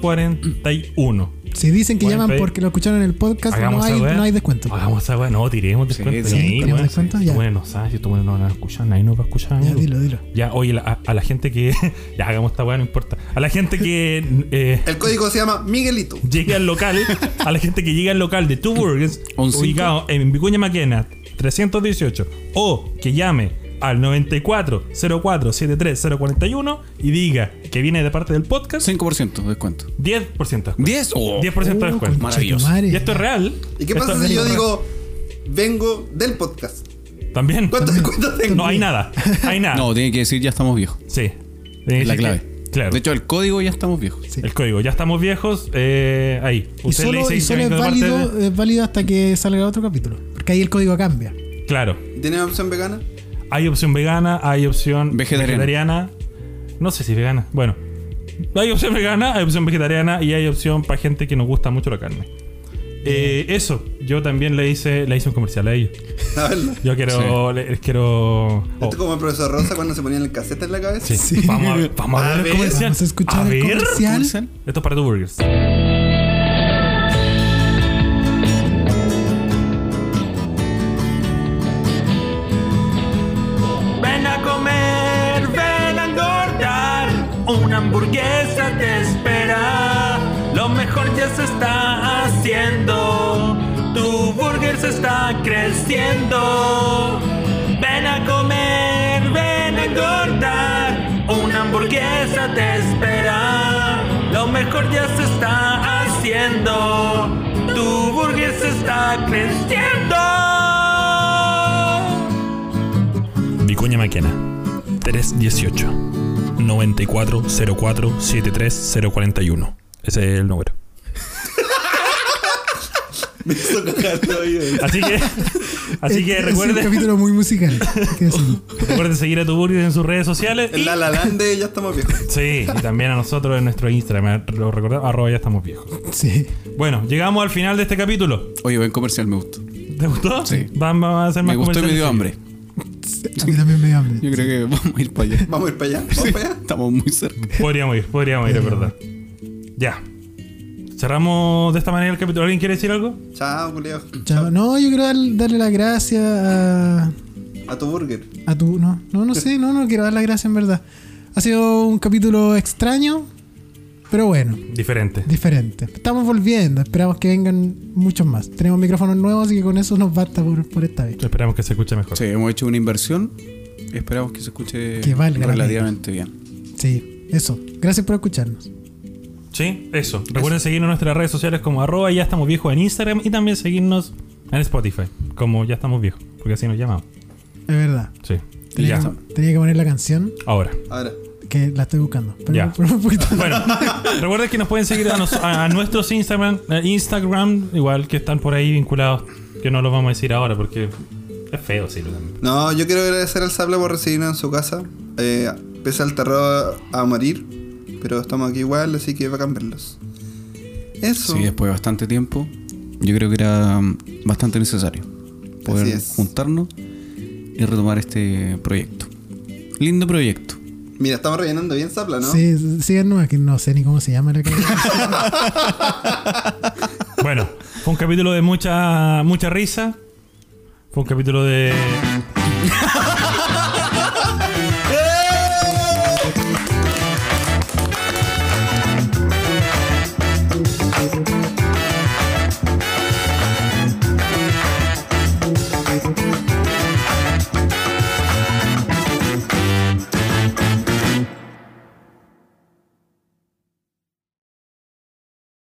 [SPEAKER 1] 94-04-73-041.
[SPEAKER 2] Si dicen que
[SPEAKER 1] Buen
[SPEAKER 2] llaman
[SPEAKER 1] pay.
[SPEAKER 2] porque lo escucharon en el podcast, Pues no
[SPEAKER 1] Hagamos esa
[SPEAKER 2] hay,
[SPEAKER 1] weá.
[SPEAKER 2] no hay descuento.
[SPEAKER 1] Hagamos esa weá. No, tiremos descuento.
[SPEAKER 4] sí,
[SPEAKER 1] ahí,
[SPEAKER 2] tiremos
[SPEAKER 1] weón.
[SPEAKER 2] descuento,
[SPEAKER 1] Si
[SPEAKER 2] ya.
[SPEAKER 1] tú, weón, no sabes, si tú, weón, no van a escuchar, nadie nos va a escuchar.
[SPEAKER 2] Ya,
[SPEAKER 1] amigo.
[SPEAKER 2] dilo, dilo.
[SPEAKER 1] Ya, oye, la- a, a la gente que. ya, hagamos esta weá, no importa. A la gente que. eh,
[SPEAKER 3] El código se llama Miguelito.
[SPEAKER 1] llegue al local, a la gente que llegue al local de Two Burgers,
[SPEAKER 4] Oncito.
[SPEAKER 1] ubicado en Vicuña Maquena 318, o que llame al 94-04-73-041 y diga que viene de parte del podcast,
[SPEAKER 4] 5% de descuento.
[SPEAKER 1] 10% de descuento.
[SPEAKER 4] 10 o
[SPEAKER 1] 10% de
[SPEAKER 2] Oh,
[SPEAKER 1] descuento.
[SPEAKER 4] Maravilloso.
[SPEAKER 2] conchetumare.
[SPEAKER 1] Y esto es real.
[SPEAKER 3] ¿Y qué
[SPEAKER 1] Esto
[SPEAKER 3] pasa
[SPEAKER 1] es
[SPEAKER 3] si yo
[SPEAKER 1] real.
[SPEAKER 3] digo, vengo del podcast?
[SPEAKER 1] También.
[SPEAKER 3] ¿Cuánto, cuánto tengo?
[SPEAKER 1] No hay nada. Hay nada.
[SPEAKER 4] No, tiene que decir ya estamos viejos.
[SPEAKER 1] Sí.
[SPEAKER 4] Es la clave.
[SPEAKER 1] Claro.
[SPEAKER 4] De hecho, el código ya estamos viejos.
[SPEAKER 2] Sí.
[SPEAKER 1] el código. Ya estamos viejos. eh, ahí.
[SPEAKER 2] Y solo, y
[SPEAKER 1] que
[SPEAKER 2] solo es,
[SPEAKER 1] vengo de parte
[SPEAKER 2] válido, es válido hasta que salga otro capítulo. Porque ahí el código cambia.
[SPEAKER 1] de- Claro.
[SPEAKER 3] ¿Tienes opción vegana?
[SPEAKER 1] Hay opción vegana, hay opción
[SPEAKER 4] Vegetariana.
[SPEAKER 1] vegetariana. No sé si vegana. Bueno, hay opción vegana, hay opción vegetariana y hay opción para gente que nos gusta mucho la carne. Eh, eso, yo también le hice, le hice un comercial a ellos.
[SPEAKER 3] A verla.
[SPEAKER 1] Yo quiero. le- les quiero.
[SPEAKER 3] Esto es
[SPEAKER 1] oh,
[SPEAKER 3] como el profesor Rosa cuando se ponían el casete en la cabeza.
[SPEAKER 1] sí.
[SPEAKER 2] Sí.
[SPEAKER 1] Vamos a ver, vamos a
[SPEAKER 3] A
[SPEAKER 1] ver el
[SPEAKER 3] ver,
[SPEAKER 1] comercial.
[SPEAKER 2] Vamos a escuchar
[SPEAKER 1] A
[SPEAKER 2] el
[SPEAKER 1] ver.
[SPEAKER 2] comercial.
[SPEAKER 1] Esto es para tu burgers.
[SPEAKER 7] Ven a comer, ven a engordar. Una hamburguesa te espera. Lo mejor ya se está haciendo. Tu burger se está creciendo. Ven a comer, ven a engordar. Una hamburguesa te espera. Lo mejor ya se está haciendo. Tu burger se está creciendo.
[SPEAKER 1] Vicuña Maquena, 318 9404 73041. Ese es el número.
[SPEAKER 3] Me hizo cagar la vida.
[SPEAKER 1] Así que, así que
[SPEAKER 2] Es- Es un
[SPEAKER 1] recuerden.
[SPEAKER 2] capítulo muy musical. hay que decirlo.
[SPEAKER 1] Recuerden seguir a tu burger en sus redes sociales.
[SPEAKER 3] El
[SPEAKER 1] Y,
[SPEAKER 3] la la Land de ya estamos viejos.
[SPEAKER 1] sí, y también a nosotros en nuestro Instagram. Lo recordamos, arroba ya estamos viejos.
[SPEAKER 2] sí.
[SPEAKER 1] Bueno, llegamos al final de este capítulo.
[SPEAKER 4] Oye, buen comercial, me gustó.
[SPEAKER 1] ¿Te gustó?
[SPEAKER 4] Sí.
[SPEAKER 1] Van- Vamos a hacer más
[SPEAKER 4] Me gustó y me
[SPEAKER 1] comerciales.
[SPEAKER 4] dio hambre.
[SPEAKER 2] A mí también me dio hambre.
[SPEAKER 4] Yo creo que vamos a ir para allá.
[SPEAKER 3] Vamos a ir para allá. Vamos para allá.
[SPEAKER 4] Estamos muy cerca.
[SPEAKER 1] Podríamos ir, podríamos ir, es verdad. Ya. Cerramos de esta manera el capítulo. ¿Alguien quiere decir algo?
[SPEAKER 3] Chao, culiao.
[SPEAKER 2] Chao. No, yo quiero dar- darle las gracias a,
[SPEAKER 3] A tu burger.
[SPEAKER 2] a tu. No, no, no sé, no, no quiero dar las gracias en verdad. Ha sido un capítulo extraño, pero bueno,
[SPEAKER 1] Diferente.
[SPEAKER 2] diferente. Estamos volviendo, esperamos que vengan muchos más. Tenemos micrófonos nuevos, así que con eso nos basta por, por esta vez.
[SPEAKER 1] Esperamos que se escuche mejor.
[SPEAKER 4] Sí, hemos hecho una inversión. Esperamos que se escuche
[SPEAKER 2] Que valga la
[SPEAKER 4] relativamente bien.
[SPEAKER 2] Sí, eso. Gracias por escucharnos.
[SPEAKER 1] Sí, eso. Recuerden seguirnos en nuestras redes sociales como arroba ya estamos viejos en Instagram y también seguirnos en Spotify como ya estamos viejos, porque así nos llamamos.
[SPEAKER 2] Es verdad.
[SPEAKER 1] Sí. Y
[SPEAKER 2] Tenía
[SPEAKER 1] ya.
[SPEAKER 2] que, tenía que poner la canción
[SPEAKER 1] Ahora.
[SPEAKER 3] Ahora,
[SPEAKER 2] que la estoy buscando. Pero
[SPEAKER 1] Ya.
[SPEAKER 2] por un poquito.
[SPEAKER 1] Bueno, recuerden que nos pueden seguir a, nos- a- a nuestros Instagram, eh, Instagram, igual que están por ahí vinculados, que no los vamos a decir ahora porque es feo decirlo también.
[SPEAKER 3] No, yo quiero agradecer al Sabla por recibirnos en su casa. Eh, pese al terror a morir, pero estamos aquí igual, así que bacán verlos. Eso.
[SPEAKER 4] Sí, después de bastante tiempo, yo creo que era mm, bastante necesario
[SPEAKER 3] Así
[SPEAKER 4] poder
[SPEAKER 3] es.
[SPEAKER 4] juntarnos y retomar este proyecto. Lindo proyecto.
[SPEAKER 3] Mira, estamos rellenando bien Zapla, ¿no?
[SPEAKER 2] Sí, síganos, que no sé ni cómo se llama la que.
[SPEAKER 1] Bueno, fue un capítulo de mucha mucha risa. Fue un capítulo de